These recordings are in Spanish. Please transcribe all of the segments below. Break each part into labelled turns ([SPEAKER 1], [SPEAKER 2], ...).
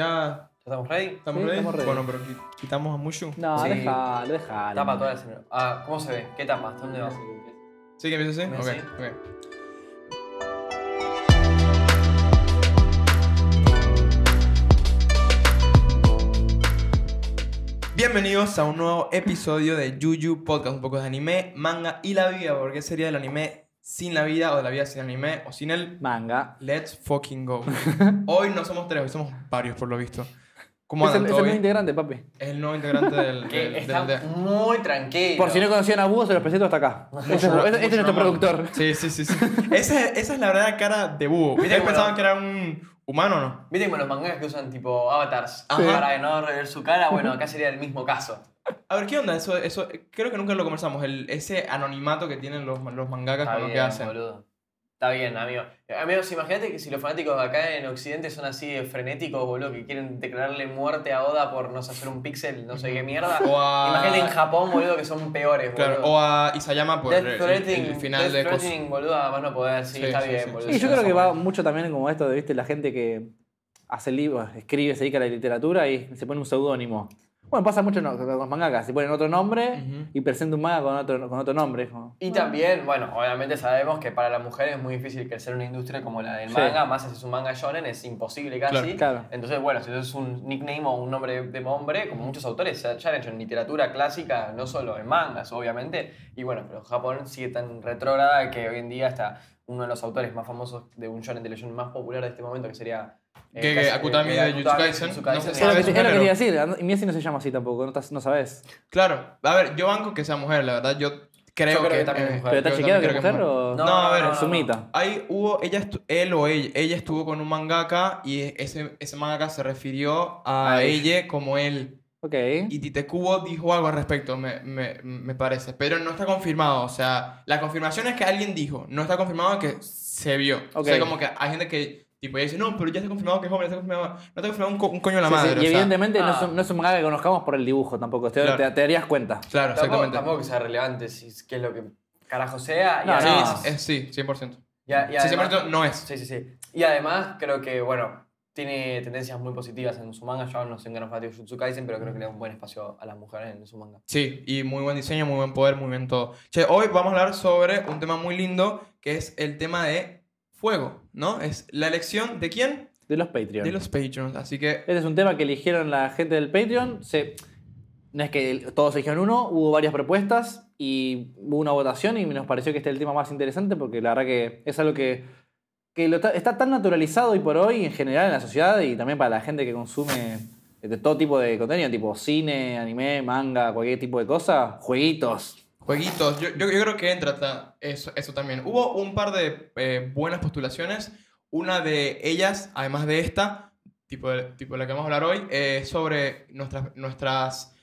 [SPEAKER 1] Ya
[SPEAKER 2] ¿Estamos ready?
[SPEAKER 1] estamos
[SPEAKER 3] Sí,
[SPEAKER 1] ready.
[SPEAKER 3] estamos ready.
[SPEAKER 1] Bueno, pero qui- quitamos a Mushu.
[SPEAKER 3] No,
[SPEAKER 2] Sí.
[SPEAKER 3] déjalo, déjalo.
[SPEAKER 2] Tapa toda la escena. Ah, ¿cómo se ve? ¿Qué tapa? ¿Hasta dónde va?
[SPEAKER 1] ¿Sí que empieza así?
[SPEAKER 2] Me
[SPEAKER 1] Ok,
[SPEAKER 2] sí.
[SPEAKER 1] ok. Bienvenidos a un nuevo episodio de Juju Podcast, un poco de anime, manga y la vida, porque ¿qué sería el anime sin la vida o de la vida sin anime o sin el
[SPEAKER 3] Manga.
[SPEAKER 1] Let's fucking go. Hoy no somos tres, hoy somos varios por lo visto. ¿Cómo
[SPEAKER 3] Es el,
[SPEAKER 1] andan
[SPEAKER 3] es el
[SPEAKER 1] todo
[SPEAKER 3] nuevo
[SPEAKER 1] bien?
[SPEAKER 3] integrante, papi.
[SPEAKER 1] Es el nuevo integrante del...
[SPEAKER 2] Que
[SPEAKER 1] del-
[SPEAKER 2] está
[SPEAKER 1] del- del-
[SPEAKER 2] muy tranquilo.
[SPEAKER 3] Por si no conocían a Búho, se los presento hasta acá. Este es,
[SPEAKER 1] Mucho-
[SPEAKER 3] este- este es
[SPEAKER 1] mucho
[SPEAKER 3] nuestro
[SPEAKER 1] amor.
[SPEAKER 3] productor.
[SPEAKER 1] Sí, sí, sí. sí. esa, es- esa es la verdadera cara de búho.
[SPEAKER 2] Mira
[SPEAKER 1] Ustedes
[SPEAKER 2] cómo
[SPEAKER 1] pensaban
[SPEAKER 2] no.
[SPEAKER 1] que era un humano, ¿no?
[SPEAKER 2] ¿Viste como los mangas que usan tipo avatars? Ah,
[SPEAKER 1] Ajá.
[SPEAKER 2] Para no rever su cara, bueno, acá sería el mismo caso.
[SPEAKER 1] A ver, ¿qué onda? Eso, eso creo que nunca lo conversamos. El, ese anonimato que tienen los, los mangakas
[SPEAKER 2] Está
[SPEAKER 1] con lo que
[SPEAKER 2] bien,
[SPEAKER 1] hacen.
[SPEAKER 2] boludo. Está bien, amigo. Eh, Amigos, imagínate que si los fanáticos de acá en Occidente son así de frenéticos, boludo, que quieren declararle muerte a Oda por no sé, hacer un píxel, no sé qué mierda.
[SPEAKER 1] O a-
[SPEAKER 2] Imagínate en Japón, boludo, que son peores,
[SPEAKER 1] Claro,
[SPEAKER 2] boludo.
[SPEAKER 1] o a Isayama por el,
[SPEAKER 2] Death
[SPEAKER 1] el- el
[SPEAKER 2] Threatening,
[SPEAKER 1] final
[SPEAKER 2] Death
[SPEAKER 1] de cosas.
[SPEAKER 2] Threatening, boludo, a más no poder, sí,
[SPEAKER 1] Sí,
[SPEAKER 2] está
[SPEAKER 1] sí,
[SPEAKER 2] bien,
[SPEAKER 1] sí,
[SPEAKER 2] boludo.
[SPEAKER 1] sí.
[SPEAKER 3] Y yo creo que va
[SPEAKER 2] Bueno,
[SPEAKER 3] mucho también como esto de ¿viste? la gente que hace libros, escribe, se dedica a la literatura y se pone un seudónimo. Bueno, pasa mucho no- con los mangakas, se ponen otro nombre
[SPEAKER 1] Ujú.
[SPEAKER 3] y presenta un manga con otro, con otro nombre. es como-
[SPEAKER 2] Y también, bueno, obviamente sabemos que para la mujer es muy difícil crecer en una industria como la del
[SPEAKER 3] Sí.
[SPEAKER 2] manga, más si es un manga shonen, es imposible casi.
[SPEAKER 3] Claro, claro.
[SPEAKER 2] Entonces, bueno, si eso es un nickname o un nombre de hombre, como muchos autores ya ya han hecho en literatura clásica, no solo en mangas, obviamente. Y bueno, pero Japón sigue tan retrógrada que hoy en día hasta uno de los autores más famosos de un shonen de legión más popular de este momento, que sería... eh,
[SPEAKER 1] Que- que
[SPEAKER 2] Kas-
[SPEAKER 1] Akutami
[SPEAKER 2] eh,
[SPEAKER 1] de Jujutsu
[SPEAKER 2] Akutami,
[SPEAKER 1] Kaisen, no se
[SPEAKER 2] Jujutsu Kaisen,
[SPEAKER 1] es un
[SPEAKER 3] Es lo que, te- es lo que te
[SPEAKER 1] género.
[SPEAKER 3] iba a decir, and- y Miesi no se llama así tampoco, no, estás- no sabes.
[SPEAKER 1] Claro, a ver, yo banco que sea mujer, la verdad. Yo creo,
[SPEAKER 2] creo que también es mujer.
[SPEAKER 3] ¿Pero está
[SPEAKER 1] yo
[SPEAKER 3] chequeado que
[SPEAKER 1] también creo
[SPEAKER 3] es
[SPEAKER 1] que es
[SPEAKER 3] mujer o...? Ah,
[SPEAKER 1] No, a ver,
[SPEAKER 3] Sumita.
[SPEAKER 1] Ahí hubo, ella estu- él o ella, ella estuvo con un mangaka y ese, ese mangaka se refirió a
[SPEAKER 3] A
[SPEAKER 1] ella como él.
[SPEAKER 3] Ok.
[SPEAKER 1] Y Tite Cubo dijo algo al respecto, me, me, me parece. Pero no está confirmado. O sea, la confirmación es que alguien dijo. No está confirmado que se vio. O sea,
[SPEAKER 3] Ok.
[SPEAKER 1] como que hay gente que tipo, ya dice, no, pero ya está confirmado que es hombre, ya está confirmado. No está confirmado un, co- un coño a la
[SPEAKER 3] Sí, sí,
[SPEAKER 1] madre.
[SPEAKER 3] y
[SPEAKER 1] o sea,
[SPEAKER 3] evidentemente no,
[SPEAKER 2] ah.
[SPEAKER 3] es un, no es un manga que conozcamos por el dibujo tampoco, te,
[SPEAKER 1] Claro.
[SPEAKER 3] te- te darías cuenta.
[SPEAKER 1] claro,
[SPEAKER 2] Tampoco,
[SPEAKER 1] exactamente.
[SPEAKER 2] tampoco que sea relevante si es, qué es lo que carajo sea. Y
[SPEAKER 3] No, no.
[SPEAKER 2] además,
[SPEAKER 1] Sí, es- sí, 100%.
[SPEAKER 2] y a- y
[SPEAKER 1] Sí, 100%
[SPEAKER 2] además-
[SPEAKER 1] no es.
[SPEAKER 2] sí, sí, sí. Y además creo que, bueno, tiene tendencias muy positivas en su manga. Yo no soy un gran fanático de Jujutsu Kaisen, pero creo que le da un buen espacio a las mujeres en su manga.
[SPEAKER 1] Sí, y muy buen diseño, muy buen poder, muy bien todo. Che, hoy vamos a hablar sobre un tema muy lindo que es el tema de fuego, ¿no? Es la elección de quién?
[SPEAKER 3] De los Patreon.
[SPEAKER 1] De los Patreons. Así que
[SPEAKER 3] Este es un tema que eligieron la gente del Patreon. Se, no es que todos eligieron uno, hubo varias propuestas y hubo una votación y nos pareció que este es el tema más interesante porque la verdad que es algo que, que lo ta- está tan naturalizado hoy por hoy en general en la sociedad y también para la gente que consume de todo tipo de contenido, tipo cine, anime, manga, cualquier tipo de cosa, jueguitos.
[SPEAKER 1] Jueguitos, yo, yo, yo creo que entra ta- eso, eso también. Hubo un par de eh, buenas postulaciones. Una de ellas, además de esta, tipo, de- tipo de la que vamos a hablar hoy, eh, sobre nuestras. nuestras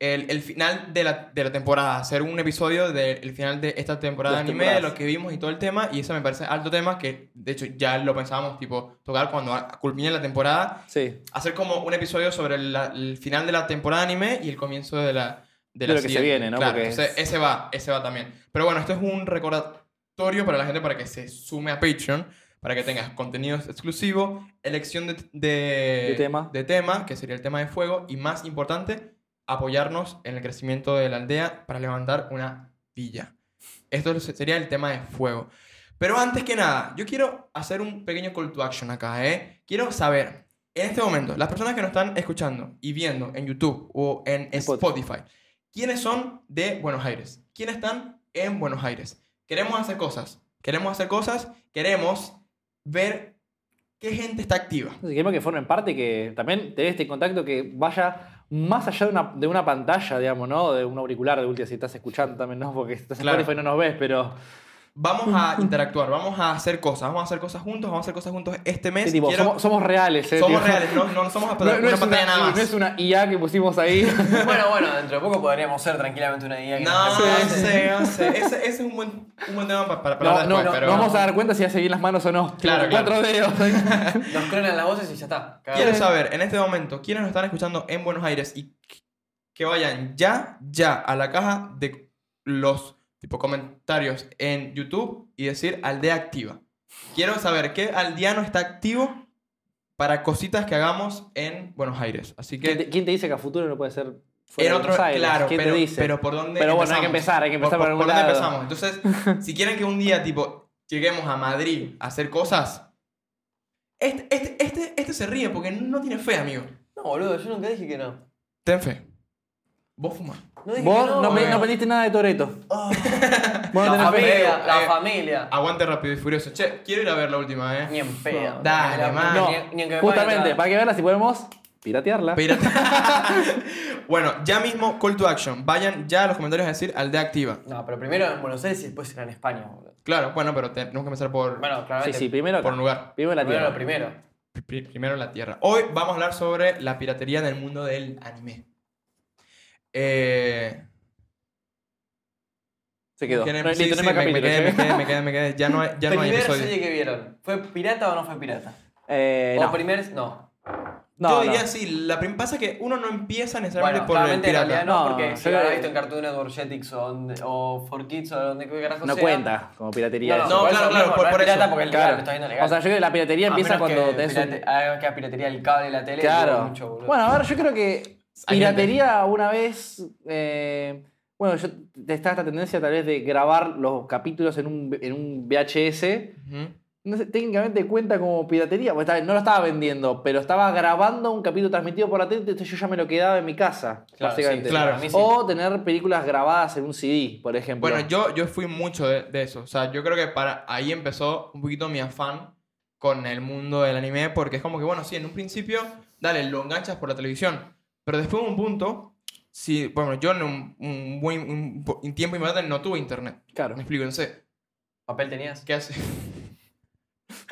[SPEAKER 1] el, el final de la, de la temporada, hacer un episodio del final de esta temporada
[SPEAKER 3] Las
[SPEAKER 1] de anime, de
[SPEAKER 3] temporadas.
[SPEAKER 1] lo que vimos y todo el tema, y eso me parece alto tema que de hecho ya lo pensábamos, tipo, tocar cuando a- culmine la temporada,
[SPEAKER 3] Sí.
[SPEAKER 1] hacer como un episodio sobre la- el final de la temporada anime y el comienzo de la de,
[SPEAKER 3] De
[SPEAKER 1] la
[SPEAKER 3] lo que se
[SPEAKER 1] siguiente.
[SPEAKER 3] viene, ¿no?
[SPEAKER 1] Claro,
[SPEAKER 3] Porque
[SPEAKER 1] entonces
[SPEAKER 3] es-
[SPEAKER 1] ese va, ese va también. Pero bueno, esto es un recordatorio para la gente para que se sume a Patreon, para que tengas contenidos exclusivos, elección de, de,
[SPEAKER 3] De tema.
[SPEAKER 1] de tema, que sería el tema de fuego, y más importante, apoyarnos en el crecimiento de la aldea para levantar una villa. Esto sería el tema de fuego. Pero antes que nada, yo quiero hacer un pequeño call to action acá, ¿eh? Quiero saber, en este momento, las personas que nos están escuchando y viendo en YouTube o en
[SPEAKER 3] Spotify.
[SPEAKER 1] Spotify, ¿quiénes son de Buenos Aires? ¿Quiénes están en Buenos Aires? Queremos hacer cosas, queremos hacer cosas, queremos ver qué gente está activa.
[SPEAKER 3] Entonces, queremos que formen parte y que también te dé este contacto que vaya más allá de una, de una pantalla, digamos, ¿no? De un auricular de última, si estás escuchando también, ¿no? Porque estás en
[SPEAKER 1] Claro.
[SPEAKER 3] Spotify y no nos ves, pero.
[SPEAKER 1] Vamos a interactuar, vamos a hacer cosas, vamos a hacer cosas juntos, vamos a hacer cosas juntos este mes.
[SPEAKER 3] Sí, tipo,
[SPEAKER 1] Quiero-
[SPEAKER 3] somos, somos reales, ¿eh?
[SPEAKER 1] somos
[SPEAKER 3] tipo.
[SPEAKER 1] reales, no, no, no somos
[SPEAKER 3] No, no
[SPEAKER 1] una
[SPEAKER 3] es
[SPEAKER 1] pantalla
[SPEAKER 3] una,
[SPEAKER 1] nada más.
[SPEAKER 3] no es una IA que pusimos ahí.
[SPEAKER 2] bueno, bueno, dentro de poco podríamos ser tranquilamente una idea que
[SPEAKER 1] No,
[SPEAKER 2] nos reemplace.
[SPEAKER 1] sé, no sé. Ese, ese es un buen, un buen tema pa- para, para
[SPEAKER 3] no,
[SPEAKER 1] hablar
[SPEAKER 3] no,
[SPEAKER 1] después,
[SPEAKER 3] no,
[SPEAKER 1] pero...
[SPEAKER 3] no vamos a dar cuenta si hace bien las manos o no.
[SPEAKER 1] Claro,
[SPEAKER 3] Tipo, Cuatro dedos.
[SPEAKER 2] Nos clonan las voces y ya está. Cagamos.
[SPEAKER 1] Quiero saber, en este momento, quiénes nos están escuchando en Buenos Aires y que- que vayan ya, ya a la caja de los tipo, comentarios en YouTube y decir aldea activa. Quiero saber qué aldeano está activo para cositas que hagamos en Buenos Aires. Así
[SPEAKER 3] ¿Quién te,
[SPEAKER 1] que
[SPEAKER 3] quién te dice que a futuro no puede ser fuera
[SPEAKER 1] en
[SPEAKER 3] de
[SPEAKER 1] otro,
[SPEAKER 3] Buenos Aires?
[SPEAKER 1] claro,
[SPEAKER 3] ¿Quién
[SPEAKER 1] pero,
[SPEAKER 3] te dice?
[SPEAKER 1] pero por dónde
[SPEAKER 3] Pero bueno,
[SPEAKER 1] empezamos?
[SPEAKER 3] hay que empezar, hay que empezar
[SPEAKER 1] por,
[SPEAKER 3] por
[SPEAKER 1] por
[SPEAKER 3] algún
[SPEAKER 1] dónde
[SPEAKER 3] lado.
[SPEAKER 1] empezamos. Entonces, si quieren que un día tipo lleguemos a Madrid a hacer cosas, este, este, este, este se ríe porque no tiene fe, amigo.
[SPEAKER 2] No, boludo, yo nunca dije que no.
[SPEAKER 1] Ten fe. Vos fumas.
[SPEAKER 2] No eh. Oh. dije
[SPEAKER 3] Vos
[SPEAKER 2] que
[SPEAKER 3] no, pe-
[SPEAKER 2] boludo.
[SPEAKER 3] no pediste nada de Toreto. Vos no
[SPEAKER 2] La
[SPEAKER 3] tenés fe.
[SPEAKER 2] familia,
[SPEAKER 1] pedo,
[SPEAKER 2] la
[SPEAKER 1] eh.
[SPEAKER 2] familia.
[SPEAKER 1] Aguante rápido y furioso. Che, quiero ir a ver la última, eh.
[SPEAKER 2] Ni en pedo.
[SPEAKER 1] Dale,
[SPEAKER 2] Ni-
[SPEAKER 1] man.
[SPEAKER 3] No,
[SPEAKER 2] ni en- ni en que me
[SPEAKER 3] justamente,
[SPEAKER 2] paguen
[SPEAKER 3] para que verla si podemos piratearla.
[SPEAKER 1] Pero- bueno, ya mismo, call to action. Vayan ya a los comentarios a decir al de activa.
[SPEAKER 2] No, pero primero en Buenos Aires y después será en España, boludo.
[SPEAKER 1] Claro, bueno, pero tenemos que empezar por,
[SPEAKER 2] Bueno,
[SPEAKER 3] Sí,
[SPEAKER 2] claramente.
[SPEAKER 3] sí, primero
[SPEAKER 1] por
[SPEAKER 3] acá.
[SPEAKER 1] un lugar.
[SPEAKER 3] Primero la
[SPEAKER 2] primero
[SPEAKER 3] tierra.
[SPEAKER 2] lo primero.
[SPEAKER 1] Pri- primero la tierra. Hoy vamos a hablar sobre la piratería en el mundo del anime. Eh,
[SPEAKER 3] Se quedó.
[SPEAKER 1] ¿quién em-
[SPEAKER 3] No,
[SPEAKER 1] sí,
[SPEAKER 3] listo, no
[SPEAKER 1] sí,
[SPEAKER 3] hay
[SPEAKER 1] me,
[SPEAKER 3] más
[SPEAKER 1] me
[SPEAKER 3] capítulos,
[SPEAKER 1] quedé,
[SPEAKER 3] ¿eh?
[SPEAKER 1] me quedé, me quedé, me quedé. Ya no hay, ya no hay
[SPEAKER 2] Primer
[SPEAKER 1] episodio.
[SPEAKER 2] serie que vieron. ¿Fue pirata o no fue pirata?
[SPEAKER 3] Eh,
[SPEAKER 2] o
[SPEAKER 3] no.
[SPEAKER 2] primer. No.
[SPEAKER 3] No,
[SPEAKER 1] Yo
[SPEAKER 3] no.
[SPEAKER 1] diría sí, la prim- pasa que uno no empieza necesariamente
[SPEAKER 2] Bueno,
[SPEAKER 1] por el
[SPEAKER 2] claramente en
[SPEAKER 1] pirata.
[SPEAKER 2] realidad no,
[SPEAKER 3] No,
[SPEAKER 2] porque
[SPEAKER 3] yo
[SPEAKER 2] si
[SPEAKER 3] creo
[SPEAKER 2] lo habrá
[SPEAKER 3] que-
[SPEAKER 2] visto en Cartoon Network, Jetix o, donde- o 4Kids o donde carajo
[SPEAKER 3] No
[SPEAKER 2] sea.
[SPEAKER 3] cuenta como piratería.
[SPEAKER 2] No,
[SPEAKER 3] eso.
[SPEAKER 1] No,
[SPEAKER 2] por
[SPEAKER 1] claro,
[SPEAKER 2] eso
[SPEAKER 1] claro,
[SPEAKER 2] mismo,
[SPEAKER 1] por-
[SPEAKER 2] no es
[SPEAKER 1] por
[SPEAKER 2] pirata
[SPEAKER 1] eso.
[SPEAKER 2] porque es legal,
[SPEAKER 3] Claro.
[SPEAKER 2] lo está viendo legal.
[SPEAKER 3] O sea, yo creo que la piratería
[SPEAKER 2] A
[SPEAKER 3] empieza
[SPEAKER 2] menos
[SPEAKER 3] cuando
[SPEAKER 2] que
[SPEAKER 3] tenés
[SPEAKER 2] pirate-
[SPEAKER 3] un...
[SPEAKER 2] hagas que piratería el cable y la tele.
[SPEAKER 3] Claro.
[SPEAKER 2] dudo Mucho, boludo.
[SPEAKER 3] bueno, a ver, yo creo que
[SPEAKER 1] Hay gente.
[SPEAKER 3] piratería una vez... eh, bueno, yo, está esta tendencia tal vez de grabar los capítulos en un, en un VHS.
[SPEAKER 1] Ujú.
[SPEAKER 3] No sé, técnicamente cuenta como piratería, porque está- no lo estaba vendiendo, pero estaba grabando un capítulo transmitido por la tele, entonces yo ya me lo quedaba en mi casa,
[SPEAKER 2] Claro, sí,
[SPEAKER 3] básicamente.
[SPEAKER 2] sí,
[SPEAKER 1] Claro.
[SPEAKER 2] para mí sí.
[SPEAKER 3] O tener películas grabadas en un CD, por ejemplo.
[SPEAKER 1] Bueno, yo, yo fui mucho de, de eso. O sea, yo creo que para ahí empezó un poquito mi afán con el mundo del anime, porque es como que, bueno, sí, en un principio, dale, lo enganchas por la televisión, pero después de un punto, sí, bueno, yo en un, un buen un po- un tiempo inmediato no tuve internet.
[SPEAKER 3] Claro,
[SPEAKER 1] Me explico, no sé,
[SPEAKER 2] ¿Papel tenías?
[SPEAKER 1] ¿qué hace?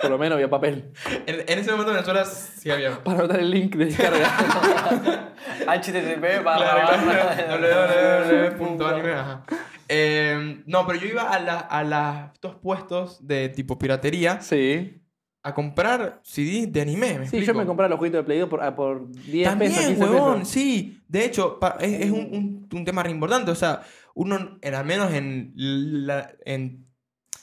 [SPEAKER 3] por lo menos había papel
[SPEAKER 1] En, en ese momento en Venezuela sí había.
[SPEAKER 3] para anotar el link de descarga.
[SPEAKER 2] HTTP
[SPEAKER 1] Claro,
[SPEAKER 3] Ah,
[SPEAKER 2] barra barra.
[SPEAKER 1] claro, www.anime, ajá. Eh, no, pero yo iba a, la- a las- estos puestos de tipo piratería
[SPEAKER 3] sí.
[SPEAKER 1] a comprar CD de anime. ¿me
[SPEAKER 3] Sí, yo
[SPEAKER 1] explico?
[SPEAKER 3] me compraba los jueguitos de Play 2 por, ah, por 10
[SPEAKER 1] También,
[SPEAKER 3] pesos, 15
[SPEAKER 1] huevón,
[SPEAKER 3] pesos.
[SPEAKER 1] sí. De hecho, pa- es, es un, un- un tema re importante. O sea, uno, en, al menos en, la- en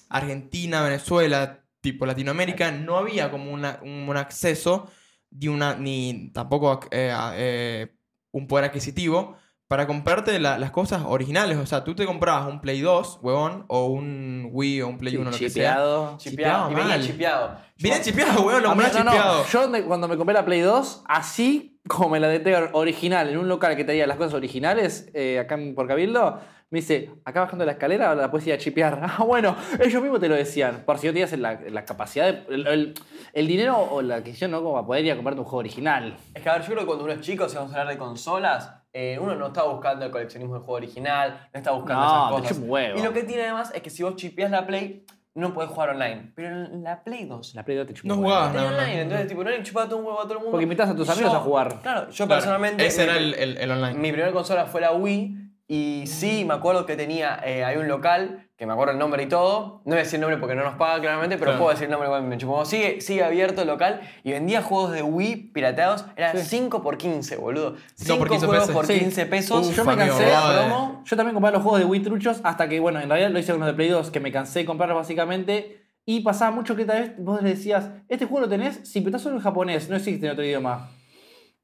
[SPEAKER 1] Argentina, Venezuela, tipo Latinoamérica, no había como una- un, un acceso ni, una, ni tampoco eh, a- eh, un poder adquisitivo para comprarte la- las cosas originales. O sea, tú te comprabas un Play 2, huevón, o un Wii o un Play 1, lo que sea.
[SPEAKER 3] Chipeado.
[SPEAKER 2] Chipeado. Y venía
[SPEAKER 1] mal.
[SPEAKER 2] chipeado.
[SPEAKER 1] Viene
[SPEAKER 2] Yo-
[SPEAKER 1] chipeado, huevón, lo
[SPEAKER 3] A mí-
[SPEAKER 1] compras
[SPEAKER 3] no, no,
[SPEAKER 1] chipeado.
[SPEAKER 3] Yo me- cuando me compré la Play 2, así como me la deté original, en un local que traía las cosas originales, eh, acá en- por Cabildo, me dice, acá bajando la escalera la puedes ir a chipear. Ah, bueno, ellos mismos te lo decían. Por si no tenías la, la capacidad, de- el, el- el dinero o la adquisición, ¿no? Como para poder ir a comprarte un juego original.
[SPEAKER 2] Es que a ver, yo creo que cuando uno es chico, si vamos a hablar de consolas, eh, uno no está buscando el coleccionismo del juego original, no está buscando
[SPEAKER 3] No, te
[SPEAKER 2] esas cosas.
[SPEAKER 3] chupa un huevo.
[SPEAKER 2] Y lo que tiene además es que si vos chipeas la Play, no podés jugar online. Pero en la Play 2
[SPEAKER 3] La Play 2 te chupa
[SPEAKER 1] No
[SPEAKER 3] un huevo.
[SPEAKER 1] jugabas.
[SPEAKER 2] tenía
[SPEAKER 1] no, no.
[SPEAKER 2] online, entonces tipo, no le chupaba todo un huevo a todo el mundo.
[SPEAKER 3] Porque invitás a tus
[SPEAKER 2] Y
[SPEAKER 3] amigos
[SPEAKER 2] yo-
[SPEAKER 3] a jugar.
[SPEAKER 2] Claro, yo
[SPEAKER 1] Claro,
[SPEAKER 2] personalmente. eh,
[SPEAKER 1] Ese era
[SPEAKER 2] mi-
[SPEAKER 1] el, el- el online.
[SPEAKER 2] Mi primera consola fue la Wii. Y sí, me acuerdo que tenía. eh, hay un local, que me acuerdo el nombre y todo. No voy a decir el nombre porque no nos paga claramente, pero
[SPEAKER 1] Claro.
[SPEAKER 2] puedo decir el nombre igual me chupó. Sigue, sigue abierto el local y vendía juegos de Wii pirateados. Era 5 por 15, boludo. 5
[SPEAKER 1] Cinco por 15
[SPEAKER 2] juegos
[SPEAKER 1] pesos.
[SPEAKER 2] por
[SPEAKER 1] Sí.
[SPEAKER 2] 15 pesos.
[SPEAKER 1] Uf,
[SPEAKER 3] yo me
[SPEAKER 1] amigo,
[SPEAKER 3] cansé de la
[SPEAKER 1] brother.
[SPEAKER 3] promo. Yo también compraba los juegos de Wii truchos hasta que, bueno, en realidad lo hice con los de Play 2, que me cansé de comprarlos básicamente. Y pasaba mucho que tal vez vos le decías, este juego lo tenés, si petás solo en japonés, no existe en otro idioma.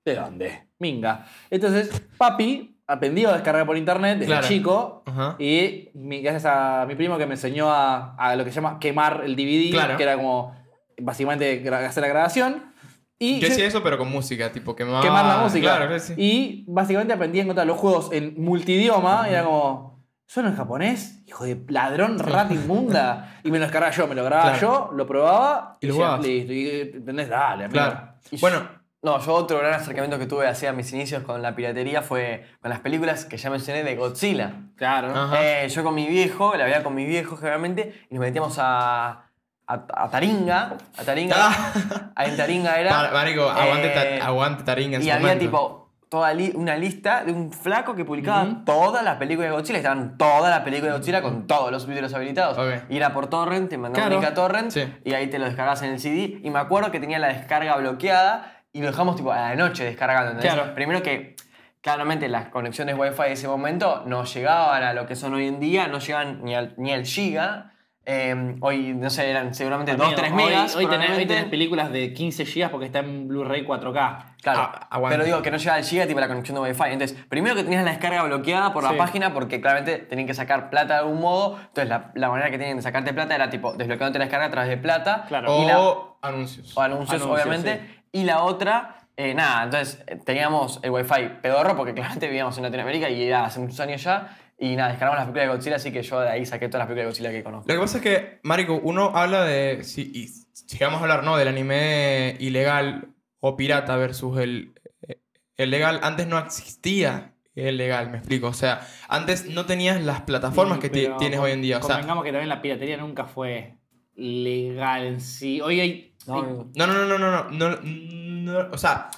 [SPEAKER 3] ¿De dónde? Minga. Entonces, papi aprendió a descargar por internet desde
[SPEAKER 1] Claro.
[SPEAKER 3] chico.
[SPEAKER 1] Ajá.
[SPEAKER 3] Y mi- gracias a mi primo que me enseñó a, a lo que se llama quemar el DVD,
[SPEAKER 1] Claro.
[SPEAKER 3] que era como básicamente gra- hacer la grabación. Y
[SPEAKER 1] Yo
[SPEAKER 3] yo-
[SPEAKER 1] hacía eso, pero con música, tipo quemaba.
[SPEAKER 3] quemar la música.
[SPEAKER 1] Ah, Claro, sí.
[SPEAKER 3] Y básicamente aprendí a encontrar los juegos en multidioma. Y era como, ¿suena en japonés? Hijo de ladrón, rata inmunda. Y me lo descargaba yo, me lo grababa
[SPEAKER 1] Claro.
[SPEAKER 3] yo, lo probaba
[SPEAKER 1] Y lo
[SPEAKER 3] decía,
[SPEAKER 1] jugabas.
[SPEAKER 3] listo. Y eh, ¿entendés? Dale, amigo.
[SPEAKER 1] Claro.
[SPEAKER 2] Y yo-
[SPEAKER 1] Bueno,
[SPEAKER 2] No, yo otro gran acercamiento que tuve hacia mis inicios con la piratería fue con las películas que ya mencioné de Godzilla.
[SPEAKER 3] Claro.
[SPEAKER 1] Ajá.
[SPEAKER 2] Eh, yo con mi viejo, la veía con mi viejo generalmente, y nos metíamos a, a, a Taringa. A Taringa.
[SPEAKER 1] Ah.
[SPEAKER 2] A- en Taringa era.
[SPEAKER 1] Mar- marico, aguante, ta-
[SPEAKER 2] eh,
[SPEAKER 1] aguante Taringa en
[SPEAKER 2] Y
[SPEAKER 1] su
[SPEAKER 2] había
[SPEAKER 1] momento.
[SPEAKER 2] tipo toda li- una lista de un flaco que publicaba todas las películas de Godzilla. Estaban todas las películas de Godzilla con todos los subtítulos habilitados.
[SPEAKER 1] Ok.
[SPEAKER 2] Y era por Torrent, te mandaban
[SPEAKER 3] Claro.
[SPEAKER 2] un link a Torrent
[SPEAKER 1] Sí.
[SPEAKER 2] y ahí te lo descargabas en el CD. Y me acuerdo que tenía la descarga bloqueada y lo dejamos tipo a la noche descargando. ¿entendés?
[SPEAKER 3] Claro.
[SPEAKER 2] Primero que claramente las conexiones Wi-Fi de ese momento no llegaban a lo que son hoy en día, no llegaban ni al, ni al giga. Eh, hoy, no sé, eran seguramente 2,
[SPEAKER 3] Amigo,
[SPEAKER 2] 3
[SPEAKER 3] hoy-
[SPEAKER 2] megas.
[SPEAKER 3] Hoy, tenés, hoy
[SPEAKER 2] probablemente.
[SPEAKER 3] tenés películas de 15 GB porque está en Blu-ray 4K.
[SPEAKER 2] Claro,
[SPEAKER 1] Ah, aguante.
[SPEAKER 2] pero digo que no llega al giga tipo la conexión de Wi-Fi. Entonces, primero que tenías la descarga bloqueada por
[SPEAKER 3] Sí.
[SPEAKER 2] la página porque claramente tenían que sacar plata de algún modo. Entonces, la, la manera que tenían de sacarte plata era tipo desbloqueándote la descarga a través de plata.
[SPEAKER 3] Claro.
[SPEAKER 2] Y la-
[SPEAKER 1] O anuncios.
[SPEAKER 2] o anuncios,
[SPEAKER 3] Anuncios,
[SPEAKER 2] obviamente. Y la otra, eh, nada, entonces eh, teníamos el wifi pedorro porque claramente vivíamos en Latinoamérica y era hace muchos años ya. Y nada, descargamos las películas de Godzilla, así que yo de ahí saqué todas las películas de Godzilla que conozco.
[SPEAKER 1] Lo que pasa es que, Marico, uno habla de. Si, y si vamos a hablar, ¿no? Del anime ilegal o pirata versus el, eh, el legal. Antes no existía el legal, me explico. O sea, antes no tenías las plataformas que ti-
[SPEAKER 3] Pero
[SPEAKER 1] tienes hoy en día. O sea,
[SPEAKER 3] Convengamos que también la piratería nunca fue legal en sí. Hoy hay.
[SPEAKER 2] No,
[SPEAKER 3] hay-
[SPEAKER 1] no,
[SPEAKER 2] no.
[SPEAKER 1] no, no, no, no, no, no, O sea,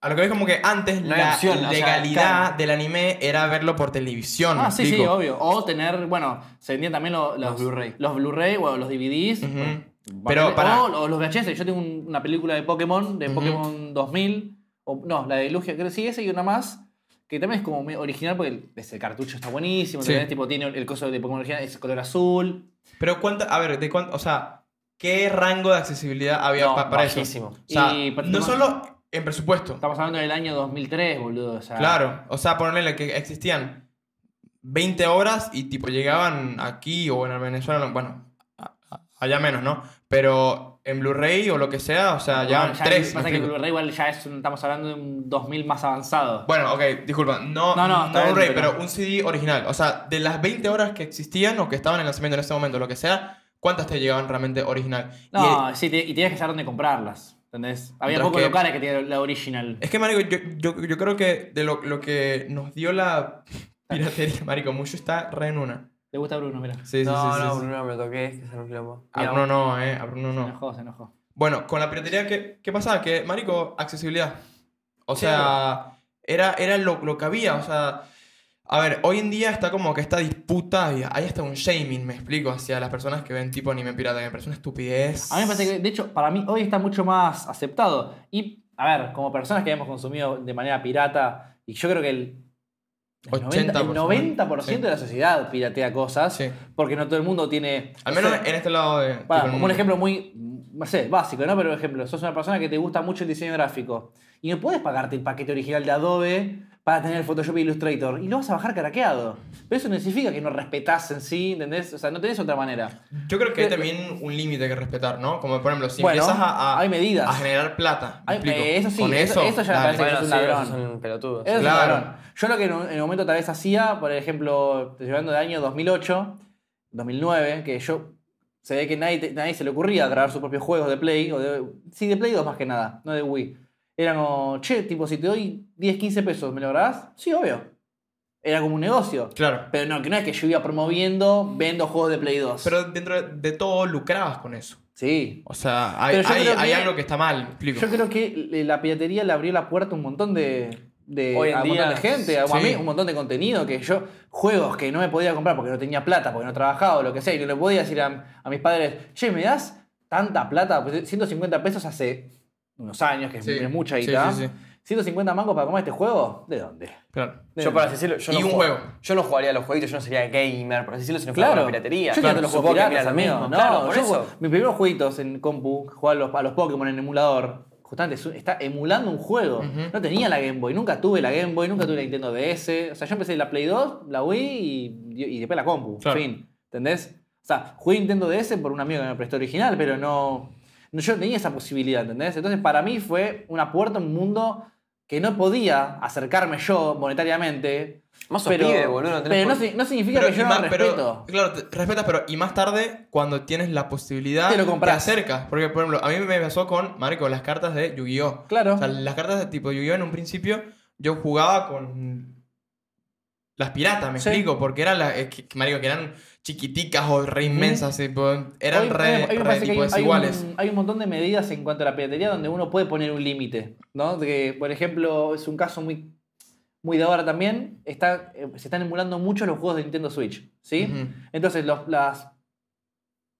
[SPEAKER 1] a lo que ves como que antes
[SPEAKER 2] No hay
[SPEAKER 1] la
[SPEAKER 2] opción, o sea,
[SPEAKER 1] legalidad
[SPEAKER 2] claro.
[SPEAKER 1] del anime era verlo por televisión.
[SPEAKER 3] Ah,
[SPEAKER 1] me
[SPEAKER 3] sí, sí,
[SPEAKER 1] explico.
[SPEAKER 3] obvio. O tener, bueno, se vendían también lo- los,
[SPEAKER 2] Los Blu-ray.
[SPEAKER 3] Los Blu-ray o los DVDs.
[SPEAKER 1] Ujú.
[SPEAKER 3] Bueno,
[SPEAKER 1] Pero
[SPEAKER 3] Blu-ray.
[SPEAKER 1] para.
[SPEAKER 3] O, o los VHS. Yo tengo un- una película de Pokémon, de
[SPEAKER 1] Ujú.
[SPEAKER 3] Pokémon 2000. o- no, la de Lugia, creo que sí, esa y una más. Que también es como medio original porque el, ese cartucho está buenísimo.
[SPEAKER 1] Sí.
[SPEAKER 3] tenés, tipo, tiene el coso de Pokémon original, es color azul.
[SPEAKER 1] Pero cuánta. A ver, de cuánto. O sea, ¿qué rango de accesibilidad había
[SPEAKER 2] No,
[SPEAKER 1] pa- para eso?
[SPEAKER 2] bajísimo.
[SPEAKER 1] O sea,
[SPEAKER 3] Y- pero
[SPEAKER 1] no
[SPEAKER 3] no-
[SPEAKER 1] solo en presupuesto.
[SPEAKER 3] Estamos hablando del año 2003, boludo. o sea,
[SPEAKER 1] Claro, o sea, ponerle que existían 20 horas y tipo llegaban aquí o en Venezuela, no, bueno, a- a- allá menos, ¿no? Pero en Blu-ray o lo que sea, o sea,
[SPEAKER 3] Bueno,
[SPEAKER 1] llegaban
[SPEAKER 3] ya
[SPEAKER 1] tres.
[SPEAKER 3] Pasa
[SPEAKER 1] me
[SPEAKER 3] que el
[SPEAKER 1] explico.
[SPEAKER 3] Blu-ray igual ya es un- estamos hablando de un 2000 más avanzado.
[SPEAKER 1] Bueno, ok, disculpa, no, no,
[SPEAKER 3] No, no,
[SPEAKER 1] no,
[SPEAKER 3] está bien,
[SPEAKER 1] Blu-ray,
[SPEAKER 3] pero-
[SPEAKER 1] pero... un CD original. O sea, de las 20 horas que existían o que estaban en lanzamiento en ese momento, lo que sea, ¿cuántas te llegaban realmente original? Y,
[SPEAKER 3] no, sí, te- y tenías que saber dónde comprarlas. ¿Entendés? Había
[SPEAKER 1] Mientras
[SPEAKER 3] pocos
[SPEAKER 1] que-
[SPEAKER 3] locales que tenían la original.
[SPEAKER 1] Es que, Marico, yo, yo, yo creo que de lo, lo que nos dio la piratería, Marico, mucho está re en una.
[SPEAKER 3] Le gusta a Bruno, mira.
[SPEAKER 1] Sí, sí,
[SPEAKER 2] no,
[SPEAKER 1] sí, sí,
[SPEAKER 2] no,
[SPEAKER 1] sí.
[SPEAKER 2] Bruno, me lo toqué, es que es un quilombo.
[SPEAKER 1] A
[SPEAKER 2] Mira,
[SPEAKER 1] Bruno no, eh, a Bruno
[SPEAKER 3] Se
[SPEAKER 1] no.
[SPEAKER 3] enojó, se enojó.
[SPEAKER 1] Bueno, con la piratería, ¿qué, qué pasaba? Que, marico, accesibilidad. O
[SPEAKER 2] Sí,
[SPEAKER 1] sea, era, era lo, lo que había. O sea, a ver, hoy en día está como que esta disputa, y hay hasta un shaming, me explico, hacia las personas que ven tipo anime pirata, que me parece una estupidez.
[SPEAKER 3] A mí me parece que, de hecho, para mí hoy está mucho más aceptado. Y, a ver, como personas que hemos consumido de manera pirata, y yo creo que el, el 90%,
[SPEAKER 1] 80%,
[SPEAKER 3] el 90 de la sociedad piratea cosas,
[SPEAKER 1] Sí.
[SPEAKER 3] porque no todo el mundo tiene...
[SPEAKER 1] Al
[SPEAKER 3] no
[SPEAKER 1] menos
[SPEAKER 3] sé,
[SPEAKER 1] en este lado de...
[SPEAKER 3] Para,
[SPEAKER 1] tipo, el
[SPEAKER 3] como un
[SPEAKER 1] mundo.
[SPEAKER 3] ejemplo muy, no sé, básico, ¿no? Pero por ejemplo, sos una persona que te gusta mucho el diseño gráfico y no puedes pagarte el paquete original de Adobe para tener el Photoshop e Illustrator y lo vas a bajar caraqueado. Pero eso no significa que no respetás en sí, ¿entendés? O sea, no tenés otra manera.
[SPEAKER 1] Yo creo que hay
[SPEAKER 3] Eh,
[SPEAKER 1] también un límite que respetar, ¿no? Como por ejemplo, si
[SPEAKER 3] Bueno,
[SPEAKER 1] empiezas a, a-
[SPEAKER 3] hay medidas.
[SPEAKER 1] a generar plata. me
[SPEAKER 3] Hay-
[SPEAKER 1] explico,
[SPEAKER 3] eh, eso sí,
[SPEAKER 1] con
[SPEAKER 3] eso-
[SPEAKER 1] eso,
[SPEAKER 3] eso ya me
[SPEAKER 1] dale.
[SPEAKER 3] parece
[SPEAKER 2] Bueno,
[SPEAKER 3] que es un
[SPEAKER 2] sí,
[SPEAKER 3] ladrón.
[SPEAKER 2] esos son pelotudos.
[SPEAKER 3] Eso es un
[SPEAKER 1] Claro.
[SPEAKER 3] cabrón. Yo lo que en un, en un momento tal vez hacía, por ejemplo, estoy hablando del año 2008, 2009, que yo se ve que nadie, te- nadie se le ocurría grabar sus propios juegos de Play, o de, sí, de Play 2 más que nada, no de Wii. Era como, che, tipo, si te doy 10, 15 pesos, ¿me lo grabás? Sí, obvio. Era como un negocio.
[SPEAKER 1] Claro.
[SPEAKER 3] Pero no, que no es que yo iba promoviendo, vendo juegos de Play 2.
[SPEAKER 1] Pero dentro de todo lucrabas con eso.
[SPEAKER 3] sí.
[SPEAKER 1] O sea, hay,
[SPEAKER 3] Pero yo
[SPEAKER 1] hay-
[SPEAKER 3] creo que-
[SPEAKER 1] hay algo que está mal, me explico.
[SPEAKER 3] Yo creo que eh, la piratería le abrió la puerta a un montón de, de-
[SPEAKER 2] Hoy en
[SPEAKER 3] a un montón
[SPEAKER 2] día,
[SPEAKER 3] de gente, a, a
[SPEAKER 1] sí.
[SPEAKER 3] mí, un montón de contenido que yo, juegos que no me podía comprar porque no tenía plata, porque no trabajaba o lo que sea, y no le podía decir a, a mis padres, che, ¿me das tanta plata? Pues 150 pesos hace unos años, que es-
[SPEAKER 1] Sí,
[SPEAKER 3] es mucha
[SPEAKER 1] sí,
[SPEAKER 3] guita.
[SPEAKER 1] sí, sí.
[SPEAKER 3] 150 mangos para comprar este juego, ¿de dónde?
[SPEAKER 1] Claro.
[SPEAKER 3] ¿De
[SPEAKER 2] Yo,
[SPEAKER 3] dónde?
[SPEAKER 2] por así decirlo, yo
[SPEAKER 1] Y
[SPEAKER 2] no
[SPEAKER 1] un
[SPEAKER 2] jug-
[SPEAKER 1] juego.
[SPEAKER 2] Yo no jugaría a los jueguitos, yo no sería gamer, por así decirlo, sino
[SPEAKER 3] Claro.
[SPEAKER 2] jugar a la piratería.
[SPEAKER 3] Yo claro, los
[SPEAKER 2] Supongo
[SPEAKER 3] juegos
[SPEAKER 2] que
[SPEAKER 3] piratas,
[SPEAKER 2] mira lo
[SPEAKER 3] amigo.
[SPEAKER 2] mismo,
[SPEAKER 3] No,
[SPEAKER 2] claro, por
[SPEAKER 3] yo
[SPEAKER 2] eso.
[SPEAKER 3] ju- mis primeros jueguitos en compu, jugaba a los, a los Pokémon en emulador. Justamente es un- está emulando un juego.
[SPEAKER 1] Ujú.
[SPEAKER 3] No tenía la Game Boy, nunca tuve la Game Boy, nunca tuve la Nintendo DS. O sea, yo empecé la Play 2, la Wii y, y después la compu.
[SPEAKER 1] Claro.
[SPEAKER 3] Fin. ¿Entendés? O sea, jugué Nintendo DS por un amigo que me prestó original, pero no. no- yo no tenía esa posibilidad, ¿entendés? Entonces, para mí fue una puerta a un mundo que no podía acercarme yo monetariamente.
[SPEAKER 2] Más sos
[SPEAKER 3] pero,
[SPEAKER 2] pibe, boludo, no tenés
[SPEAKER 3] pero no,
[SPEAKER 2] por-
[SPEAKER 3] si- no significa que yo
[SPEAKER 1] y
[SPEAKER 3] no
[SPEAKER 1] más-
[SPEAKER 3] respeto.
[SPEAKER 1] pero- claro, te- respetas, pero y más tarde, cuando tienes la posibilidad,
[SPEAKER 3] Te lo compras.
[SPEAKER 1] acercas. Porque, por ejemplo, a mí me pasó con, marico, las cartas de Yu-Gi-Oh!
[SPEAKER 3] Claro.
[SPEAKER 1] O sea, las cartas de tipo Yu-Gi-Oh! en un principio, yo jugaba con las piratas, me
[SPEAKER 3] Sí.
[SPEAKER 1] explico, porque eran las, eh, que- que, marico, que eran chiquiticas o re inmensas, tipo, eran
[SPEAKER 3] Hoy-
[SPEAKER 1] re,
[SPEAKER 3] hoy- hoy me
[SPEAKER 1] re,
[SPEAKER 3] parece que
[SPEAKER 1] tipo,
[SPEAKER 3] hay- hay
[SPEAKER 1] desiguales.
[SPEAKER 3] un- Hay un montón de medidas en cuanto a la piratería donde uno puede poner un límite, ¿no? De que, por ejemplo, es un caso muy, muy de ahora también, está, eh, se están emulando mucho los juegos de Nintendo Switch, ¿sí?
[SPEAKER 1] Ujú.
[SPEAKER 3] Entonces, los, las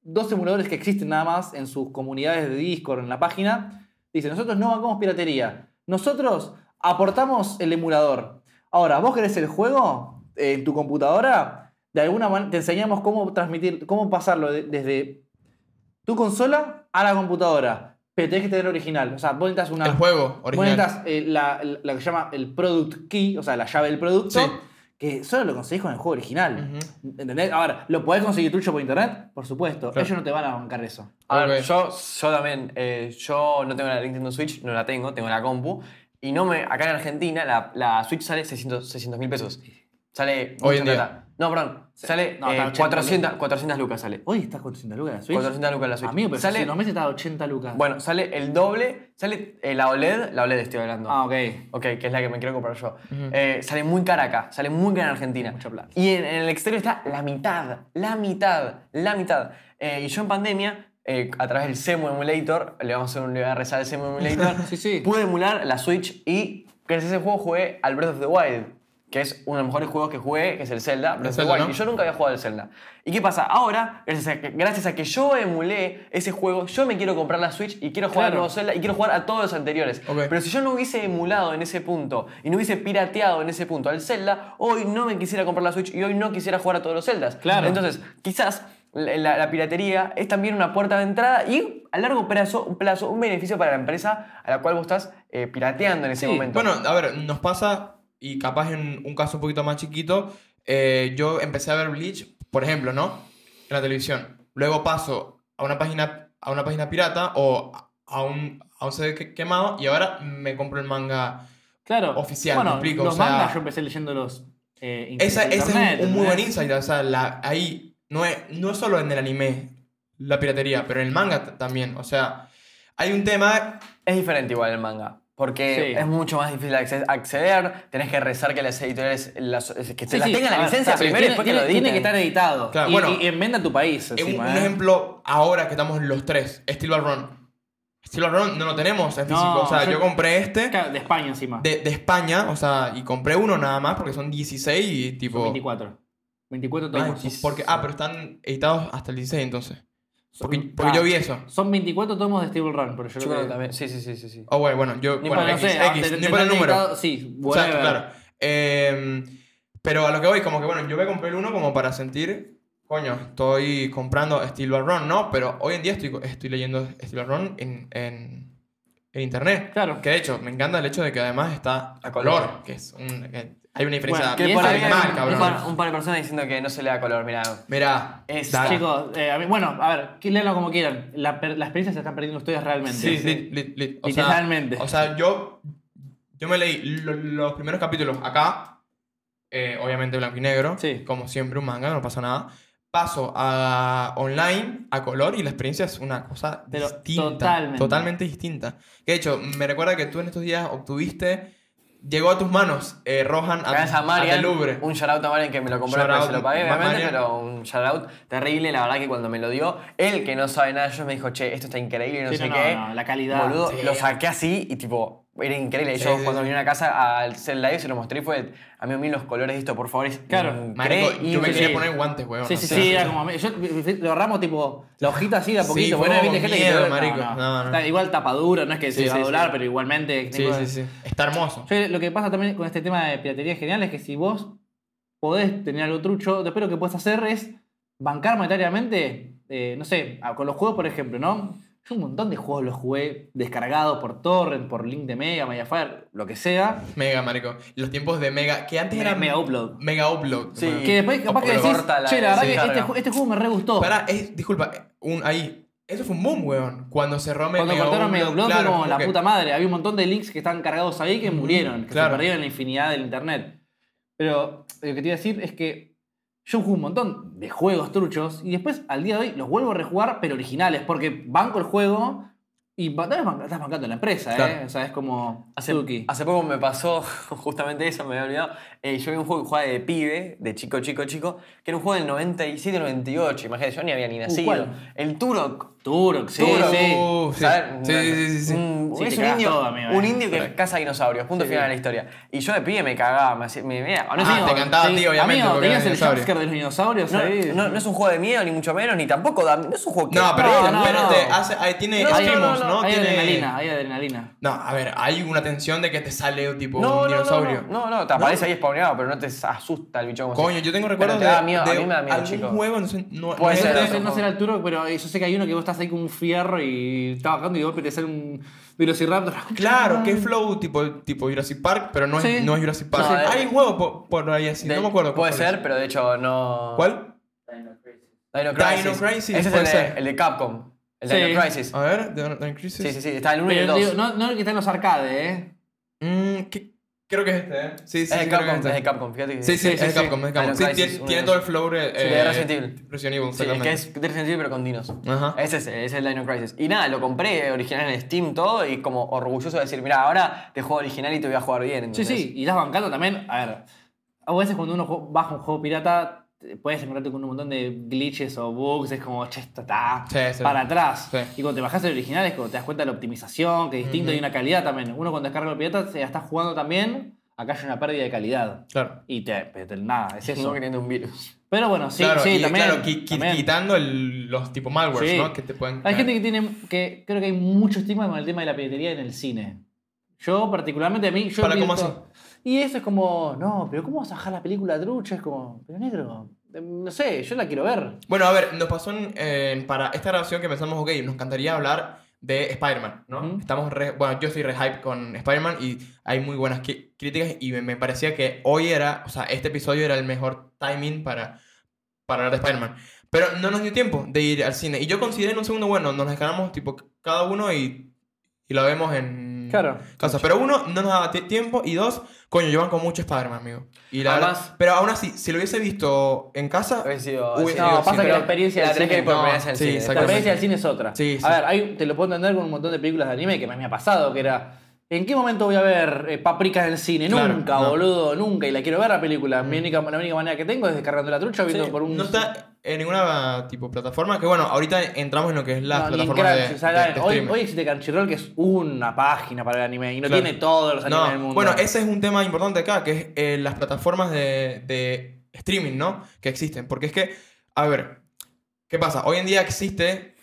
[SPEAKER 3] dos emuladores que existen nada más en sus comunidades de Discord, en la página, dicen, nosotros no bancamos piratería, nosotros aportamos el emulador. Ahora, ¿vos querés el juego en tu computadora? de alguna manera te enseñamos cómo transmitir, cómo pasarlo de- desde tu consola a la computadora. Pero tenés que tener original. O sea, vos necesitas una.
[SPEAKER 1] El juego
[SPEAKER 3] vos
[SPEAKER 1] original.
[SPEAKER 3] necesitas, eh, la, la- la que se llama el product key, o sea, la llave del producto.
[SPEAKER 1] Sí.
[SPEAKER 3] Que solo lo conseguís con el juego original.
[SPEAKER 1] Ujú.
[SPEAKER 3] ¿Entendés? Ahora, ¿lo podés conseguir tuyo por internet? Por supuesto.
[SPEAKER 1] Claro.
[SPEAKER 3] Ellos no te van a bancar eso.
[SPEAKER 2] A ver,
[SPEAKER 1] Ok.
[SPEAKER 2] yo, yo también, eh, yo no tengo la Nintendo Switch, no la tengo, tengo la compu. Y no me, acá en Argentina la, la Switch sale 600 mil pesos. Sale...
[SPEAKER 1] Hoy en
[SPEAKER 2] mucha
[SPEAKER 1] día.
[SPEAKER 2] plata. No, perdón. Sale
[SPEAKER 3] No,
[SPEAKER 2] eh,
[SPEAKER 3] está 80
[SPEAKER 2] 400, 400 lucas sale.
[SPEAKER 3] Hoy estás con 80 lucas en la Switch.
[SPEAKER 2] 400 lucas la Switch.
[SPEAKER 3] Amigo, pero
[SPEAKER 2] sale,
[SPEAKER 3] si los meses está 80 lucas.
[SPEAKER 2] Bueno, sale el doble, sale eh, la OLED, la OLED estoy hablando.
[SPEAKER 3] Ah, ok.
[SPEAKER 2] Ok, que es la que me quiero comprar yo. Eh, sale muy cara acá, sale muy cara en Argentina.
[SPEAKER 3] Mucha plata.
[SPEAKER 2] Y en, en el exterior está la mitad, la mitad, la mitad. Eh, y yo en pandemia, eh, a través del Semu Emulator, le vamos a hacer un le voy a rezar al Semu Emulator,
[SPEAKER 3] Sí, sí.
[SPEAKER 2] pude emular la Switch y gracias a ese juego jugué al Breath of the Wild, que es uno de los mejores juegos que jugué, que es el Zelda, Breath of the
[SPEAKER 1] Zelda,
[SPEAKER 2] Wild.
[SPEAKER 1] ¿no?
[SPEAKER 2] Y yo nunca había jugado al Zelda. ¿Y qué pasa? Ahora, gracias a, que, gracias a que yo emulé ese juego, yo me quiero comprar la Switch y quiero jugar al
[SPEAKER 3] Claro.
[SPEAKER 2] nuevo Zelda y quiero jugar a todos los anteriores.
[SPEAKER 1] Ok.
[SPEAKER 2] Pero si yo no hubiese emulado en ese punto y no hubiese pirateado en ese punto al Zelda, hoy no me quisiera comprar la Switch y hoy no quisiera jugar a todos los Zeldas.
[SPEAKER 3] Claro.
[SPEAKER 2] Entonces, quizás la, la- la piratería es también una puerta de entrada y a largo plazo, plazo un beneficio para la empresa a la cual vos estás eh, pirateando en ese
[SPEAKER 3] Sí,
[SPEAKER 2] momento.
[SPEAKER 1] Bueno, a ver, nos pasa, y capaz en un caso un poquito más chiquito, eh, yo empecé a ver Bleach, por ejemplo, ¿no? En la televisión. Luego paso a una página, a una página pirata o a un, a un CD que- quemado y ahora me compro el manga.
[SPEAKER 3] Claro.
[SPEAKER 1] Oficial,
[SPEAKER 3] Bueno,
[SPEAKER 1] me explico,
[SPEAKER 3] los
[SPEAKER 1] o sea-
[SPEAKER 3] mangas yo empecé leyéndolos. Eh, in-
[SPEAKER 1] Esa,
[SPEAKER 3] en
[SPEAKER 1] ese
[SPEAKER 3] internet,
[SPEAKER 1] es un- un, muy buen
[SPEAKER 3] ¿entendés?
[SPEAKER 1] insight, o sea, la- ahí no es, no es solo en el anime la piratería, pero en el manga t- también, o sea, hay un tema
[SPEAKER 2] Es diferente igual el manga. Porque
[SPEAKER 3] Sí.
[SPEAKER 2] es mucho más difícil acce- acceder, tenés que rezar que las editoriales las- eh, que te
[SPEAKER 3] Sí,
[SPEAKER 2] las
[SPEAKER 3] sí,
[SPEAKER 2] tengan
[SPEAKER 3] a
[SPEAKER 2] la
[SPEAKER 3] ver,
[SPEAKER 2] licencia
[SPEAKER 3] está, pero
[SPEAKER 2] primero y
[SPEAKER 3] tiene-
[SPEAKER 2] después que lo
[SPEAKER 3] tiene- Tiene que
[SPEAKER 2] editen.
[SPEAKER 3] estar editado.
[SPEAKER 1] Claro,
[SPEAKER 3] y,
[SPEAKER 1] bueno.
[SPEAKER 3] y en venta a tu país.
[SPEAKER 1] Un-
[SPEAKER 3] encima,
[SPEAKER 1] un, em-
[SPEAKER 3] ¿eh?
[SPEAKER 1] ejemplo ahora que estamos los tres, Steel Ball Run. Steel Ball Run no lo tenemos en
[SPEAKER 3] No,
[SPEAKER 1] físico. o sea,
[SPEAKER 3] yo-
[SPEAKER 1] yo, compré este
[SPEAKER 3] Claro, de España encima.
[SPEAKER 1] de, de España, o sea, y compré uno nada más porque son 16 y tipo.
[SPEAKER 3] 24. 24
[SPEAKER 1] Ah,
[SPEAKER 3] tomos.
[SPEAKER 1] porque, ah, pero están editados hasta el 16 entonces.
[SPEAKER 3] Son-
[SPEAKER 1] Porque, porque
[SPEAKER 3] ah,
[SPEAKER 1] yo vi eso.
[SPEAKER 3] Son 24 tomos de Stable Run, pero
[SPEAKER 2] Yo
[SPEAKER 3] yo, creo
[SPEAKER 2] creo
[SPEAKER 3] que...
[SPEAKER 2] que también. Sí, sí, sí, sí. sí.
[SPEAKER 1] Oh, bueno, bueno, yo.
[SPEAKER 2] Ni
[SPEAKER 1] bueno,
[SPEAKER 2] para-
[SPEAKER 3] no
[SPEAKER 1] X,
[SPEAKER 3] sé, ah,
[SPEAKER 1] X,
[SPEAKER 3] te-
[SPEAKER 1] ni
[SPEAKER 3] te
[SPEAKER 1] por el
[SPEAKER 3] están
[SPEAKER 1] número.
[SPEAKER 3] editados- Sí,
[SPEAKER 1] Exacto,
[SPEAKER 3] whatever.
[SPEAKER 1] claro. Eh, pero a lo que voy, como que bueno, yo me compré el uno como para sentir, coño, estoy comprando Steel Ball Run, ¿no? Pero hoy en día estoy, estoy leyendo Steel Ball Run en, en, en internet.
[SPEAKER 3] Claro.
[SPEAKER 1] Que de hecho, me encanta el hecho de que además está a color, que es un, que hay una diferencia
[SPEAKER 3] Bueno,
[SPEAKER 2] Que
[SPEAKER 3] Y
[SPEAKER 2] por
[SPEAKER 3] eso
[SPEAKER 2] ahí
[SPEAKER 3] es
[SPEAKER 2] hay
[SPEAKER 1] abismal,
[SPEAKER 2] un-
[SPEAKER 1] cabrón.
[SPEAKER 2] un, par, un par de personas diciendo que no se le da color, mira.
[SPEAKER 1] Mira,
[SPEAKER 2] Es-
[SPEAKER 1] dale.
[SPEAKER 3] Chicos, eh, a mí- bueno, a ver, que léanlo como quieran. La, per- la experiencia se están perdiendo ustedes realmente.
[SPEAKER 1] Sí, lit- lit- lit. O sea,
[SPEAKER 3] Literalmente.
[SPEAKER 1] O sea, yo, yo me leí lo- los primeros capítulos acá, eh, obviamente blanco y negro,
[SPEAKER 3] Sí.
[SPEAKER 1] como siempre un manga, no pasa nada. Paso a online, a color, y la experiencia es una cosa
[SPEAKER 3] Pero
[SPEAKER 1] distinta.
[SPEAKER 3] totalmente.
[SPEAKER 1] totalmente distinta. Que de hecho, me recuerda que tú en estos días obtuviste, llegó a tus manos, eh, Rohan a,
[SPEAKER 2] Gracias a
[SPEAKER 1] a
[SPEAKER 2] Marian.
[SPEAKER 1] The Louvre.
[SPEAKER 2] Un shout out a Marian que me lo compró,
[SPEAKER 1] Shout
[SPEAKER 2] pero
[SPEAKER 1] out,
[SPEAKER 2] se lo pagué,
[SPEAKER 1] Ma-
[SPEAKER 2] obviamente,
[SPEAKER 1] Marian.
[SPEAKER 2] pero un shout out terrible. La verdad que cuando me lo dio, él que no sabe nada, yo me dijo, che, esto está increíble, no
[SPEAKER 3] Sí,
[SPEAKER 2] sé
[SPEAKER 3] no,
[SPEAKER 2] qué.
[SPEAKER 3] no, no, la calidad.
[SPEAKER 2] Boludo,
[SPEAKER 1] Sí.
[SPEAKER 2] lo saqué así y tipo, era increíble. Y
[SPEAKER 1] Sí,
[SPEAKER 2] yo
[SPEAKER 1] sí,
[SPEAKER 2] cuando
[SPEAKER 1] sí.
[SPEAKER 2] vine a casa al Cell Live se lo mostré y fue, a mí, a mí los colores de esto, por favor, es
[SPEAKER 3] Claro.
[SPEAKER 1] Marico,
[SPEAKER 2] increíble.
[SPEAKER 1] yo me quería
[SPEAKER 3] Sí.
[SPEAKER 1] poner guantes, weón.
[SPEAKER 3] Sí,
[SPEAKER 1] o
[SPEAKER 3] sí,
[SPEAKER 1] sea,
[SPEAKER 3] sí, era como. Yo, lo ramos tipo. La hojita así de a
[SPEAKER 1] Sí,
[SPEAKER 3] poquito.
[SPEAKER 1] fue
[SPEAKER 3] bueno,
[SPEAKER 1] como
[SPEAKER 3] viste
[SPEAKER 1] con
[SPEAKER 3] gente que.
[SPEAKER 1] miedo,
[SPEAKER 3] no,
[SPEAKER 1] marico.
[SPEAKER 3] no.
[SPEAKER 1] No, no.
[SPEAKER 3] Está igual tapadura, no es que
[SPEAKER 1] Sí,
[SPEAKER 3] se va a
[SPEAKER 1] sí,
[SPEAKER 3] doblar,
[SPEAKER 1] sí.
[SPEAKER 3] pero igualmente.
[SPEAKER 1] Sí,
[SPEAKER 3] tipo-
[SPEAKER 1] sí, sí. Está hermoso.
[SPEAKER 3] Yo, lo que pasa también con este tema de piratería genial es que si vos podés tener algo trucho, después lo que podés hacer es bancar monetariamente, eh, no sé, a- con los juegos, por ejemplo, ¿no? Yo un montón de juegos los jugué descargados por torrent, por link de Mega, Mediafire, lo que sea.
[SPEAKER 1] Mega, marico. Los tiempos de Mega, que antes
[SPEAKER 3] Mega,
[SPEAKER 1] eran
[SPEAKER 3] mega upload.
[SPEAKER 1] Mega upload.
[SPEAKER 2] Sí.
[SPEAKER 1] weón.
[SPEAKER 3] Que después capaz que decís,
[SPEAKER 2] Corta la
[SPEAKER 3] che, la verdad que
[SPEAKER 2] descarga".
[SPEAKER 3] este, ju- este juego me re
[SPEAKER 2] Oh.
[SPEAKER 3] gustó.
[SPEAKER 1] Pará, es- disculpa, eh, un, ahí. Eso fue un boom, weón. Cuando cerró Mega
[SPEAKER 3] Cuando cortaron
[SPEAKER 1] Upload,
[SPEAKER 3] Medio Blog
[SPEAKER 1] claro,
[SPEAKER 3] como
[SPEAKER 1] fue
[SPEAKER 3] la
[SPEAKER 1] que-
[SPEAKER 3] puta madre. Había un montón de links que estaban cargados ahí que murieron, que
[SPEAKER 1] claro.
[SPEAKER 3] se perdieron en la infinidad del internet. Pero eh, lo que te iba a decir es que yo jugué un montón de juegos truchos y después al día de hoy los vuelvo a rejugar, pero originales, porque banco el juego y ba- estás ban- estás bancando la empresa, ¿eh?
[SPEAKER 1] Claro.
[SPEAKER 3] O sea, es como
[SPEAKER 2] Hace,
[SPEAKER 3] Tuki.
[SPEAKER 2] hace poco me pasó justamente eso, me había olvidado. Eh, yo vi un juego que jugaba de pibe, de chico, chico, chico, que era un juego del 97, 98. Imagínate, yo ni había ni nacido.
[SPEAKER 3] Uh, ¿cuál?
[SPEAKER 2] El Turok.
[SPEAKER 3] Turok, sí,
[SPEAKER 2] Turok.
[SPEAKER 3] sí.
[SPEAKER 1] Uh, sí.
[SPEAKER 2] ¿Sabes?
[SPEAKER 1] Sí, sí, sí, sí, sí.
[SPEAKER 2] Un-
[SPEAKER 3] Sí,
[SPEAKER 2] es
[SPEAKER 3] te
[SPEAKER 2] un
[SPEAKER 3] cagás
[SPEAKER 2] indio,
[SPEAKER 3] todo, amigo,
[SPEAKER 2] un
[SPEAKER 3] eh.
[SPEAKER 2] indio que
[SPEAKER 1] Correcto.
[SPEAKER 2] caza dinosaurios. Punto
[SPEAKER 3] Sí.
[SPEAKER 2] final de la historia. Y yo de pibe me cagaba. Me, hacía- me, me, no,
[SPEAKER 1] Ah,
[SPEAKER 2] sé,
[SPEAKER 1] te encantaba,
[SPEAKER 3] sí.
[SPEAKER 1] tío, obviamente,
[SPEAKER 3] Amigo,
[SPEAKER 1] porque era
[SPEAKER 3] tenías el
[SPEAKER 1] dinosaurio.
[SPEAKER 3] jumpscare de los dinosaurios
[SPEAKER 2] no,
[SPEAKER 3] ahí.
[SPEAKER 2] no- no es un juego de miedo, ni mucho menos, ni tampoco da- No es un juego que.
[SPEAKER 1] No, pero
[SPEAKER 3] No,
[SPEAKER 1] espérate,
[SPEAKER 3] no, no.
[SPEAKER 1] hace, ahí tiene
[SPEAKER 2] No, no,
[SPEAKER 1] estimos,
[SPEAKER 2] no,
[SPEAKER 1] no,
[SPEAKER 2] no,
[SPEAKER 1] ¿no?
[SPEAKER 3] Hay
[SPEAKER 1] Tiene-
[SPEAKER 3] adrenalina, hay adrenalina.
[SPEAKER 1] No, a ver, hay una tensión de que te sale tipo un
[SPEAKER 2] no,
[SPEAKER 1] dinosaurio.
[SPEAKER 2] No, no, no, te aparece ahí spawneado, pero no te asusta el bicho como
[SPEAKER 1] Coño,
[SPEAKER 2] si-
[SPEAKER 1] yo tengo
[SPEAKER 2] Pero
[SPEAKER 1] recuerdos
[SPEAKER 2] te
[SPEAKER 1] de,
[SPEAKER 2] da miedo,
[SPEAKER 1] de
[SPEAKER 2] a mí me da miedo,
[SPEAKER 1] algún
[SPEAKER 2] chico.
[SPEAKER 1] juego, no sé, no,
[SPEAKER 2] Puede
[SPEAKER 1] no
[SPEAKER 2] ser,
[SPEAKER 1] este-
[SPEAKER 3] No sé, no será el turno, pero yo sé que hay uno que vos estás ahí con un fierro y estás bajando y de golpe te sale un velociraptor.
[SPEAKER 1] Claro, que flow tipo, tipo Jurassic Park, pero no es,
[SPEAKER 3] Sí.
[SPEAKER 1] no es Jurassic Park.
[SPEAKER 2] No, eh.
[SPEAKER 1] Hay un juego po- por, ahí así,
[SPEAKER 2] de-
[SPEAKER 1] no me acuerdo. cuál
[SPEAKER 2] Puede
[SPEAKER 1] es.
[SPEAKER 2] ser, pero de hecho no.
[SPEAKER 1] ¿Cuál?
[SPEAKER 2] Dino
[SPEAKER 1] Dino
[SPEAKER 2] Crisis.
[SPEAKER 1] Crisis,
[SPEAKER 2] Ese es
[SPEAKER 1] puede
[SPEAKER 2] el de,
[SPEAKER 1] ser. Ah,
[SPEAKER 2] el de Capcom. El
[SPEAKER 3] Sí.
[SPEAKER 2] de Dino Crisis.
[SPEAKER 1] A ver, The- The Crisis.
[SPEAKER 2] Sí, sí, sí. Está el 1 y el
[SPEAKER 3] Pero
[SPEAKER 2] 2.
[SPEAKER 3] digo, no, no el que está en los arcades, ¿eh?
[SPEAKER 1] Mm, que- creo que es este, ¿eh? Sí, sí,
[SPEAKER 2] es
[SPEAKER 1] sí,
[SPEAKER 2] de
[SPEAKER 1] creo que
[SPEAKER 2] Capcom, es
[SPEAKER 1] este.
[SPEAKER 2] de Capcom, fíjate que.
[SPEAKER 1] Sí, sí,
[SPEAKER 3] Sí,
[SPEAKER 1] es
[SPEAKER 3] sí,
[SPEAKER 1] de
[SPEAKER 3] sí.
[SPEAKER 1] Capcom, es de Capcom.
[SPEAKER 2] Dino
[SPEAKER 1] Sí,
[SPEAKER 2] Crisis,
[SPEAKER 1] tiene,
[SPEAKER 2] uno
[SPEAKER 1] tiene
[SPEAKER 2] de
[SPEAKER 1] todo el
[SPEAKER 2] los-
[SPEAKER 1] flow eh,
[SPEAKER 2] Sí, de Resident Evil.
[SPEAKER 1] Resident Evil,
[SPEAKER 2] Sí, el que
[SPEAKER 1] exactamente.
[SPEAKER 2] es de Resident Evil, pero con dinos.
[SPEAKER 1] Ajá.
[SPEAKER 2] Ese es, ese es el Dino Crisis. Y nada, lo compré eh, original en Steam todo y como orgulloso de decir, mira, ahora te juego original y te voy a jugar bien.
[SPEAKER 3] Sí,
[SPEAKER 2] ¿entendés?
[SPEAKER 3] sí, y estás bancando también. A ver, a veces cuando uno jue- baja un juego pirata, te- puedes encontrarte con un montón de glitches o bugs, es como, che, esto está
[SPEAKER 1] Sí, sí.
[SPEAKER 3] para atrás.
[SPEAKER 1] Sí.
[SPEAKER 3] Y cuando te bajas el original es cuando te das cuenta de la optimización, que es distinto y una calidad también. Uno cuando descarga el pirata, se la está jugando también, acá hay una pérdida de calidad.
[SPEAKER 1] Claro.
[SPEAKER 3] Y te, pero te- nada, es eso.
[SPEAKER 2] No queriendo un virus.
[SPEAKER 3] Pero bueno, sí,
[SPEAKER 1] claro,
[SPEAKER 3] sí,
[SPEAKER 1] y,
[SPEAKER 3] también.
[SPEAKER 1] claro, qui- qui-
[SPEAKER 3] también.
[SPEAKER 1] quitando el- los tipo malwares,
[SPEAKER 3] Sí.
[SPEAKER 1] ¿no? Que te pueden.
[SPEAKER 3] Hay gente que tiene, que creo que hay mucho estigma con el tema de la piratería en el cine. Yo particularmente a mí, yo...
[SPEAKER 1] ¿Para
[SPEAKER 3] vi
[SPEAKER 1] cómo
[SPEAKER 3] esto-
[SPEAKER 1] así?
[SPEAKER 3] Y eso es como, no, pero ¿cómo vas a bajar la película trucha? Es como, pero negro, eh, no sé, yo la quiero ver.
[SPEAKER 1] Bueno, a ver, nos pasó en- en- para esta grabación que pensamos, ok, nos encantaría hablar de Spider-Man, ¿no?
[SPEAKER 3] Ujú.
[SPEAKER 1] Estamos re- bueno, yo estoy re hype con Spider-Man y hay muy buenas qui- críticas y me, me parecía que hoy era, o sea, este episodio era el mejor timing para, para hablar de Spider-Man. Pero no nos dio tiempo de ir al cine. Y yo consideré en un segundo, bueno, nos descargamos tipo cada uno y, y lo vemos en
[SPEAKER 3] Claro.
[SPEAKER 1] casa. Pero uno, no nos daba ti- tiempo y dos, coño, yo banco mucho Spider-Man, amigo. Y la
[SPEAKER 2] Además-
[SPEAKER 1] verdad- pero aún así, si lo hubiese visto en casa,
[SPEAKER 2] Hubiera sido-
[SPEAKER 1] Hubiera
[SPEAKER 2] sí,
[SPEAKER 1] sido
[SPEAKER 2] sí,
[SPEAKER 1] No, pasa
[SPEAKER 2] pero
[SPEAKER 1] que la
[SPEAKER 3] experiencia
[SPEAKER 2] La
[SPEAKER 3] del
[SPEAKER 2] tenés que ir
[SPEAKER 3] cine,
[SPEAKER 2] por
[SPEAKER 1] no,
[SPEAKER 2] primera vez al
[SPEAKER 1] sí,
[SPEAKER 2] cine.
[SPEAKER 1] exacto.
[SPEAKER 3] La
[SPEAKER 1] Exactamente.
[SPEAKER 3] experiencia del cine es otra.
[SPEAKER 1] Sí, sí.
[SPEAKER 3] A ver, hay- te lo puedo entender con un montón de películas de anime que me, me ha pasado, que era, ¿en qué momento voy a ver eh, Paprika en el cine?
[SPEAKER 1] Claro,
[SPEAKER 3] nunca,
[SPEAKER 1] no. Mm.
[SPEAKER 3] boludo, nunca. Y la quiero ver la película. Mi única, la única manera que tengo es descargando la trucha, viendo por un...
[SPEAKER 1] No está en ninguna tipo plataforma. Que bueno, ahorita entramos en lo que es la
[SPEAKER 3] No, ni en
[SPEAKER 1] plataforma de,
[SPEAKER 3] Crunchy, o sea, la-
[SPEAKER 1] de- de
[SPEAKER 3] hoy,
[SPEAKER 1] streaming.
[SPEAKER 3] hoy existe Crunchyroll que es una página para el anime y no
[SPEAKER 1] Claro.
[SPEAKER 3] tiene todos los animes
[SPEAKER 1] No,
[SPEAKER 3] del mundo.
[SPEAKER 1] Bueno, ese es un tema importante acá, que es eh, las plataformas de, de streaming, ¿no? Que existen. Porque es que, a ver, ¿qué pasa? Hoy en día existe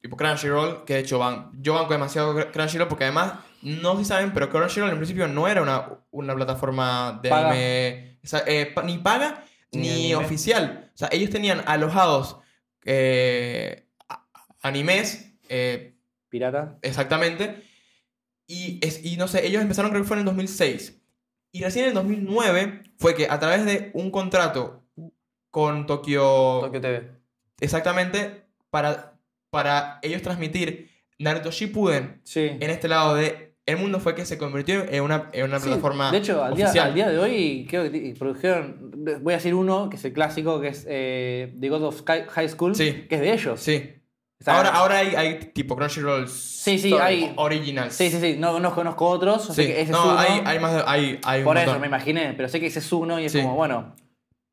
[SPEAKER 1] tipo Crunchyroll, que de hecho van, yo banco demasiado Cr- Crunchyroll porque además, no sé si saben, pero Crunchyroll en principio no era una, una plataforma de
[SPEAKER 3] Paga.
[SPEAKER 1] anime, o sea, eh, pa- ni paga
[SPEAKER 2] Ni
[SPEAKER 1] ni,
[SPEAKER 2] anime.
[SPEAKER 1] oficial. O sea, ellos tenían alojados eh, a- animes. eh,
[SPEAKER 3] pirata.
[SPEAKER 1] Exactamente. Y, es, y no sé, ellos empezaron creo que fue en el 2006. Y recién en el 2009 fue que a través de un contrato con Tokio...
[SPEAKER 2] Tokyo TV.
[SPEAKER 1] Exactamente, para, para ellos transmitir Naruto Shippuden
[SPEAKER 3] Sí.
[SPEAKER 1] en este lado de el mundo fue que se convirtió en una, en una
[SPEAKER 3] Sí,
[SPEAKER 1] plataforma
[SPEAKER 3] De hecho, al día,
[SPEAKER 1] oficial.
[SPEAKER 3] al día de hoy creo que ti- produjeron, voy a decir uno, que es el clásico, que es eh, The God of Sky- High School,
[SPEAKER 1] Sí.
[SPEAKER 3] que es de ellos.
[SPEAKER 1] Sí.
[SPEAKER 3] O sea,
[SPEAKER 1] ahora, ahora hay, hay tipo Crunchyroll
[SPEAKER 3] Sí, sí, hay-
[SPEAKER 1] Originals.
[SPEAKER 3] Sí, sí, sí, no, no conozco otros, así
[SPEAKER 1] Sí.
[SPEAKER 3] que ese es
[SPEAKER 1] No,
[SPEAKER 3] uno.
[SPEAKER 1] hay, hay más de- hay, hay un
[SPEAKER 3] por eso
[SPEAKER 1] montón.
[SPEAKER 3] me imaginé, pero sé que ese es uno y es
[SPEAKER 1] Sí.
[SPEAKER 3] como, bueno,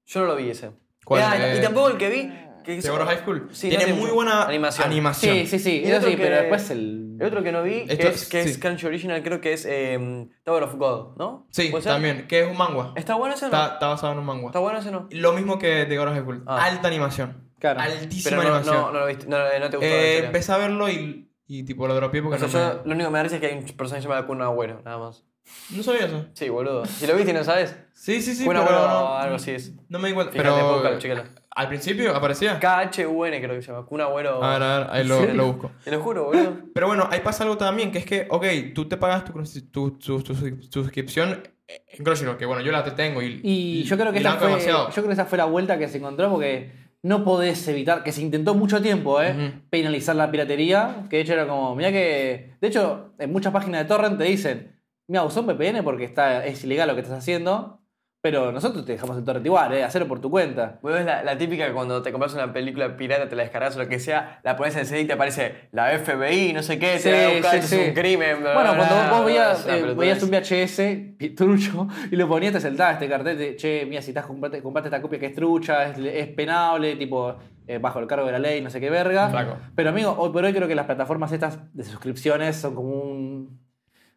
[SPEAKER 2] Yo no lo vi ese.
[SPEAKER 1] ¿Cuál?
[SPEAKER 2] Ah,
[SPEAKER 1] Eh,
[SPEAKER 2] Y tampoco el que vi. Que es-
[SPEAKER 1] Seguro High School.
[SPEAKER 2] Sí,
[SPEAKER 1] tiene
[SPEAKER 2] no
[SPEAKER 1] muy
[SPEAKER 2] tiene-
[SPEAKER 1] buena
[SPEAKER 2] Animación.
[SPEAKER 3] sí, sí, sí,
[SPEAKER 2] Y
[SPEAKER 3] eso
[SPEAKER 2] otro
[SPEAKER 3] sí,
[SPEAKER 2] que-
[SPEAKER 3] pero después el...
[SPEAKER 2] El otro que no vi, que
[SPEAKER 1] Esto
[SPEAKER 2] es,
[SPEAKER 1] es-
[SPEAKER 2] que es
[SPEAKER 1] sí.
[SPEAKER 2] Crunchy Original, creo que es eh, Tower of God, ¿no?
[SPEAKER 1] Sí,
[SPEAKER 2] ¿Puede ser?
[SPEAKER 1] también, que es un mangua.
[SPEAKER 2] ¿Está bueno ese o Pues, eh, no?
[SPEAKER 1] Está, está basado en un mangua.
[SPEAKER 2] ¿Está bueno ese o no?
[SPEAKER 1] Lo mismo que The God of High
[SPEAKER 2] Ah.
[SPEAKER 1] Alta animación.
[SPEAKER 3] Claro.
[SPEAKER 1] Altísima
[SPEAKER 2] Pero no,
[SPEAKER 1] animación.
[SPEAKER 2] no, no lo viste, no, no te gustó.
[SPEAKER 1] Eh,
[SPEAKER 2] la historia.
[SPEAKER 1] empecé a verlo y, y tipo lo dropeé porque
[SPEAKER 2] o sea,
[SPEAKER 1] no,
[SPEAKER 2] yo, lo único que me da risa es que hay un personaje llamado Kun Agüero, nada más.
[SPEAKER 1] me- no sabía eso.
[SPEAKER 2] Sí, boludo. Si lo viste y no sabes,
[SPEAKER 1] Sí, sí, sí,
[SPEAKER 2] Kun
[SPEAKER 1] pero
[SPEAKER 2] Agüero o
[SPEAKER 1] no,
[SPEAKER 2] algo así es.
[SPEAKER 1] no me di cuenta.
[SPEAKER 2] Fíjate,
[SPEAKER 1] pero
[SPEAKER 2] búscalo, chécalo.
[SPEAKER 1] al principio aparecía.
[SPEAKER 2] K-H-U-N creo que se llama, Kun Agüero.
[SPEAKER 1] A ver, a ver, ahí
[SPEAKER 3] ¿En
[SPEAKER 1] lo,
[SPEAKER 3] serio?
[SPEAKER 1] lo busco.
[SPEAKER 2] Te lo juro, boludo.
[SPEAKER 1] Pero bueno, ahí pasa algo también, que es que, ok, tú te pagas tu, cruci- tu, tu- tu sus- suscripción en Crunchyroll, que bueno, yo la te tengo y,
[SPEAKER 3] Y yo creo que
[SPEAKER 1] y
[SPEAKER 3] esa
[SPEAKER 1] banco
[SPEAKER 3] fue,
[SPEAKER 1] demasiado.
[SPEAKER 3] yo creo que esa fue la vuelta que se encontró porque no podés evitar, que se intentó mucho tiempo, ¿eh?
[SPEAKER 1] Ujú.
[SPEAKER 3] penalizar la piratería, que de hecho era como, mira que, de hecho, en muchas páginas de torrent te dicen, mira, usá un VPN porque está, es ilegal lo que estás haciendo, pero nosotros te dejamos el torrent igual, ¿eh? hacerlo por tu cuenta.
[SPEAKER 2] Bueno, es la, la típica que cuando te compras una película pirata, te la descargas o lo que sea, la pones en CD y te aparece la FBI, no sé qué,
[SPEAKER 3] Sí,
[SPEAKER 2] te la van a buscar,
[SPEAKER 3] sí,
[SPEAKER 2] esto
[SPEAKER 3] sí.
[SPEAKER 2] es un crimen. bla,
[SPEAKER 3] Bueno,
[SPEAKER 2] bla,
[SPEAKER 3] cuando
[SPEAKER 2] bla,
[SPEAKER 3] vos
[SPEAKER 2] bla,
[SPEAKER 3] veías,
[SPEAKER 1] Ah,
[SPEAKER 2] bla,
[SPEAKER 3] eh,
[SPEAKER 2] bla,
[SPEAKER 3] veías
[SPEAKER 2] bla,
[SPEAKER 3] un VHS pi- trucho y lo ponías, te saltabas este cartel de, che, mira, si estás comprate, comprate esta copia que es trucha, es, es penable, tipo, eh, bajo el cargo de la ley, no sé qué verga.
[SPEAKER 1] Flaco.
[SPEAKER 3] Pero amigo, hoy por hoy creo que las plataformas estas de suscripciones son como un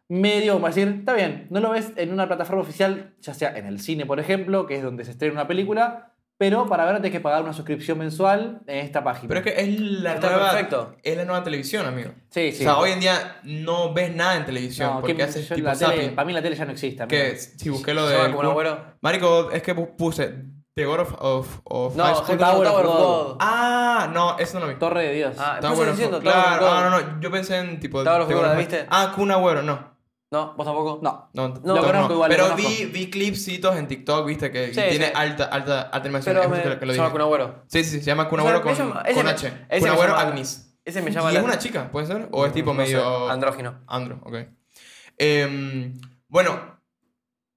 [SPEAKER 3] medio, como decir, está bien, no lo ves en una plataforma oficial, ya sea en el cine, por ejemplo, que es donde se estrena una película, Pero para ver tenés que pagar una suscripción mensual en esta página.
[SPEAKER 1] Pero es que es la,
[SPEAKER 2] Está
[SPEAKER 1] nueva,
[SPEAKER 2] perfecto.
[SPEAKER 1] es la nueva televisión, amigo.
[SPEAKER 3] Sí,
[SPEAKER 1] O
[SPEAKER 3] sí.
[SPEAKER 1] sea, hoy en día no ves nada en televisión
[SPEAKER 3] No,
[SPEAKER 1] porque
[SPEAKER 3] ¿quién-
[SPEAKER 1] haces
[SPEAKER 3] yo
[SPEAKER 1] tipo
[SPEAKER 3] la tele-
[SPEAKER 1] zapping.
[SPEAKER 3] Para mí la tele ya no existe. amigo.
[SPEAKER 1] Que si busqué lo
[SPEAKER 2] Se llama
[SPEAKER 1] de...
[SPEAKER 2] como un abuelo.
[SPEAKER 1] Marico, es que pu- puse The God of... of, of
[SPEAKER 2] No,
[SPEAKER 1] High
[SPEAKER 2] Tower,
[SPEAKER 1] School.
[SPEAKER 3] Tower of
[SPEAKER 2] Tower of
[SPEAKER 3] God.
[SPEAKER 2] God.
[SPEAKER 1] Ah, no, eso no lo vi.
[SPEAKER 3] Torre de Dios.
[SPEAKER 2] Ah,
[SPEAKER 1] Tower
[SPEAKER 2] estás
[SPEAKER 1] of-
[SPEAKER 2] diciendo Tower of
[SPEAKER 1] claro,
[SPEAKER 2] God.
[SPEAKER 1] ah, no, no, yo pensé en tipo...
[SPEAKER 2] Tower of
[SPEAKER 1] The
[SPEAKER 2] God,
[SPEAKER 1] God
[SPEAKER 2] ¿viste?
[SPEAKER 1] Ah, Kun Agüero, no.
[SPEAKER 2] No, vos tampoco.
[SPEAKER 3] no.
[SPEAKER 1] No, no,
[SPEAKER 3] lo conozco igual, lo
[SPEAKER 1] Pero
[SPEAKER 3] conozco.
[SPEAKER 1] vi, vi clipsitos en TikTok, viste, que
[SPEAKER 2] Sí,
[SPEAKER 1] tiene
[SPEAKER 2] sí.
[SPEAKER 1] alta, alta, alta animación.
[SPEAKER 2] Pero
[SPEAKER 1] Es
[SPEAKER 2] me,
[SPEAKER 1] justo lo que lo
[SPEAKER 2] se llama
[SPEAKER 1] dije.
[SPEAKER 2] Kun Agüero.
[SPEAKER 1] Sí, sí, sí, se llama Kun
[SPEAKER 2] Ese-
[SPEAKER 1] Agüero con,
[SPEAKER 2] ese- ese
[SPEAKER 1] con
[SPEAKER 2] me-
[SPEAKER 1] H.
[SPEAKER 2] ese
[SPEAKER 1] Kun
[SPEAKER 2] me
[SPEAKER 1] Agüero
[SPEAKER 2] llama-
[SPEAKER 1] Agnis.
[SPEAKER 2] Ese me llama
[SPEAKER 1] ¿Y
[SPEAKER 2] la-
[SPEAKER 1] es una chica, puede ser? ¿O es tipo
[SPEAKER 2] No sé,
[SPEAKER 1] medio...
[SPEAKER 2] andrógino.
[SPEAKER 1] Andro, ok. Em, bueno,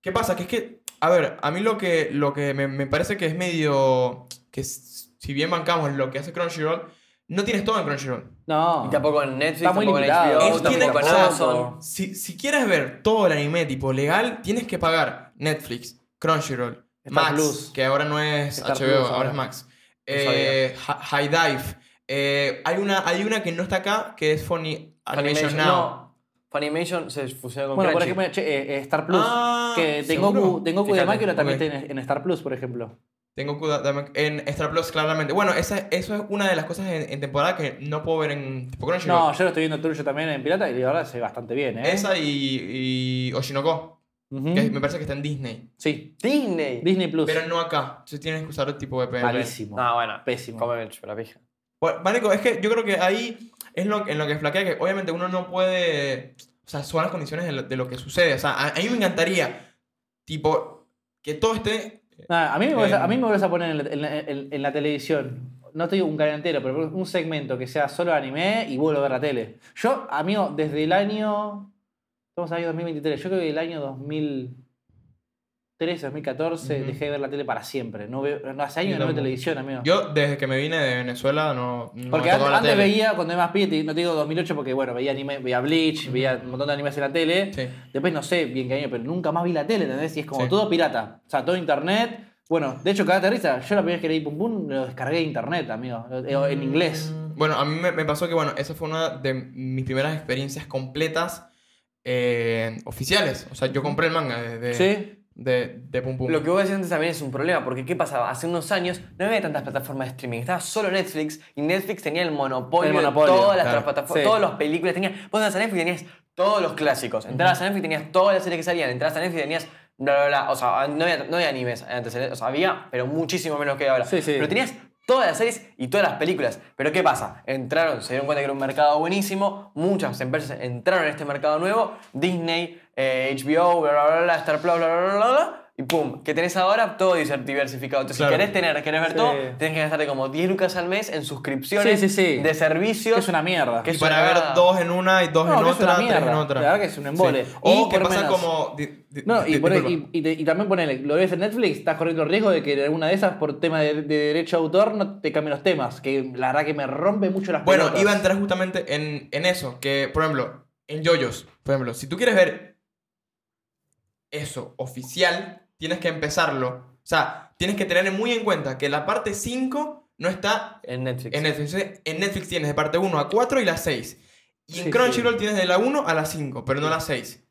[SPEAKER 1] ¿qué pasa? Que es que, a ver, a mí lo que, lo que me, me parece que es medio... Que s- si bien bancamos lo que hace Crunchyroll, no tienes todo en Crunchyroll.
[SPEAKER 3] No.
[SPEAKER 2] Y tampoco en Netflix,
[SPEAKER 3] Ah. Está muy
[SPEAKER 2] tampoco en
[SPEAKER 3] limitado.
[SPEAKER 2] HBO,
[SPEAKER 1] Es- tiene-
[SPEAKER 2] tampoco en
[SPEAKER 1] o sea,
[SPEAKER 2] Amazon.
[SPEAKER 1] Si, si quieres ver todo el anime tipo legal, tienes que pagar Netflix, Crunchyroll,
[SPEAKER 3] Star
[SPEAKER 1] Max,
[SPEAKER 3] Plus.
[SPEAKER 1] que ahora no es
[SPEAKER 3] Star
[SPEAKER 1] HBO,
[SPEAKER 3] Plus
[SPEAKER 1] ahora.
[SPEAKER 3] ahora.
[SPEAKER 1] es Max.
[SPEAKER 2] No
[SPEAKER 1] Eh, Hi- High Dive. Eh, hay, una, hay una que no está acá, que es Funny Animation, Now.
[SPEAKER 2] No. Funimation se fusiona con
[SPEAKER 3] Bueno, por
[SPEAKER 2] Crunchy.
[SPEAKER 3] ejemplo, che, eh, eh, Star Plus.
[SPEAKER 1] Ah,
[SPEAKER 3] que tengo
[SPEAKER 1] ¿seguro?
[SPEAKER 3] Goku, tengo Goku de
[SPEAKER 2] Fíjate,
[SPEAKER 3] Máquina también
[SPEAKER 1] ok.
[SPEAKER 3] tiene en Star Plus, por ejemplo.
[SPEAKER 1] Tengo que darme- en Star Plus claramente. Bueno, esa, eso es una de las cosas en, en temporada que no puedo ver en tipo Crunchyroll.
[SPEAKER 3] No, yo lo estoy viendo Truyo también en Pirata y la verdad se ve bastante bien, ¿eh?
[SPEAKER 1] Esa y, y Oshinoko,
[SPEAKER 3] Ujú.
[SPEAKER 1] que me parece que está en Disney.
[SPEAKER 3] Sí,
[SPEAKER 2] Disney.
[SPEAKER 3] Disney Plus.
[SPEAKER 1] Pero no eh, acá. Entonces tienes que usar el tipo de
[SPEAKER 3] Malísimo.
[SPEAKER 2] No, bueno.
[SPEAKER 3] Pésimo.
[SPEAKER 2] Come el chulo, la pija.
[SPEAKER 1] Bueno, Pues, Marico, es que yo creo que ahí es lo, en lo que flaquea que obviamente uno no puede. O sea, son las condiciones de lo, de lo que sucede. O sea, a, a mí me encantaría, tipo, que todo esté.
[SPEAKER 3] Nada, Ah, a, mí me volvés a,
[SPEAKER 1] Eh,
[SPEAKER 3] a mí me volvés a poner en la, en la- en- en la televisión, no te digo un canal entero, pero un segmento que sea solo anime y vuelvo a ver la tele. Yo, amigo, desde el año. Estamos en el año 2023, yo creo que el año 2013, 2014
[SPEAKER 1] Ujú.
[SPEAKER 3] dejé de ver la tele para siempre. No veo, no, hace
[SPEAKER 1] Yo
[SPEAKER 3] años que no veo
[SPEAKER 1] tampoco.
[SPEAKER 3] televisión, amigo.
[SPEAKER 1] Yo, desde que me vine de Venezuela, no. no
[SPEAKER 3] Porque
[SPEAKER 1] he
[SPEAKER 3] antes,
[SPEAKER 1] tocado la
[SPEAKER 3] antes
[SPEAKER 1] tele.
[SPEAKER 3] veía, cuando era más pibe, te- no te digo 2008 porque, bueno, veía anime, veía Bleach, veía un montón de animes en la tele.
[SPEAKER 1] Sí.
[SPEAKER 3] Después no sé bien qué año, pero nunca más vi la tele, ¿entendés? Y es como
[SPEAKER 1] Sí.
[SPEAKER 3] todo pirata. O sea, todo internet. Bueno, de hecho, cada aterriza, yo la primera vez que leí Pum Pum lo descargué de internet, amigo. eh, En inglés.
[SPEAKER 1] Bueno, a mí me, me pasó que, bueno, esa fue una de mis primeras experiencias completas eh, oficiales. O sea, yo compré el manga de, de,
[SPEAKER 3] ¿Sí?
[SPEAKER 1] de, de Pum Pum.
[SPEAKER 2] Lo que vos decías antes también es un problema, porque ¿qué pasaba? Hace unos años no había tantas plataformas de streaming, estaba solo Netflix y Netflix tenía el monopolio,
[SPEAKER 3] El monopolio,
[SPEAKER 2] de todas las
[SPEAKER 1] claro.
[SPEAKER 2] plataformas,
[SPEAKER 3] Sí.
[SPEAKER 2] todas las películas. Tenías, vos entras a Netflix y tenías todos los clásicos, entrabas a Netflix y tenías todas las series que salían, entrabas a Netflix y tenías bla, bla, bla. O sea, no había, no había animes antes, o sea, había, pero muchísimo menos que ahora.
[SPEAKER 3] Sí, sí.
[SPEAKER 2] Pero tenías todas las series y todas las películas. Pero ¿qué pasa? Entraron, se dieron cuenta que era un mercado buenísimo, muchas empresas entraron en este mercado nuevo, Disney, eh, HBO, bla, bla, bla, bla, Star Plus, bla, bla, bla, bla, bla, y pum, que tenés ahora todo diver- diversificado. Entonces,
[SPEAKER 1] Claro.
[SPEAKER 2] si querés tener, querés ver
[SPEAKER 3] Sí.
[SPEAKER 2] todo, tenés que gastarte como 10 lucas al mes en suscripciones
[SPEAKER 3] Sí, sí, sí.
[SPEAKER 2] de servicios.
[SPEAKER 3] Que es una mierda.
[SPEAKER 2] que
[SPEAKER 1] y
[SPEAKER 2] es
[SPEAKER 1] para
[SPEAKER 2] una-
[SPEAKER 1] ver dos en una y dos en
[SPEAKER 3] No, que es una
[SPEAKER 1] otra, tres en
[SPEAKER 3] mierda.
[SPEAKER 1] otra.
[SPEAKER 3] La verdad que es un embole.
[SPEAKER 1] Sí. O
[SPEAKER 3] Y
[SPEAKER 1] que
[SPEAKER 3] por
[SPEAKER 1] pasa
[SPEAKER 3] menos-
[SPEAKER 1] como. di- di-
[SPEAKER 3] No, y,
[SPEAKER 1] di-
[SPEAKER 3] por-
[SPEAKER 1] disculpa.
[SPEAKER 3] y- y te- y también ponele, lo ves en Netflix, estás corriendo el riesgo de que alguna de esas, por tema de, de derecho de autor, no te cambien los temas. Que la verdad que me rompe mucho las
[SPEAKER 1] Bueno,
[SPEAKER 3] pelotas.
[SPEAKER 1] iba a entrar justamente en, en eso, que por ejemplo, en Yoyos, por ejemplo, si tú quieres ver eso oficial, tienes que empezarlo. O sea, tienes que tener muy en cuenta que la parte 5 no está
[SPEAKER 2] En Netflix.
[SPEAKER 1] en Netflix. Entonces, En Netflix tienes de parte 1 a 4 y la 6. Y en
[SPEAKER 3] Sí,
[SPEAKER 1] Crunchyroll tienes de la 1 a la 5, pero no la 6.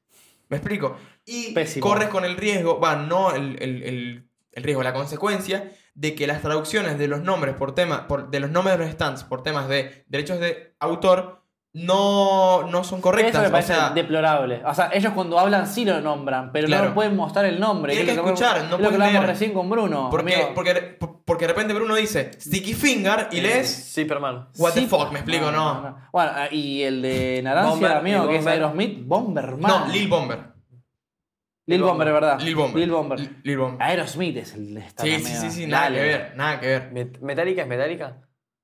[SPEAKER 1] ¿Me explico? Y
[SPEAKER 3] Pésimo.
[SPEAKER 1] corres con el riesgo, va, no el, el- el- el riesgo, la consecuencia de que las traducciones de los nombres por tema, por, de los nombres de los stands por temas de derechos de autor no, no son
[SPEAKER 3] Eso
[SPEAKER 1] correctas.
[SPEAKER 3] me
[SPEAKER 1] o
[SPEAKER 3] parece
[SPEAKER 1] sea,
[SPEAKER 3] deplorable. O sea, ellos cuando hablan sí lo nombran, pero
[SPEAKER 1] Claro.
[SPEAKER 3] no pueden mostrar el nombre.
[SPEAKER 1] Tienen
[SPEAKER 3] es
[SPEAKER 1] que
[SPEAKER 3] lo
[SPEAKER 1] escuchar, no
[SPEAKER 3] es lo
[SPEAKER 1] pueden
[SPEAKER 3] que hablamos
[SPEAKER 1] leer.
[SPEAKER 3] recién con Bruno.
[SPEAKER 1] porque,
[SPEAKER 3] amigo. Eh,
[SPEAKER 1] porque, porque de repente Bruno dice Sticky Finger y lees
[SPEAKER 2] Sí, Superman.
[SPEAKER 1] What
[SPEAKER 3] Sí,
[SPEAKER 1] the fuck, me explico, no. No,
[SPEAKER 3] Bueno, ah, y el de Narancia,
[SPEAKER 2] Bomber,
[SPEAKER 3] amigo,
[SPEAKER 2] el
[SPEAKER 3] que es
[SPEAKER 2] Bomber.
[SPEAKER 3] Aerosmith, Bomberman.
[SPEAKER 1] Lil Bomber.
[SPEAKER 3] Lil Bomber, ¿verdad?
[SPEAKER 1] Lil Bomber.
[SPEAKER 3] Lil Bomber. Ah,
[SPEAKER 1] Lil- Lil Bomber.
[SPEAKER 3] Aerosmith es el de esta
[SPEAKER 1] Sí,
[SPEAKER 3] amigo.
[SPEAKER 1] sí, sí, sí, nada
[SPEAKER 3] Dale.
[SPEAKER 1] que ver, nada que ver.
[SPEAKER 2] Met- ¿Metallica es Metallica?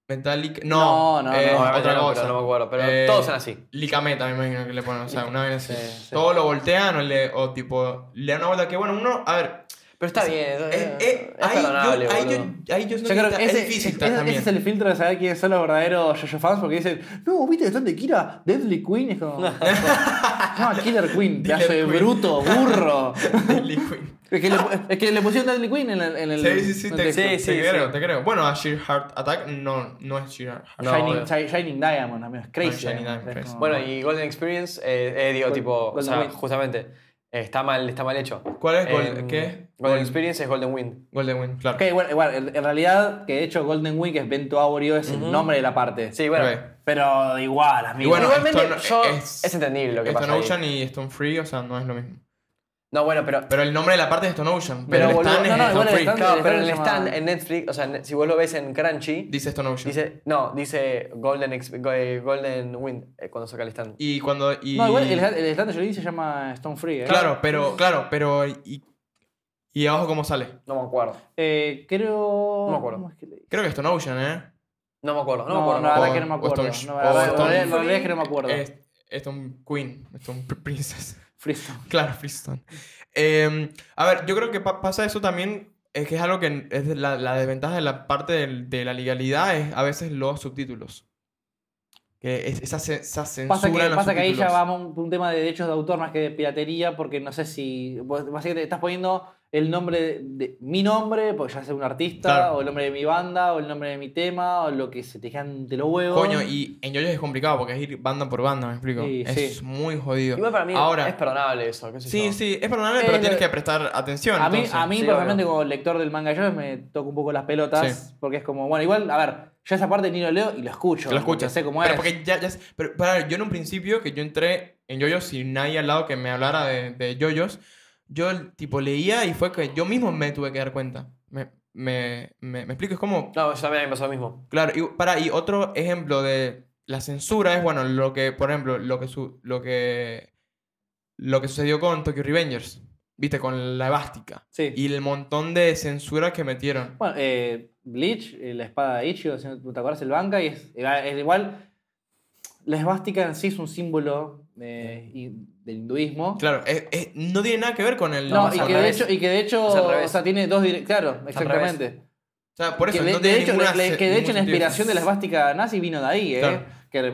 [SPEAKER 1] Metallica. No,
[SPEAKER 3] No, no,
[SPEAKER 1] eh,
[SPEAKER 3] no,
[SPEAKER 2] obviamente
[SPEAKER 1] otra
[SPEAKER 2] no,
[SPEAKER 1] cosa.
[SPEAKER 2] pero no me acuerdo, pero
[SPEAKER 1] Eh,
[SPEAKER 2] todos son así.
[SPEAKER 1] Licameta, me imagino que le ponen. O sea, una vez así.
[SPEAKER 3] Sí, sí.
[SPEAKER 1] Todo lo voltean o, le, o tipo, le dan una vuelta que, bueno, uno. A ver.
[SPEAKER 2] Pero está bien, es,
[SPEAKER 1] eh, eh,
[SPEAKER 2] es
[SPEAKER 1] ahí,
[SPEAKER 2] perdonable,
[SPEAKER 1] yo, ahí,
[SPEAKER 2] boludo.
[SPEAKER 1] yo, ahí yo
[SPEAKER 3] Yo
[SPEAKER 1] siento
[SPEAKER 3] creo
[SPEAKER 1] que está-
[SPEAKER 3] que ese,
[SPEAKER 1] es difícil
[SPEAKER 3] ese- ese
[SPEAKER 1] también.
[SPEAKER 3] es el filtro de saber quiénes son los verdaderos JoJo fans porque dicen, no, viste que son de Kira, Deadly Queen es como. no, Killer Queen,
[SPEAKER 1] Dealer
[SPEAKER 3] pedazo de
[SPEAKER 1] Queen.
[SPEAKER 3] bruto, burro.
[SPEAKER 1] Liquid.
[SPEAKER 3] Es que, le, es que le pusieron Deadly Queen en el. En el
[SPEAKER 1] Sí, sí, sí,
[SPEAKER 3] en el
[SPEAKER 1] te,
[SPEAKER 3] texto.
[SPEAKER 1] te
[SPEAKER 2] sí, sí.
[SPEAKER 1] creo, te creo. Bueno, a Sheer Heart Attack no, no es Sheer Heart.
[SPEAKER 2] No,
[SPEAKER 3] Shining,
[SPEAKER 2] obvio.
[SPEAKER 3] Shi- Shining Diamond, amigo. Es crazy.
[SPEAKER 1] Shining
[SPEAKER 3] amigo.
[SPEAKER 1] Diamond,
[SPEAKER 3] Es
[SPEAKER 1] crazy.
[SPEAKER 3] como-
[SPEAKER 2] Bueno, y Golden Experience, eh, eh, digo,
[SPEAKER 3] Gol-
[SPEAKER 2] tipo, o
[SPEAKER 3] Golden
[SPEAKER 2] sea,
[SPEAKER 3] Wind.
[SPEAKER 2] justamente, Está mal, está mal hecho.
[SPEAKER 1] ¿Cuál es? Gol-
[SPEAKER 2] Em,
[SPEAKER 1] ¿Qué?
[SPEAKER 2] Golden
[SPEAKER 1] Gol-
[SPEAKER 2] Experience es Golden Wind.
[SPEAKER 1] Golden Wind, claro.
[SPEAKER 3] Ok, bueno, igual, en, en realidad, que de hecho Golden Wing, que es Bento Aurio, es el nombre de la parte.
[SPEAKER 2] Sí, bueno.
[SPEAKER 1] Ok.
[SPEAKER 3] Pero igual,
[SPEAKER 1] Y
[SPEAKER 3] amigo.
[SPEAKER 1] bueno,
[SPEAKER 2] Igualmente,
[SPEAKER 1] Stone-
[SPEAKER 2] yo-
[SPEAKER 1] es-
[SPEAKER 2] es, entendible lo que
[SPEAKER 1] Stone
[SPEAKER 2] pasa. ahí.
[SPEAKER 1] Ocean y Stone Free, o sea, no es lo mismo.
[SPEAKER 2] No, bueno, pero.
[SPEAKER 1] Pero el nombre de la parte es Stone Ocean.
[SPEAKER 2] Pero,
[SPEAKER 1] Pero, el
[SPEAKER 2] boludo,
[SPEAKER 1] stand
[SPEAKER 3] no,
[SPEAKER 1] es
[SPEAKER 3] no, igual
[SPEAKER 1] Stone
[SPEAKER 3] el
[SPEAKER 1] Free.
[SPEAKER 3] stand-
[SPEAKER 2] Claro, pero en el
[SPEAKER 3] se llama-
[SPEAKER 2] stand, en Netflix, o sea, ne- si vos lo ves en Crunchy,
[SPEAKER 1] Dice Stone Ocean.
[SPEAKER 2] dice. No, dice Golden, Ex- Go- eh, Golden Wind eh, cuando saca el stand.
[SPEAKER 1] Y cuando. Y...
[SPEAKER 3] No, igual, el, el stand de Jolie se llama Stone Free, ¿eh?
[SPEAKER 1] Claro, pero. Claro, pero. Y, y abajo cómo sale.
[SPEAKER 2] No me acuerdo.
[SPEAKER 3] Eh, creo...
[SPEAKER 2] No me acuerdo.
[SPEAKER 3] ¿Cómo es que le-
[SPEAKER 1] Creo que Stone Ocean, ¿eh?
[SPEAKER 2] No me acuerdo, no,
[SPEAKER 3] No,
[SPEAKER 2] me
[SPEAKER 3] no,
[SPEAKER 2] acuerdo.
[SPEAKER 3] la verdad
[SPEAKER 1] O-
[SPEAKER 3] que no me
[SPEAKER 1] o
[SPEAKER 3] acuerdo.
[SPEAKER 1] Stone-
[SPEAKER 3] No, la
[SPEAKER 1] o
[SPEAKER 3] verdad- la
[SPEAKER 1] Stone
[SPEAKER 3] verdad- la verdad es que no me acuerdo.
[SPEAKER 1] Es, Stone Queen. Stone Pr- Princess.
[SPEAKER 3] Freestyle.
[SPEAKER 1] Claro, Freestone. Eh, a ver, yo creo que pa- pasa eso también. Es que es algo que es de la, la desventaja de la parte del- de, la legalidad es a veces los subtítulos. Que es- esa, ce- esa censura
[SPEAKER 3] Pasa que,
[SPEAKER 1] en los
[SPEAKER 3] pasa que ahí ya
[SPEAKER 1] subtítulos.
[SPEAKER 3] vamos a un, un tema de derechos de autor más que de piratería, porque no sé si. vos- Básicamente estás poniendo el nombre de, de mi nombre, porque ya sea un artista,
[SPEAKER 1] Claro.
[SPEAKER 3] o el nombre de mi banda, o el nombre de mi tema, o lo que se te quedan de los huevos.
[SPEAKER 1] Coño, y en yoyos es complicado porque es ir banda por banda, me explico.
[SPEAKER 3] Sí,
[SPEAKER 1] es
[SPEAKER 3] sí.
[SPEAKER 1] muy jodido.
[SPEAKER 2] Igual para mí
[SPEAKER 1] Ahora,
[SPEAKER 2] es perdonable eso, qué sé
[SPEAKER 1] sí,
[SPEAKER 2] yo.
[SPEAKER 1] sí, es perdonable,
[SPEAKER 3] Eh,
[SPEAKER 1] pero tienes
[SPEAKER 3] lo-
[SPEAKER 1] que prestar atención.
[SPEAKER 3] A mí,
[SPEAKER 1] entonces.
[SPEAKER 3] a mí
[SPEAKER 2] sí,
[SPEAKER 3] personalmente,
[SPEAKER 2] obvio.
[SPEAKER 3] como lector del manga yo me toca un poco las pelotas, porque es como, bueno, igual, a ver, yo esa parte ni lo leo y lo escucho.
[SPEAKER 1] Que lo
[SPEAKER 3] porque
[SPEAKER 1] escuchas.
[SPEAKER 3] Sé cómo
[SPEAKER 1] pero
[SPEAKER 3] es.
[SPEAKER 1] porque ya, ya es- pero, para, yo en un principio que yo entré en yoyos sin nadie al lado que me hablara de, de yoyos, yo tipo leía y fue que yo mismo me tuve que dar cuenta. Me, me, me, me explico, es como...
[SPEAKER 2] No, yo también me pasó lo mismo.
[SPEAKER 1] Claro, y, para, y otro ejemplo de la censura es, bueno, lo que, por ejemplo, lo que, su, lo que, lo que sucedió con Tokyo Revengers, viste, con la evástica.
[SPEAKER 3] Sí.
[SPEAKER 1] Y el montón de censura que metieron.
[SPEAKER 3] Bueno, eh, Bleach, eh, la espada de Ichigo, si no te acuerdas, el banca, y es, era- es igual. La esvástica en sí es un símbolo eh, y- del hinduismo.
[SPEAKER 1] Claro, es- es- no tiene nada que ver con el...
[SPEAKER 3] No,
[SPEAKER 2] No,
[SPEAKER 3] y,
[SPEAKER 2] es al
[SPEAKER 3] que de
[SPEAKER 2] revés.
[SPEAKER 3] hecho, y que de hecho,
[SPEAKER 2] Es al
[SPEAKER 3] o
[SPEAKER 2] revés.
[SPEAKER 3] sea, tiene dos direcciones. Claro,
[SPEAKER 2] Es al revés.
[SPEAKER 3] exactamente.
[SPEAKER 1] o sea, por eso
[SPEAKER 3] que de,
[SPEAKER 1] no
[SPEAKER 3] de
[SPEAKER 1] tiene
[SPEAKER 3] hecho,
[SPEAKER 1] ninguna
[SPEAKER 3] le- le-
[SPEAKER 1] ce-
[SPEAKER 3] que de
[SPEAKER 1] ningún
[SPEAKER 3] hecho la
[SPEAKER 1] sentido.
[SPEAKER 3] inspiración de la esvástica nazi vino de ahí, ¿eh?
[SPEAKER 1] Claro.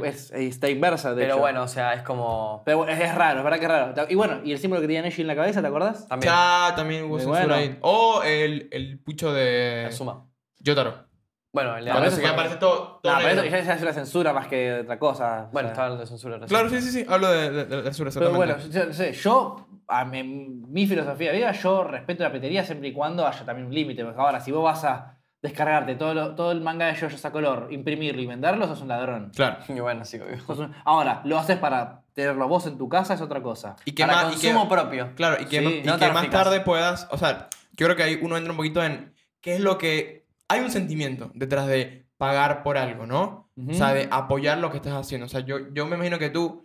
[SPEAKER 3] Que es- está inversa, de
[SPEAKER 2] Pero
[SPEAKER 3] hecho.
[SPEAKER 2] bueno, o sea, es como.
[SPEAKER 3] Pero bueno, es, es raro, es verdad que es raro. Y bueno, y el símbolo que tenía Neji en la cabeza, ¿te acordás?
[SPEAKER 2] También.
[SPEAKER 1] Ya, también hubo
[SPEAKER 3] Muy
[SPEAKER 1] censura
[SPEAKER 3] bueno.
[SPEAKER 1] ahí. O el, el pucho de...
[SPEAKER 2] la suma.
[SPEAKER 1] Yotaro.
[SPEAKER 2] Bueno, el de
[SPEAKER 1] Cuando
[SPEAKER 3] eso
[SPEAKER 1] se
[SPEAKER 3] fue-
[SPEAKER 1] queda- aparece todo... todo
[SPEAKER 3] No, pero
[SPEAKER 1] negro.
[SPEAKER 3] eso ya es una censura más que otra cosa.
[SPEAKER 2] Bueno,
[SPEAKER 3] o sea.
[SPEAKER 2] estaba hablando de censura. recién.
[SPEAKER 1] Claro, sí, sí, sí. Hablo de, de, de la censura,
[SPEAKER 3] Pero
[SPEAKER 1] exactamente.
[SPEAKER 3] bueno, yo, no sé, yo a mi, mi filosofía de vida, yo respeto la piratería siempre y cuando haya también un límite. Porque ahora, si vos vas a descargarte todo, lo- todo el manga de yoyos a color, imprimirlo y venderlo, sos un ladrón.
[SPEAKER 1] Claro.
[SPEAKER 2] Y bueno, sí, obvio.
[SPEAKER 3] Sos un- Ahora, lo haces para tenerlo vos en tu casa, es otra cosa.
[SPEAKER 1] Y que
[SPEAKER 2] Para
[SPEAKER 1] más... y que- este
[SPEAKER 2] consumo propio.
[SPEAKER 1] Claro, y que,
[SPEAKER 3] Sí,
[SPEAKER 1] ma- y
[SPEAKER 2] no
[SPEAKER 1] que más
[SPEAKER 2] traficas.
[SPEAKER 1] tarde puedas, o sea, yo creo que ahí uno entra un poquito en qué es lo que... Hay un sentimiento detrás de pagar por algo, ¿no? O sea, de apoyar lo que estás haciendo. O sea, yo, yo me imagino que tú,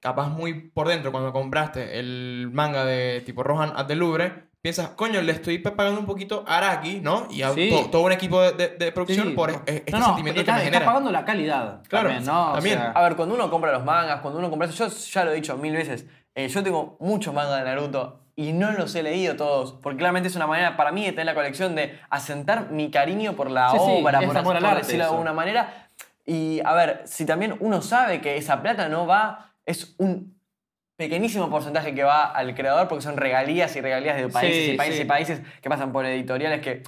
[SPEAKER 1] capaz muy por dentro, cuando compraste el manga de tipo Rohan at the Louvre, piensas, coño, le estoy pa- pagando un poquito a Araki, ¿no? Y a
[SPEAKER 3] Sí.
[SPEAKER 1] to- todo un equipo de, de- de producción
[SPEAKER 3] Sí.
[SPEAKER 1] por e- e- este
[SPEAKER 3] No, no,
[SPEAKER 1] sentimiento
[SPEAKER 3] estás,
[SPEAKER 1] que me
[SPEAKER 3] estás
[SPEAKER 1] genera.
[SPEAKER 3] pagando la calidad.
[SPEAKER 1] Claro,
[SPEAKER 3] también, ¿no? O
[SPEAKER 1] también.
[SPEAKER 3] sea,
[SPEAKER 2] A ver, cuando uno compra los mangas, cuando uno compra eso, yo ya lo he dicho mil veces, eh, yo tengo muchos mangas de Naruto y no los he leído todos, porque claramente es una manera para mí de tener la colección de asentar mi cariño por la
[SPEAKER 3] Sí, sí,
[SPEAKER 2] obra,
[SPEAKER 3] es
[SPEAKER 2] por,
[SPEAKER 3] amor al
[SPEAKER 2] por
[SPEAKER 3] arte
[SPEAKER 2] decirlo de
[SPEAKER 3] eso.
[SPEAKER 2] alguna manera. Y a ver, si también uno sabe que esa plata no va, es un pequeñísimo porcentaje que va al creador porque son regalías y regalías de países
[SPEAKER 3] Sí,
[SPEAKER 2] y países
[SPEAKER 3] sí.
[SPEAKER 2] y países que pasan por editoriales que,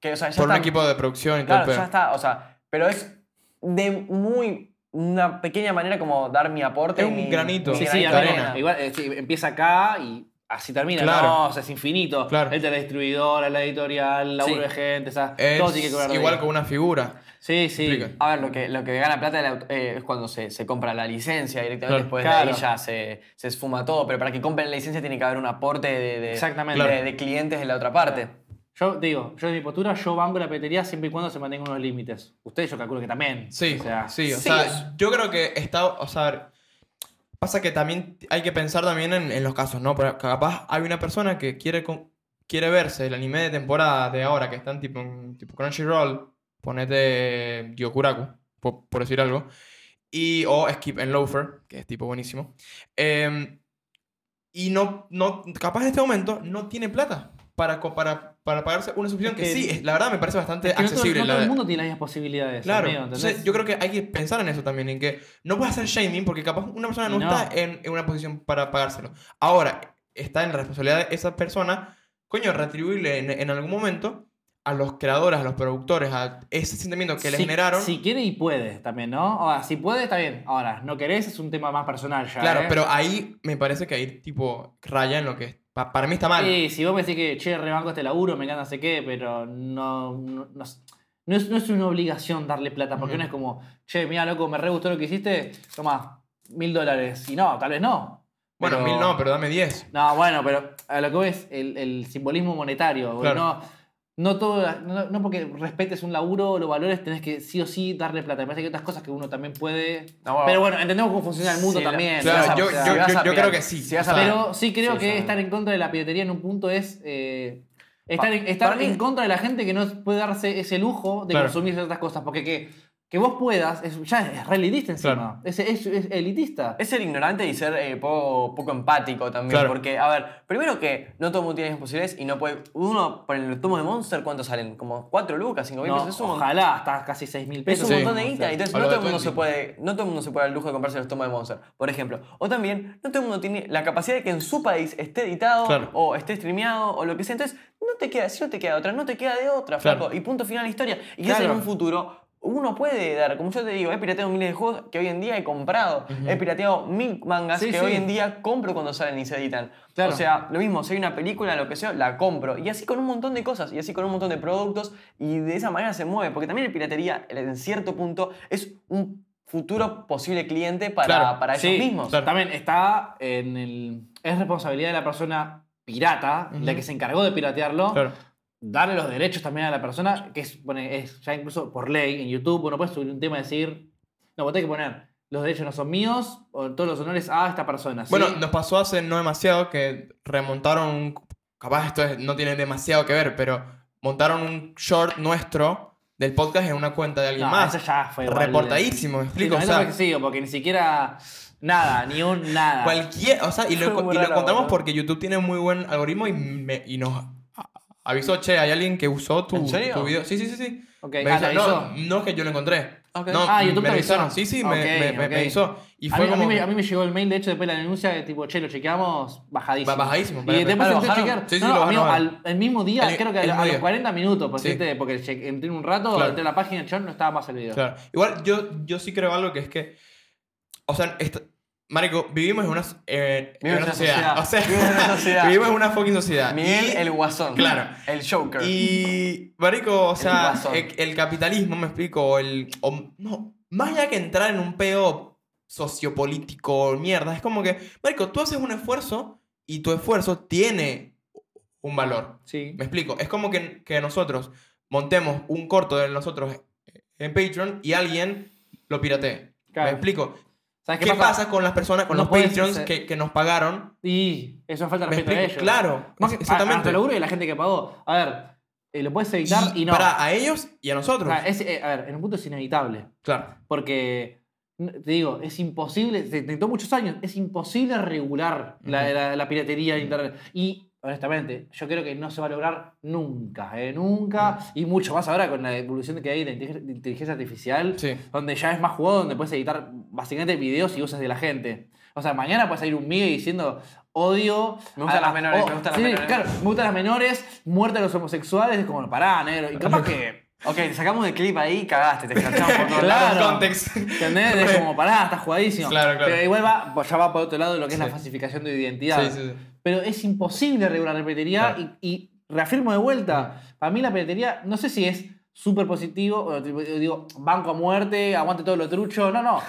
[SPEAKER 2] que o sea, ya
[SPEAKER 1] Por un
[SPEAKER 2] están-
[SPEAKER 1] equipo de producción y todo el
[SPEAKER 2] Claro,
[SPEAKER 1] pedo.
[SPEAKER 2] ya está, o sea, pero es de muy una pequeña manera como dar mi aporte.
[SPEAKER 1] Es un granito.
[SPEAKER 2] mi
[SPEAKER 3] Sí, sí,
[SPEAKER 1] granito de
[SPEAKER 2] granito
[SPEAKER 3] acá
[SPEAKER 2] de
[SPEAKER 1] arena.
[SPEAKER 3] no, Igual, eh, sí, empieza acá y así termina.
[SPEAKER 1] Claro.
[SPEAKER 3] No, o sea, es infinito.
[SPEAKER 1] Claro.
[SPEAKER 3] El de la distribuidora, la editorial, laburo
[SPEAKER 2] Sí.
[SPEAKER 3] de gente, o sea, todo tiene que cobrar
[SPEAKER 1] Es
[SPEAKER 3] de
[SPEAKER 1] igual
[SPEAKER 3] ahí.
[SPEAKER 1] con una figura.
[SPEAKER 3] Sí, sí.
[SPEAKER 1] Explica.
[SPEAKER 2] A ver, lo que, lo que gana plata el aut- eh, es cuando se, se compra la licencia directamente,
[SPEAKER 1] Claro.
[SPEAKER 2] después
[SPEAKER 3] Claro.
[SPEAKER 2] de ahí ya se, se esfuma todo, pero para que compren la licencia tiene que haber un aporte de, de-
[SPEAKER 3] Exactamente.
[SPEAKER 2] de- de clientes de la otra parte.
[SPEAKER 3] Yo te digo, yo de mi postura, yo banco la petería siempre y cuando se mantengan unos límites. Ustedes yo calculo que también.
[SPEAKER 1] Sí,
[SPEAKER 3] O sea,
[SPEAKER 1] sí, o
[SPEAKER 2] sí.
[SPEAKER 1] sea, yo creo que está, o sea, pasa que también hay que pensar también en, en los casos, ¿no? Pero capaz hay una persona que quiere con- quiere verse el anime de temporada de ahora que están tipo en- tipo Crunchyroll, ponete Gyokuraku, por, por decir algo, y o Skip and Loafer, que es tipo buenísimo. eh, y no, no, capaz en este momento no tiene plata para, co- para, para pagarse una suscripción que,
[SPEAKER 3] Es que-
[SPEAKER 1] sí, es- la verdad me parece bastante
[SPEAKER 3] Es que no todo-
[SPEAKER 1] accesible.
[SPEAKER 3] no
[SPEAKER 1] la
[SPEAKER 3] todo
[SPEAKER 1] de-
[SPEAKER 3] el mundo tiene las mismas posibilidades.
[SPEAKER 1] Claro,
[SPEAKER 3] amigo, ¿entendés?
[SPEAKER 1] entonces yo creo que hay que pensar en eso también, en que no puedes hacer shaming porque capaz una persona no,
[SPEAKER 3] No.
[SPEAKER 1] está en, en una posición para pagárselo. Ahora, está en la responsabilidad de esa persona, coño, retribuirle en, en algún momento a los creadores, a los productores, a ese sentimiento que les
[SPEAKER 3] Si-
[SPEAKER 1] generaron.
[SPEAKER 3] Si quiere y puede también, ¿no? Ahora, si puede, está bien. Ahora, no querés, es un tema más personal ya.
[SPEAKER 1] Claro,
[SPEAKER 3] ¿eh?
[SPEAKER 1] pero ahí me parece que ahí tipo raya en lo que es- pa- para mí está mal.
[SPEAKER 3] Sí, si vos me decís que, che, rebanco este laburo, me encanta, no sé qué, pero no, no, no es, no es- no es una obligación darle plata, porque
[SPEAKER 1] Ujú.
[SPEAKER 3] no es como, che, mira, loco, me re gustó lo que hiciste, toma, mil dólares. Y no, tal vez no.
[SPEAKER 1] bueno,
[SPEAKER 3] Pero-
[SPEAKER 1] mil no, pero dame diez.
[SPEAKER 3] No, bueno, pero a lo que ves, el, el simbolismo monetario.
[SPEAKER 1] Claro.
[SPEAKER 3] No, no, todo, no, no porque respetes un laburo, lo valores, tenés que sí o sí darle plata. Me parece que hay otras cosas que uno también puede.
[SPEAKER 2] No, bueno.
[SPEAKER 3] pero bueno, entendemos cómo funciona el mundo
[SPEAKER 2] Sí, la-
[SPEAKER 3] también.
[SPEAKER 1] Claro,
[SPEAKER 3] ¿no?
[SPEAKER 2] vas a-
[SPEAKER 1] yo,
[SPEAKER 3] O sea,
[SPEAKER 1] yo-
[SPEAKER 2] vas a
[SPEAKER 1] yo- yo
[SPEAKER 2] pelear.
[SPEAKER 1] creo que sí.
[SPEAKER 2] Si vas a
[SPEAKER 1] O sea,
[SPEAKER 2] pelear.
[SPEAKER 3] pero sí creo
[SPEAKER 2] Sí,
[SPEAKER 3] que
[SPEAKER 2] sí.
[SPEAKER 3] estar en contra de la piratería en un punto es. eh, estar
[SPEAKER 2] Pa-
[SPEAKER 3] en, estar
[SPEAKER 2] para mí-
[SPEAKER 3] en contra de la gente que no puede darse ese lujo de
[SPEAKER 1] Claro.
[SPEAKER 3] consumir ciertas cosas. Porque que, que vos puedas, es- ya es re elitista encima.
[SPEAKER 1] Claro.
[SPEAKER 3] Es, es- es elitista.
[SPEAKER 2] Es ser ignorante y ser eh, poco, poco empático también.
[SPEAKER 1] Claro.
[SPEAKER 2] Porque, a ver, primero que no todo el mundo tiene las posibilidades y no puede. Uno, por el tomo de Monster, ¿cuánto salen? Como 4 lucas, 5 mil
[SPEAKER 3] No,
[SPEAKER 2] pesos. Es un, montón-
[SPEAKER 3] ojalá, estás casi 6 mil
[SPEAKER 2] es
[SPEAKER 3] pesos.
[SPEAKER 2] un
[SPEAKER 1] Sí.
[SPEAKER 2] montón de guita. Entonces,
[SPEAKER 1] O
[SPEAKER 2] no
[SPEAKER 1] lo
[SPEAKER 2] todo,
[SPEAKER 1] de
[SPEAKER 2] el mundo se
[SPEAKER 1] 20.
[SPEAKER 2] puede, no todo el mundo se puede dar el lujo de comprarse los tomos de Monster, por ejemplo. O también, no todo el mundo tiene la capacidad de que en su país esté editado
[SPEAKER 1] Claro.
[SPEAKER 2] o esté streameado o lo que sea. Entonces, no te queda, si no te queda otra, no te queda de otra,
[SPEAKER 1] Claro.
[SPEAKER 2] flaco. Y punto final de la historia. Y quizás
[SPEAKER 3] Claro.
[SPEAKER 2] en un futuro uno puede dar, como yo te digo, he pirateado miles de juegos que hoy en día he comprado. He pirateado mil mangas
[SPEAKER 3] Sí,
[SPEAKER 2] que
[SPEAKER 3] sí.
[SPEAKER 2] hoy en día compro cuando salen y se editan.
[SPEAKER 3] Claro.
[SPEAKER 2] O sea, lo mismo, si hay una película, lo que sea, la compro. Y así con un montón de cosas, y así con un montón de productos, y de esa manera se mueve. Porque también la piratería, en cierto punto, es un futuro posible cliente para,
[SPEAKER 1] Claro.
[SPEAKER 2] para ellos
[SPEAKER 3] Sí,
[SPEAKER 2] mismos.
[SPEAKER 1] claro.
[SPEAKER 3] También está en el. Es responsabilidad de la persona pirata,
[SPEAKER 1] Ujú.
[SPEAKER 3] la que se encargó de piratearlo,
[SPEAKER 1] claro.
[SPEAKER 3] darle los derechos también a la persona, que es, pone- es ya incluso por ley en YouTube, uno puede subir un tema y decir, no, vos tenés que poner, los derechos no son míos, o todos los honores a esta persona. ¿sí?
[SPEAKER 1] Bueno, nos pasó hace no demasiado que remontaron, un- capaz esto es- no tiene demasiado que ver, pero montaron un short nuestro del podcast en una cuenta de alguien
[SPEAKER 3] No,
[SPEAKER 1] más.
[SPEAKER 3] eso ya fue igual. eh.
[SPEAKER 1] Reportadísimo, me
[SPEAKER 3] Sí,
[SPEAKER 1] explico.
[SPEAKER 3] no,
[SPEAKER 1] o
[SPEAKER 3] eso
[SPEAKER 1] sea,
[SPEAKER 3] fue que sí, porque ni siquiera nada, ni un nada.
[SPEAKER 1] cualquier, o sea, y
[SPEAKER 2] Fue
[SPEAKER 1] lo,
[SPEAKER 2] muy
[SPEAKER 1] y lo
[SPEAKER 2] raro,
[SPEAKER 1] contamos
[SPEAKER 2] boludo.
[SPEAKER 1] porque YouTube tiene un muy buen algoritmo y, me- y nos avisó, che, hay alguien que usó tu,
[SPEAKER 2] ¿En serio?
[SPEAKER 1] tu video. Sí, sí, sí, sí.
[SPEAKER 3] Ok,
[SPEAKER 1] Me
[SPEAKER 3] ah,
[SPEAKER 1] avisó.
[SPEAKER 3] ¿te
[SPEAKER 1] No,
[SPEAKER 3] avisó?
[SPEAKER 1] no es que yo lo encontré.
[SPEAKER 2] Ok.
[SPEAKER 1] No,
[SPEAKER 3] Ah, YouTube
[SPEAKER 1] me
[SPEAKER 3] te avisó.
[SPEAKER 1] avisaron. Sí, sí, me, me,
[SPEAKER 3] Ok,
[SPEAKER 1] me- me
[SPEAKER 3] ok.
[SPEAKER 1] avisó. Y
[SPEAKER 3] a,
[SPEAKER 1] fue
[SPEAKER 3] mí, a
[SPEAKER 1] como...
[SPEAKER 3] mí me, a mí me llegó el mail, de hecho, después de la denuncia, de tipo, che, lo chequeamos bajadísimo.
[SPEAKER 1] Ba- bajadísimo,
[SPEAKER 3] Y
[SPEAKER 1] pero-
[SPEAKER 3] después
[SPEAKER 2] ¿Ah, lo
[SPEAKER 3] intenté
[SPEAKER 2] bajaron?
[SPEAKER 3] chequear.
[SPEAKER 1] Sí, sí,
[SPEAKER 3] no, no,
[SPEAKER 1] lo
[SPEAKER 3] amigo,
[SPEAKER 1] bajaron.
[SPEAKER 3] al, el mismo día,
[SPEAKER 1] El-
[SPEAKER 3] creo que
[SPEAKER 1] el
[SPEAKER 3] a,
[SPEAKER 1] mismo
[SPEAKER 3] a los
[SPEAKER 1] día.
[SPEAKER 3] 40 minutos, por
[SPEAKER 1] Sí.
[SPEAKER 3] decirte, porque che- entré un rato,
[SPEAKER 1] Claro.
[SPEAKER 3] entré a la página, yo no estaba más el video.
[SPEAKER 1] Claro. Igual yo, yo sí creo algo que es que. O sea, esta- Marico, vivimos en una, s- eh, en
[SPEAKER 2] Vivimos
[SPEAKER 1] una sociedad. O sea,
[SPEAKER 2] vivimos en una sociedad.
[SPEAKER 1] vivimos en una fucking sociedad.
[SPEAKER 2] Miguel
[SPEAKER 1] Y-
[SPEAKER 2] el Guasón.
[SPEAKER 1] Claro.
[SPEAKER 2] El Joker.
[SPEAKER 1] Y. Marico, o sea,
[SPEAKER 2] guasón.
[SPEAKER 1] el, el capitalismo, me explico, o el. o- no, más allá que entrar en un peo sociopolítico, mierda, es como que. Marico, tú haces un esfuerzo y tu esfuerzo tiene un valor.
[SPEAKER 3] Sí.
[SPEAKER 1] Me explico. Es como que, que nosotros montemos un corto de nosotros en Patreon y alguien lo piratee.
[SPEAKER 3] Claro.
[SPEAKER 1] Me explico.
[SPEAKER 3] ¿Sabes
[SPEAKER 1] ¿Qué, pasa? con las personas, con
[SPEAKER 3] No
[SPEAKER 1] los
[SPEAKER 3] puedes
[SPEAKER 1] Patreons
[SPEAKER 3] hacer-
[SPEAKER 1] que, que nos pagaron?
[SPEAKER 3] Y eso es falta de
[SPEAKER 1] Me
[SPEAKER 3] respeto a
[SPEAKER 1] explico.
[SPEAKER 3] ellos.
[SPEAKER 1] Claro.
[SPEAKER 3] Más que,
[SPEAKER 1] exactamente.
[SPEAKER 3] Exactamente. y la gente que pagó. A ver, eh, lo puedes editar y, no.
[SPEAKER 1] Para a ellos y a
[SPEAKER 3] O
[SPEAKER 1] nosotros.
[SPEAKER 3] sea, es, eh, a ver, en un punto es inevitable.
[SPEAKER 1] Claro.
[SPEAKER 3] Porque, n- te digo, es imposible, se intentó muchos años, es imposible regular la,
[SPEAKER 1] Ujú.
[SPEAKER 3] la- la piratería en Internet. Y, honestamente, yo creo que no se va a lograr nunca, ¿eh? Nunca. Y mucho más ahora con la evolución que hay de inte- de inteligencia artificial,
[SPEAKER 1] Sí.
[SPEAKER 3] donde ya es más jugado, donde puedes editar básicamente videos y usas de la gente. O sea, mañana puedes salir un MIG diciendo odio.
[SPEAKER 2] Me gustan
[SPEAKER 3] a-
[SPEAKER 2] las menores, me gustan las
[SPEAKER 3] sí,
[SPEAKER 2] menores.
[SPEAKER 3] Claro, me gustan las menores, muerte a los homosexuales, es como, pará, negro. Y capaz que.
[SPEAKER 2] Ok, te sacamos el clip ahí y cagaste, te escrachamos por todos lados.
[SPEAKER 3] Claro.
[SPEAKER 1] Context.
[SPEAKER 3] ¿Entendés? Es como, pará, está jugadísimo.
[SPEAKER 1] Claro, claro.
[SPEAKER 3] Pero igual va, pues ya va por otro lado lo que es la
[SPEAKER 1] Sí.
[SPEAKER 3] falsificación de identidad.
[SPEAKER 1] Sí, sí, sí.
[SPEAKER 3] Pero es imposible regular la piratería
[SPEAKER 1] Claro.
[SPEAKER 3] y, y reafirmo de vuelta, para mí la piratería, no sé si es súper positivo, o tipo, yo digo, banco a muerte, aguante todo lo trucho, no, no.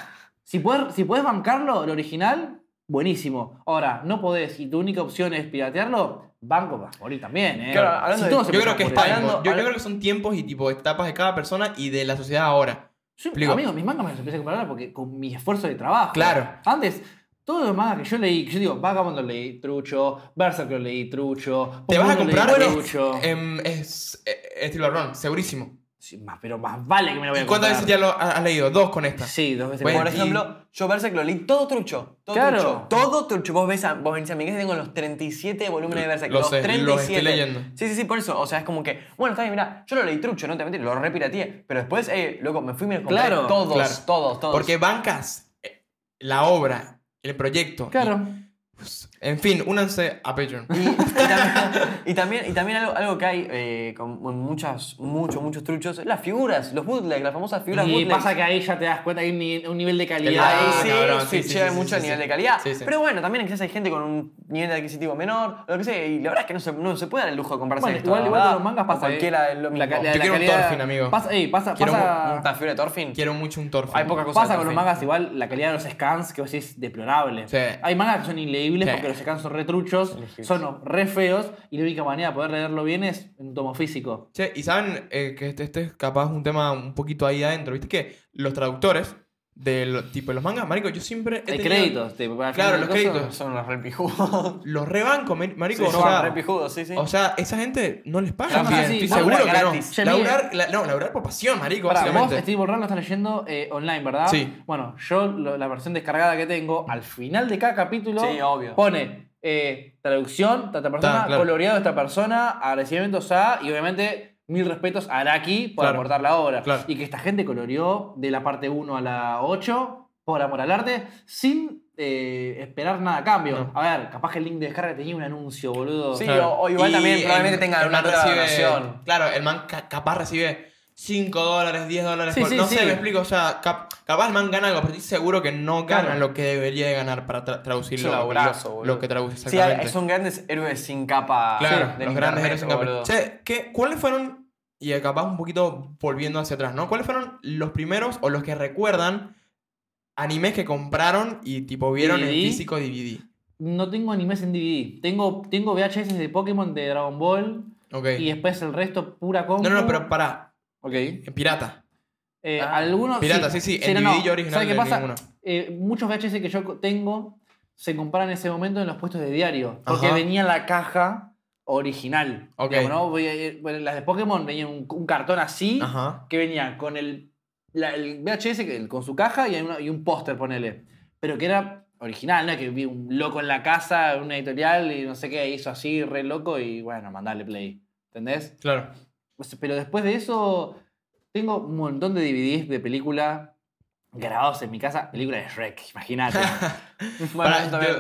[SPEAKER 3] Si puedes, si podés bancarlo, el original, buenísimo. Ahora, no podés y tu única opción es piratearlo, banco vas a morir también, ¿eh?
[SPEAKER 2] Claro, hablando
[SPEAKER 3] Si
[SPEAKER 2] de-
[SPEAKER 3] todos
[SPEAKER 1] Yo creo
[SPEAKER 3] empiezan
[SPEAKER 1] que
[SPEAKER 3] a
[SPEAKER 1] es
[SPEAKER 3] morir.
[SPEAKER 1] time.
[SPEAKER 2] Hablando-
[SPEAKER 1] yo, yo
[SPEAKER 2] habla-
[SPEAKER 1] creo que son tiempos y tipo etapas de cada persona y de la sociedad ahora.
[SPEAKER 3] Yo,
[SPEAKER 1] Explico.
[SPEAKER 3] amigo, mis mangas me los empecé a comprar ahora porque con mi esfuerzo de trabajo.
[SPEAKER 1] Claro.
[SPEAKER 3] Antes, todos los mangas que yo leí, que yo digo, Vagabond lo leí trucho, Berserk lo leí trucho,
[SPEAKER 1] Te vas a
[SPEAKER 3] Pokémon lo
[SPEAKER 1] comprar
[SPEAKER 3] leí
[SPEAKER 1] es-
[SPEAKER 3] trucho.
[SPEAKER 1] em, es, eh, estilo Arrón, segurísimo.
[SPEAKER 3] Sí, más, pero más vale que me lo voy a
[SPEAKER 1] ¿Y cuántas veces
[SPEAKER 3] comprar.
[SPEAKER 1] ya lo has has leído? Dos con esta.
[SPEAKER 3] Sí, dos veces.
[SPEAKER 1] Bueno,
[SPEAKER 2] Por
[SPEAKER 3] más.
[SPEAKER 1] y-
[SPEAKER 2] ejemplo, yo Berserk lo leí todo trucho. Todo
[SPEAKER 3] Claro.
[SPEAKER 2] trucho. Todo trucho. Vos ves a, vos venís a mi casa y tengo los 37 volúmenes de Berserk.
[SPEAKER 1] Lo
[SPEAKER 2] los
[SPEAKER 1] sé, los
[SPEAKER 2] 37.
[SPEAKER 1] estoy leyendo.
[SPEAKER 2] Sí, sí, sí, por eso. O sea, es como que, bueno, está bien, mirá, yo lo leí trucho, no te metí, lo repirateé. Pero después, eh, loco, me fui y me los compré
[SPEAKER 3] Claro.
[SPEAKER 2] todos,
[SPEAKER 1] Claro.
[SPEAKER 2] todos, todos.
[SPEAKER 1] Porque bancas eh, la obra, el proyecto.
[SPEAKER 3] Claro.
[SPEAKER 1] Y, pues, En fin, únanse a Patreon.
[SPEAKER 2] Y, y también, y también, y también algo, algo que hay eh, con con muchas, muchos, muchos truchos, las figuras, los bootlegs, las famosas figuras
[SPEAKER 3] Y
[SPEAKER 2] bootlegs.
[SPEAKER 3] pasa que ahí ya te das cuenta, hay un ni- un nivel de
[SPEAKER 1] Ah,
[SPEAKER 2] Ahí
[SPEAKER 3] calidad.
[SPEAKER 2] sí,
[SPEAKER 1] cabrón,
[SPEAKER 2] sí,
[SPEAKER 1] sí, sí,
[SPEAKER 2] llega
[SPEAKER 1] sí,
[SPEAKER 2] mucho
[SPEAKER 1] sí,
[SPEAKER 2] a nivel
[SPEAKER 1] sí.
[SPEAKER 2] de calidad.
[SPEAKER 1] Sí, sí.
[SPEAKER 2] Pero bueno, también quizás hay gente con un nivel adquisitivo menor, lo que sea, y la verdad es que no se, no se puede dar el lujo de comprarse
[SPEAKER 3] Bueno,
[SPEAKER 2] esto,
[SPEAKER 3] igual,
[SPEAKER 2] la
[SPEAKER 3] igual
[SPEAKER 2] verdad.
[SPEAKER 3] con los mangas
[SPEAKER 2] O
[SPEAKER 3] pasa. eh.
[SPEAKER 2] Cualquiera es lo mismo.
[SPEAKER 3] La, ca- la-
[SPEAKER 1] Yo
[SPEAKER 3] la
[SPEAKER 1] quiero un
[SPEAKER 3] calidad,
[SPEAKER 1] Thorfinn, amigo.
[SPEAKER 3] Pasa, ey, pasa,
[SPEAKER 1] Quiero
[SPEAKER 3] pasa-
[SPEAKER 2] Una fibra de Thorfinn.
[SPEAKER 1] Quiero mucho un Thorfinn.
[SPEAKER 2] Hay poca cosa.
[SPEAKER 3] Pasa
[SPEAKER 2] de
[SPEAKER 3] con los
[SPEAKER 2] Thorfinn.
[SPEAKER 3] mangas igual, la calidad de los scans, que vos decís, deplorable.
[SPEAKER 1] Sí.
[SPEAKER 3] Hay mangas que son inleíbles
[SPEAKER 1] Sí.
[SPEAKER 3] porque los scans son retruchos,
[SPEAKER 2] Ilegibles.
[SPEAKER 3] son re feos, y la única manera de poder leerlo bien es en un tomo físico.
[SPEAKER 1] Che, y saben eh, que este, este es capaz un tema un poquito ahí adentro. Viste que los traductores de lo- tipo, los mangas, marico, yo siempre. he
[SPEAKER 3] Hay
[SPEAKER 1] tenido-
[SPEAKER 3] créditos. te- para
[SPEAKER 1] Claro,
[SPEAKER 3] hacer
[SPEAKER 1] los
[SPEAKER 3] cosas.
[SPEAKER 1] créditos.
[SPEAKER 2] Son los re pijudos.
[SPEAKER 1] Los rebanco, me- marico.
[SPEAKER 2] Sí,
[SPEAKER 1] o,
[SPEAKER 2] son
[SPEAKER 1] sea,
[SPEAKER 2] re pijudos, sí, sí.
[SPEAKER 1] o sea, esa gente no les paga.
[SPEAKER 2] Trabajan
[SPEAKER 1] bien,
[SPEAKER 3] así,
[SPEAKER 1] estoy
[SPEAKER 3] laburan
[SPEAKER 1] seguro que
[SPEAKER 2] gratis.
[SPEAKER 3] Che,
[SPEAKER 1] no. Laburar, la- no, laburar por pasión, marico,
[SPEAKER 3] Pará, vos,
[SPEAKER 1] básicamente.
[SPEAKER 3] Steve Borrell, lo estás leyendo eh, online, ¿verdad?
[SPEAKER 1] Sí.
[SPEAKER 3] Bueno, yo lo- la versión descargada que tengo, al final de cada capítulo,
[SPEAKER 2] Sí, obvio.
[SPEAKER 3] pone eh, traducción, tata persona,
[SPEAKER 1] Ta, claro.
[SPEAKER 3] coloreado de esta persona, agradecimientos a, y obviamente mil respetos a Araki por
[SPEAKER 1] Claro.
[SPEAKER 3] aportar la obra.
[SPEAKER 1] Claro.
[SPEAKER 3] Y que esta gente coloreó de la parte 1 a la 8, por amor al arte, sin eh, esperar nada a cambio.
[SPEAKER 1] No.
[SPEAKER 3] A ver, capaz que el link de descarga tenía un anuncio, boludo.
[SPEAKER 2] Sí,
[SPEAKER 1] Claro.
[SPEAKER 2] o, o igual
[SPEAKER 1] Y
[SPEAKER 2] también
[SPEAKER 1] el-
[SPEAKER 2] probablemente
[SPEAKER 1] el
[SPEAKER 2] tengan
[SPEAKER 1] man
[SPEAKER 2] una otra
[SPEAKER 1] recibe-
[SPEAKER 2] donación.
[SPEAKER 1] Claro, el man ca- capaz recibe 5 dólares, 10 dólares.
[SPEAKER 3] Sí,
[SPEAKER 1] por-
[SPEAKER 3] sí,
[SPEAKER 1] no
[SPEAKER 3] sí.
[SPEAKER 1] sé, me explico. O sea, cap- capaz el man gana algo, pero estoy seguro que no gana
[SPEAKER 3] Claro.
[SPEAKER 1] lo que debería de ganar para tra- traducir
[SPEAKER 2] Es
[SPEAKER 1] lo,
[SPEAKER 2] un
[SPEAKER 1] lo-
[SPEAKER 2] laburazo, boludo.
[SPEAKER 1] lo que traduce
[SPEAKER 2] Sí,
[SPEAKER 1] exactamente.
[SPEAKER 2] son grandes héroes sin capa
[SPEAKER 1] claro,
[SPEAKER 2] del
[SPEAKER 1] los grandes
[SPEAKER 2] internet,
[SPEAKER 1] héroes sin capa.
[SPEAKER 2] boludo.
[SPEAKER 1] Che, ¿qué- ¿cuáles fueron, y eh, capaz un poquito volviendo hacia atrás, ¿no? ¿Cuáles fueron los primeros o los que recuerdan animes que compraron y tipo vieron en
[SPEAKER 3] DVD?
[SPEAKER 1] físico DVD?
[SPEAKER 3] No tengo animes en DVD. Tengo, tengo VHS de Pokémon de Dragon Ball.
[SPEAKER 1] Ok.
[SPEAKER 3] Y después el resto, pura compu.
[SPEAKER 1] No, no, no, pero pará,
[SPEAKER 3] Ok.
[SPEAKER 1] en pirata.
[SPEAKER 3] Eh,
[SPEAKER 2] Ah.
[SPEAKER 3] algunos.
[SPEAKER 1] Pirata, sí, sí, en
[SPEAKER 3] no, no.
[SPEAKER 1] DVD original
[SPEAKER 3] ¿Sabes qué
[SPEAKER 1] de
[SPEAKER 3] pasa?
[SPEAKER 1] ninguno.
[SPEAKER 3] Eh, muchos VHS que yo co- tengo se compraron en ese momento en los puestos de diario. Porque
[SPEAKER 1] Ajá.
[SPEAKER 3] venía la caja original.
[SPEAKER 1] Ok.
[SPEAKER 3] Digamos, ¿no? Voy a ir- bueno, las de Pokémon venían un, un cartón así.
[SPEAKER 1] Ajá.
[SPEAKER 3] Que venía con el, la- el VHS que- con su caja y, hay una- y un póster, ponele. Pero que era original, ¿no? Que vi un loco en la casa, una editorial y no sé qué, hizo así, re loco y bueno, mandale play. ¿Entendés?
[SPEAKER 1] Claro.
[SPEAKER 3] O sea, Pero después de eso, tengo un montón de DVDs de película grabados en mi casa, película de Shrek, imagínate.
[SPEAKER 2] Bueno,
[SPEAKER 1] Pará,
[SPEAKER 2] yo también-
[SPEAKER 1] yo,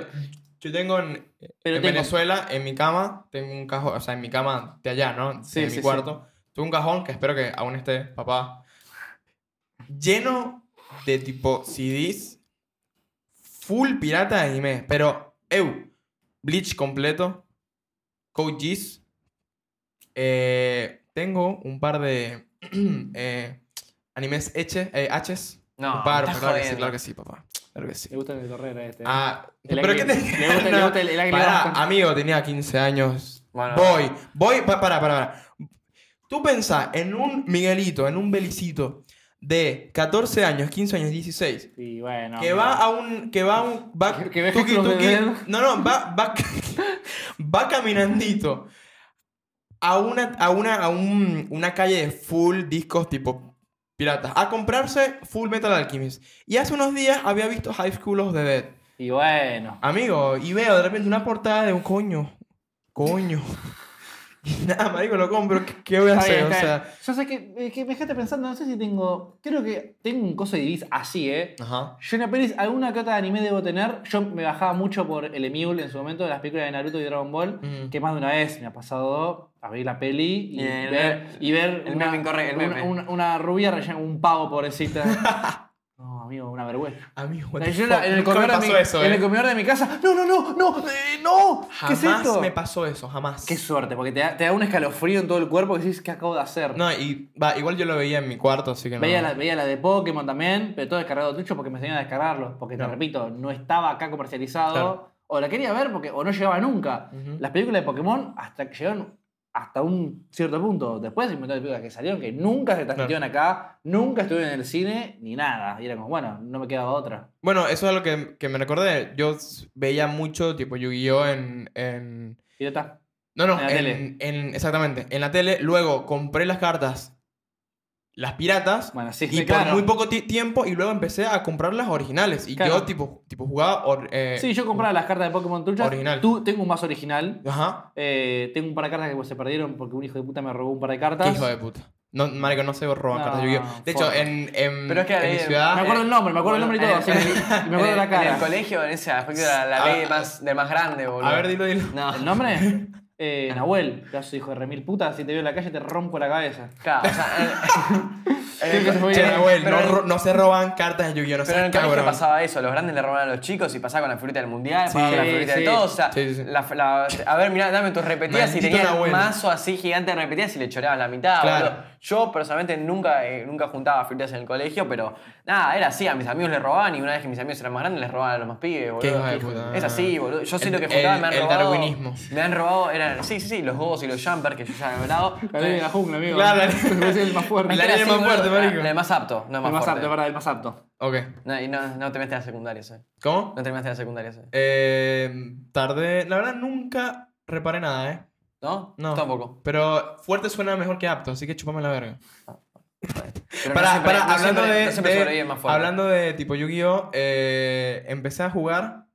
[SPEAKER 1] yo tengo en,
[SPEAKER 3] Pero
[SPEAKER 1] en
[SPEAKER 3] tengo-
[SPEAKER 1] Venezuela, en mi cama, tengo un cajón, o sea, en mi cama de allá, ¿no?
[SPEAKER 3] Sí,
[SPEAKER 1] en mi
[SPEAKER 3] sí, sí.
[SPEAKER 1] cuarto. Tengo un cajón que espero que aún esté, papá, lleno de tipo CDs, full pirata de anime, pero, eu, Bleach completo, Code Geass, eh, tengo un par de eh, animes H's, eh, H's.
[SPEAKER 2] No,
[SPEAKER 1] un par,
[SPEAKER 2] me estás
[SPEAKER 1] claro que sí,
[SPEAKER 2] jodiendo.
[SPEAKER 1] claro que sí, papá, claro que sí.
[SPEAKER 3] Le gusta el Torrera este.
[SPEAKER 1] Ah,
[SPEAKER 3] El
[SPEAKER 1] pero ¿qué
[SPEAKER 3] águila-
[SPEAKER 1] te
[SPEAKER 3] le gusta- le gusta el- el águila
[SPEAKER 1] Pará, ah,
[SPEAKER 3] bastante.
[SPEAKER 1] amigo, tenía 15 años.
[SPEAKER 2] Bueno.
[SPEAKER 1] voy, voy, pa- pará, pará, pará. Tú pensás en un Miguelito, en un Belicito de 14 años, 15 años, 16,
[SPEAKER 3] Y bueno.
[SPEAKER 1] que
[SPEAKER 3] mira.
[SPEAKER 1] va a un que va a un va
[SPEAKER 3] Que ve Club de Dead.
[SPEAKER 1] no, no, va va va caminandito a una a una a un- una calle de full discos tipo piratas a comprarse Full Metal Alchemist. Y hace unos días había visto High School of the Dead.
[SPEAKER 3] Y bueno.
[SPEAKER 1] Amigo, y veo de repente una portada de un coño. Coño. Y nada, marico, lo compro. ¿Qué, qué voy a
[SPEAKER 3] Está
[SPEAKER 1] hacer?
[SPEAKER 3] bien,
[SPEAKER 1] O
[SPEAKER 3] está bien.
[SPEAKER 1] sea.
[SPEAKER 3] Yo sé que, eh, que me dejaste pensando, no sé si tengo. Creo que tengo un coso de DVDs así, ¿eh?
[SPEAKER 1] Ajá.
[SPEAKER 3] Yo en apenas alguna que otra de anime debo tener. Yo me bajaba mucho por el Emule en su momento de las películas de Naruto y Dragon Ball.
[SPEAKER 1] Mm. Eh,
[SPEAKER 3] Que más de una vez me ha pasado abrir la peli
[SPEAKER 2] Y
[SPEAKER 3] y,
[SPEAKER 2] el
[SPEAKER 3] ver,
[SPEAKER 2] meme-
[SPEAKER 3] y ver
[SPEAKER 2] el
[SPEAKER 3] una,
[SPEAKER 2] meme incorrecto, el
[SPEAKER 3] una-
[SPEAKER 2] meme.
[SPEAKER 3] una- una rubia rellena con un pavo, pobrecita. no, amigo, una vergüenza.
[SPEAKER 1] Amigo, what the
[SPEAKER 3] Yo
[SPEAKER 1] fuck,
[SPEAKER 3] la- en el
[SPEAKER 1] nunca
[SPEAKER 3] comedor
[SPEAKER 1] me pasó
[SPEAKER 3] de mi-
[SPEAKER 1] eso,
[SPEAKER 3] en
[SPEAKER 1] eh.
[SPEAKER 3] el comedor de mi casa. No, no, no, no, eh, no. ¿Qué
[SPEAKER 1] Jamás
[SPEAKER 3] es esto?
[SPEAKER 1] me pasó eso, jamás.
[SPEAKER 3] Qué suerte, porque te da, te da un escalofrío en todo el cuerpo que dices, ¿qué acabo de hacer?
[SPEAKER 1] no, y va, igual yo lo veía en mi cuarto, así que no.
[SPEAKER 3] Veía la, veía la de Pokémon también, pero todo descargado trucho porque me enseñaron a descargarlo. Porque te
[SPEAKER 1] Claro.
[SPEAKER 3] repito, no estaba acá comercializado.
[SPEAKER 1] Claro.
[SPEAKER 3] O la quería ver porque o no llegaba nunca.
[SPEAKER 1] Ujú.
[SPEAKER 3] Las películas de Pokémon hasta que llegaron hasta un cierto punto. Después se inventaron películas que salieron que nunca se transmitieron acá, nunca estuvieron en el cine, ni nada. Y era como, bueno, no me quedaba otra.
[SPEAKER 1] Bueno, eso es algo que, que me recordé. Yo s- veía mucho, tipo, Yu-Gi-Oh! en- en
[SPEAKER 3] Y ya está.
[SPEAKER 1] No, no,
[SPEAKER 3] En la
[SPEAKER 1] en, en- exactamente, en la tele. Luego compré las cartas, las piratas
[SPEAKER 3] Bueno, sí,
[SPEAKER 1] y por
[SPEAKER 3] claro.
[SPEAKER 1] muy poco ti- tiempo y luego empecé a comprar las originales. Y
[SPEAKER 3] Claro.
[SPEAKER 1] yo tipo, tipo jugaba... or- eh,
[SPEAKER 3] Sí, yo compraba las cartas de Pokémon truchas.
[SPEAKER 1] Original.
[SPEAKER 3] Tú, tengo un más original.
[SPEAKER 1] Ajá.
[SPEAKER 3] Eh, tengo un par de cartas que pues, se perdieron porque un hijo de puta me robó un par de
[SPEAKER 1] Qué
[SPEAKER 3] cartas.
[SPEAKER 1] hijo de puta. No, marico, no se roban
[SPEAKER 3] No,
[SPEAKER 1] cartas de Yu-Gi-Oh. De hecho,
[SPEAKER 3] fuck.
[SPEAKER 1] en, en,
[SPEAKER 2] Pero es que,
[SPEAKER 1] en mi
[SPEAKER 2] eh,
[SPEAKER 1] ciudad...
[SPEAKER 3] Me acuerdo el nombre, me acuerdo el nombre y todo.
[SPEAKER 2] Bueno,
[SPEAKER 3] sí, y me acuerdo
[SPEAKER 2] en,
[SPEAKER 3] la
[SPEAKER 2] el-
[SPEAKER 3] cara.
[SPEAKER 2] En el colegio, en ese aspecto, era la
[SPEAKER 1] Ah.
[SPEAKER 2] ley más, del más grande, boludo.
[SPEAKER 1] a ver, dilo, dilo.
[SPEAKER 2] No,
[SPEAKER 3] ¿El nombre?
[SPEAKER 1] Ah.
[SPEAKER 3] Eh, Nahuel, pedazo de hijo de remil puta, si te veo en la calle te rompo la cabeza.
[SPEAKER 2] Claro, o sea. en- en el-
[SPEAKER 3] Creo que se fue
[SPEAKER 1] Che,
[SPEAKER 3] bien.
[SPEAKER 2] en el-
[SPEAKER 1] Nahuel,
[SPEAKER 2] pero
[SPEAKER 1] no,
[SPEAKER 2] en el-
[SPEAKER 1] ro- no se roban cartas de Yu-Gi-Oh. No
[SPEAKER 2] Pero en
[SPEAKER 1] seas
[SPEAKER 2] el colegio
[SPEAKER 1] cabrón.
[SPEAKER 2] pasaba eso, los grandes le robaban a los chicos y pasaba con la figurita del mundial,
[SPEAKER 3] Sí,
[SPEAKER 2] pasaba con la figurita
[SPEAKER 3] sí.
[SPEAKER 2] de todos. O sea,
[SPEAKER 1] Sí, sí, sí.
[SPEAKER 2] la- la- a ver, mirá, dame tus repetidas. Si
[SPEAKER 1] Maldito
[SPEAKER 2] tenías
[SPEAKER 1] Nahuel.
[SPEAKER 2] mazo así gigante de repetidas y le choreabas la mitad.
[SPEAKER 1] Claro.
[SPEAKER 2] boludo. Yo personalmente nunca, eh, nunca juntaba figuritas en el colegio, pero nada, era así. A mis amigos les robaban y una vez que mis amigos eran más grandes les robaban a los más pibes,
[SPEAKER 1] Qué hijo
[SPEAKER 2] boludo.
[SPEAKER 1] de puta.
[SPEAKER 2] Es así, boludo. Yo sé
[SPEAKER 1] El-
[SPEAKER 2] lo que juntaba,
[SPEAKER 1] el-
[SPEAKER 2] me han
[SPEAKER 1] el
[SPEAKER 2] robado.
[SPEAKER 1] darwinismo.
[SPEAKER 2] Me han robado, eran, sí, sí, sí, los gobos y los jumpers que yo ya he hablado.
[SPEAKER 3] La ley de la jungla, amigo.
[SPEAKER 1] Claro, la-
[SPEAKER 3] es el más fuerte.
[SPEAKER 1] La
[SPEAKER 3] el
[SPEAKER 1] ley del
[SPEAKER 2] Era
[SPEAKER 1] más
[SPEAKER 2] así, boludo,
[SPEAKER 1] fuerte, marico.
[SPEAKER 2] era El más apto, no el más,
[SPEAKER 3] más
[SPEAKER 2] fuerte.
[SPEAKER 3] apto, es verdad, el más apto.
[SPEAKER 1] Ok.
[SPEAKER 2] No, y no, no te metes a secundaria, ¿sabes?
[SPEAKER 1] ¿Cómo?
[SPEAKER 2] No terminaste la secundaria, ¿sí?
[SPEAKER 1] Eh, tardé... La verdad, nunca reparé nada, ¿eh?
[SPEAKER 2] ¿No?
[SPEAKER 1] No.
[SPEAKER 2] Tampoco.
[SPEAKER 1] Pero fuerte suena mejor que apto, así que chupame la verga.
[SPEAKER 2] Pero no
[SPEAKER 1] Para,
[SPEAKER 2] siempre-
[SPEAKER 1] para,
[SPEAKER 2] no
[SPEAKER 1] hablando
[SPEAKER 2] siempre-
[SPEAKER 1] de,
[SPEAKER 2] no siempre
[SPEAKER 1] de-
[SPEAKER 2] sobrevive el más fuerte.
[SPEAKER 1] hablando de tipo Yu-Gi-Oh, eh, empecé a jugar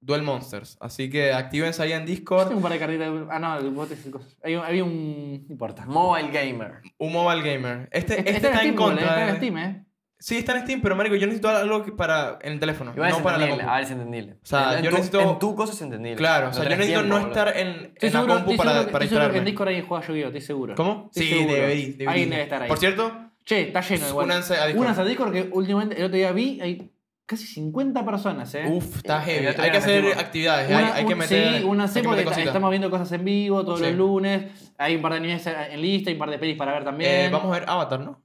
[SPEAKER 1] Duel Monsters, así que actívense ahí en
[SPEAKER 3] Yo
[SPEAKER 1] Discord,
[SPEAKER 3] tengo un par de cartitas. de- Ah, no, el bote es el coso. Hay un- Había un. No importa.
[SPEAKER 2] Mobile Gamer.
[SPEAKER 1] un mobile gamer. Este, este,
[SPEAKER 3] en
[SPEAKER 1] está en
[SPEAKER 3] Steam, boludo,
[SPEAKER 1] contra.
[SPEAKER 3] Está en
[SPEAKER 1] eh.
[SPEAKER 3] Steam, eh.
[SPEAKER 1] Sí, está en Steam, pero marico, yo necesito algo que para en el teléfono,
[SPEAKER 2] Igual
[SPEAKER 1] no
[SPEAKER 2] es
[SPEAKER 1] para la
[SPEAKER 2] entendible.
[SPEAKER 1] compu.
[SPEAKER 2] A ver, es entendible.
[SPEAKER 1] O sea,
[SPEAKER 2] En- en
[SPEAKER 1] yo
[SPEAKER 2] tu-
[SPEAKER 1] necesito-
[SPEAKER 2] En tu cosa es entendible.
[SPEAKER 1] Claro, o sea, yo
[SPEAKER 2] No tenés
[SPEAKER 1] necesito
[SPEAKER 2] tiempo,
[SPEAKER 1] no
[SPEAKER 2] boludo.
[SPEAKER 1] estar en,
[SPEAKER 3] Estoy
[SPEAKER 1] en la
[SPEAKER 3] seguro,
[SPEAKER 1] compu
[SPEAKER 3] estoy
[SPEAKER 1] para,
[SPEAKER 3] seguro-
[SPEAKER 1] para
[SPEAKER 3] estoy seguro que en
[SPEAKER 1] distraerme.
[SPEAKER 3] Discord alguien juega Yu-Gi-Oh, estoy seguro.
[SPEAKER 1] ¿Cómo?
[SPEAKER 3] Estoy
[SPEAKER 1] Sí,
[SPEAKER 3] seguro.
[SPEAKER 1] debería, debería.
[SPEAKER 3] Alguien debe estar ahí.
[SPEAKER 1] Por cierto,
[SPEAKER 3] Che, está lleno igual.
[SPEAKER 1] únanse a Discord.
[SPEAKER 3] Únanse a Discord que últimamente, el otro día vi, hay casi 50 personas, eh.
[SPEAKER 1] Uf, está
[SPEAKER 2] El
[SPEAKER 1] heavy.
[SPEAKER 2] otro
[SPEAKER 1] Hay
[SPEAKER 2] día
[SPEAKER 1] que
[SPEAKER 2] nos
[SPEAKER 1] hacer
[SPEAKER 2] metimos.
[SPEAKER 1] actividades,
[SPEAKER 3] Una-
[SPEAKER 1] hay, hay que
[SPEAKER 3] un-
[SPEAKER 1] meter
[SPEAKER 3] sí, una
[SPEAKER 1] hay
[SPEAKER 3] C
[SPEAKER 1] que
[SPEAKER 3] porque
[SPEAKER 1] meter
[SPEAKER 3] está-
[SPEAKER 1] cositas.
[SPEAKER 3] estamos viendo cosas en vivo todos
[SPEAKER 1] Sí.
[SPEAKER 3] los lunes. Hay un par de animes en lista, hay un par de pelis para ver también.
[SPEAKER 1] Eh, vamos a ver Avatar, ¿no?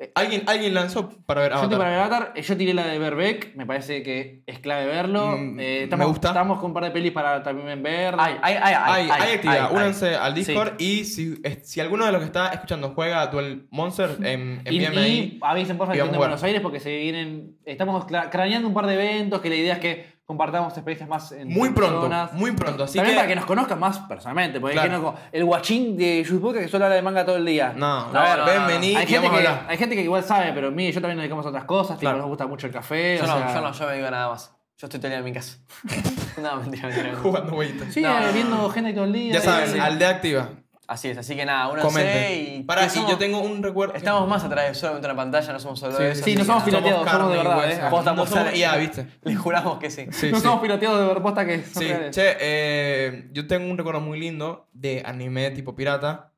[SPEAKER 3] Eh,
[SPEAKER 1] Alguien, alguien lanzó para ver
[SPEAKER 3] Yo estoy para
[SPEAKER 1] Avatar.
[SPEAKER 3] ver Avatar, eh, yo tiré la de Verbeck, me parece que es clave verlo.
[SPEAKER 1] Mm,
[SPEAKER 3] Eh,
[SPEAKER 1] me
[SPEAKER 3] estamos,
[SPEAKER 1] gusta.
[SPEAKER 3] estamos con un par de pelis para también ver.
[SPEAKER 2] Ay, ay, ay,
[SPEAKER 1] Hay,
[SPEAKER 2] ay.
[SPEAKER 1] hay actividad,
[SPEAKER 2] ay,
[SPEAKER 1] únanse al
[SPEAKER 3] Sí.
[SPEAKER 1] Discord y si, es- si alguno de los que está escuchando juega Duel Monster, em,
[SPEAKER 3] y,
[SPEAKER 1] envíame
[SPEAKER 3] y
[SPEAKER 1] ahí.
[SPEAKER 3] avisen por favor
[SPEAKER 1] y vamos
[SPEAKER 3] que estén en
[SPEAKER 1] a jugar.
[SPEAKER 3] Buenos Aires porque se vienen. Estamos cla- craneando un par de eventos que la idea es que compartamos experiencias más en
[SPEAKER 1] Muy pronto,
[SPEAKER 3] personas.
[SPEAKER 1] muy pronto. Así
[SPEAKER 3] también
[SPEAKER 1] que,
[SPEAKER 3] para que nos conozcan más personalmente, porque
[SPEAKER 1] Claro.
[SPEAKER 3] hay gente como el guachín de Yuzuka que solo habla de manga todo el día.
[SPEAKER 1] No,
[SPEAKER 2] No,
[SPEAKER 1] a ver,
[SPEAKER 2] no,
[SPEAKER 1] ven,
[SPEAKER 2] no, no.
[SPEAKER 1] vení
[SPEAKER 3] hay,
[SPEAKER 1] y
[SPEAKER 3] gente
[SPEAKER 1] vamos a
[SPEAKER 3] que,
[SPEAKER 1] hablar.
[SPEAKER 3] hay gente que igual sabe, pero mí y yo también nos dedicamos a otras cosas, tipo,
[SPEAKER 1] Claro.
[SPEAKER 3] nos gusta mucho el café.
[SPEAKER 2] Yo
[SPEAKER 3] o sea-
[SPEAKER 2] no, yo no, yo me digo nada más. Yo estoy todavía en mi casa. No, mentira, mentira. mentira.
[SPEAKER 1] Jugando huevitas.
[SPEAKER 3] Sí, eh,
[SPEAKER 2] No, no, no.
[SPEAKER 3] viendo gente todo el día.
[SPEAKER 1] ya
[SPEAKER 3] sí,
[SPEAKER 1] saben,
[SPEAKER 3] sí.
[SPEAKER 1] aldea activa.
[SPEAKER 2] Así es, así que nada, únanse
[SPEAKER 1] Comenten.
[SPEAKER 2] y.
[SPEAKER 1] Para,
[SPEAKER 2] y
[SPEAKER 1] y
[SPEAKER 2] somos-
[SPEAKER 1] yo tengo un recuerdo.
[SPEAKER 2] Estamos más atrás de solamente una pantalla, no somos solo
[SPEAKER 1] Sí,
[SPEAKER 2] eso.
[SPEAKER 1] sí,
[SPEAKER 3] no
[SPEAKER 2] así
[SPEAKER 3] somos
[SPEAKER 2] que nada.
[SPEAKER 3] piloteados, somos de
[SPEAKER 1] carne y
[SPEAKER 3] verdad,
[SPEAKER 1] hueso.
[SPEAKER 3] eh.
[SPEAKER 2] Posta,
[SPEAKER 1] No
[SPEAKER 2] posta.
[SPEAKER 1] somos IA, ¿viste?
[SPEAKER 2] Le juramos que sí.
[SPEAKER 1] Sí,
[SPEAKER 3] no
[SPEAKER 1] sí.
[SPEAKER 3] somos piloteados de ver postas que son
[SPEAKER 1] Sí,
[SPEAKER 3] reales.
[SPEAKER 1] che, eh, yo tengo un recuerdo muy lindo de anime tipo pirata,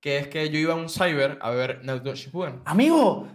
[SPEAKER 1] que es que yo iba a un cyber a ver Naruto Shippuden.
[SPEAKER 3] Amigo,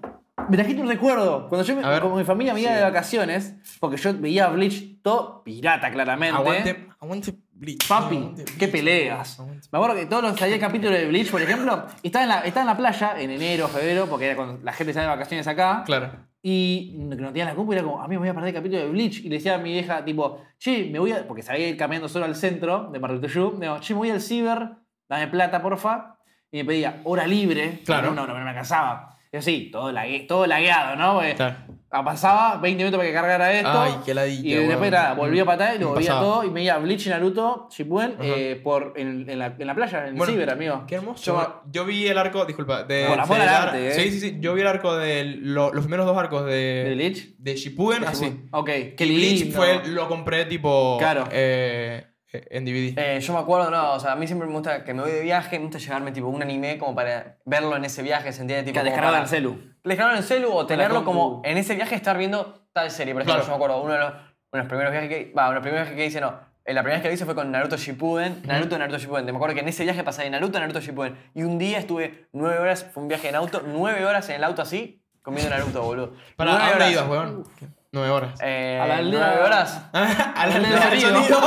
[SPEAKER 3] me trajiste un recuerdo. Cuando yo me-
[SPEAKER 1] A ver.
[SPEAKER 3] con mi familia me iba de vacaciones, porque yo veía Bleach todo pirata, claramente.
[SPEAKER 1] Aguante, aguante Bleach.
[SPEAKER 3] Papi,
[SPEAKER 1] aguante
[SPEAKER 3] qué
[SPEAKER 1] Bleach.
[SPEAKER 3] peleas.
[SPEAKER 1] Aguante.
[SPEAKER 3] Me acuerdo que todos los salía el capítulo de Bleach, por ejemplo, y estaba en la, estaba en la playa en enero, febrero, porque era cuando la gente sale de vacaciones acá.
[SPEAKER 1] Claro.
[SPEAKER 3] Y no- que no tenía la compu y era como, a mí me voy a perder el capítulo de Bleach. Y le decía a mi vieja, tipo, che, me voy a. Porque sabía ir caminando solo al centro de Marruecuyú. Digo, che, me voy al ciber, dame plata, porfa. Y me pedía hora libre.
[SPEAKER 1] Claro.
[SPEAKER 3] No, no, no, no me alcanzaba. Yo sí, todo, lague- todo lagueado, ¿no? Porque
[SPEAKER 1] Claro.
[SPEAKER 3] Pasaba 20 minutos para que cargara esto.
[SPEAKER 1] Ay, qué ladilla,
[SPEAKER 3] Y después
[SPEAKER 1] weón.
[SPEAKER 3] nada, volvía para atrás y lo
[SPEAKER 1] Me
[SPEAKER 3] volvía
[SPEAKER 1] pasaba.
[SPEAKER 3] todo. Y me iba a Bleach y Naruto, Shippuden,
[SPEAKER 1] Ajá.
[SPEAKER 3] eh, por, en, en la, en la playa, en el
[SPEAKER 1] Bueno,
[SPEAKER 3] ciber, amigo.
[SPEAKER 1] Qué hermoso.
[SPEAKER 3] Yo-
[SPEAKER 1] Yo, yo vi el arco, disculpa, de.
[SPEAKER 3] Por amor al
[SPEAKER 1] del
[SPEAKER 3] arte, eh.
[SPEAKER 1] Sí, sí, sí. Yo vi el arco de lo- los primeros dos arcos de.
[SPEAKER 3] ¿De Bleach?
[SPEAKER 1] de Shippuden, así.
[SPEAKER 3] Ok, qué
[SPEAKER 1] Ah, Y
[SPEAKER 3] lindo.
[SPEAKER 1] Bleach fue, lo compré tipo.
[SPEAKER 3] Claro.
[SPEAKER 1] eh, en DVD.
[SPEAKER 2] Eh, yo me acuerdo, no, o sea, a mí siempre me gusta que me voy de viaje, me gusta llevarme tipo un anime como para verlo en ese viaje, ¿entiendes? Tipo,
[SPEAKER 3] Que
[SPEAKER 2] como
[SPEAKER 3] descargaba
[SPEAKER 2] para-
[SPEAKER 3] el celu.
[SPEAKER 2] Descargarlo en el celu o tenerlo
[SPEAKER 3] compu.
[SPEAKER 2] como en ese viaje estar viendo tal serie. Por ejemplo,
[SPEAKER 1] Claro.
[SPEAKER 2] yo me acuerdo, uno de los, uno de los primeros viajes que. Va, uno de los primeros viajes que hice, no. eh, La primera vez que lo hice fue con Naruto Shippuden, Naruto, Naruto Shippuden. Me acuerdo que en ese viaje pasé de Naruto a Naruto Shippuden. Y un día estuve nueve horas, fue un viaje en auto, nueve horas en el auto así, comiendo Naruto, boludo.
[SPEAKER 1] Para,
[SPEAKER 2] Nueve
[SPEAKER 1] ¿a dónde
[SPEAKER 2] horas.
[SPEAKER 1] ibas, weón? Nueve horas.
[SPEAKER 2] Uh.
[SPEAKER 1] Ah,
[SPEAKER 2] Eh,
[SPEAKER 3] A la aldea-
[SPEAKER 2] nueve horas.
[SPEAKER 1] a la
[SPEAKER 3] al
[SPEAKER 1] aldea del
[SPEAKER 3] sonido.
[SPEAKER 1] sonido.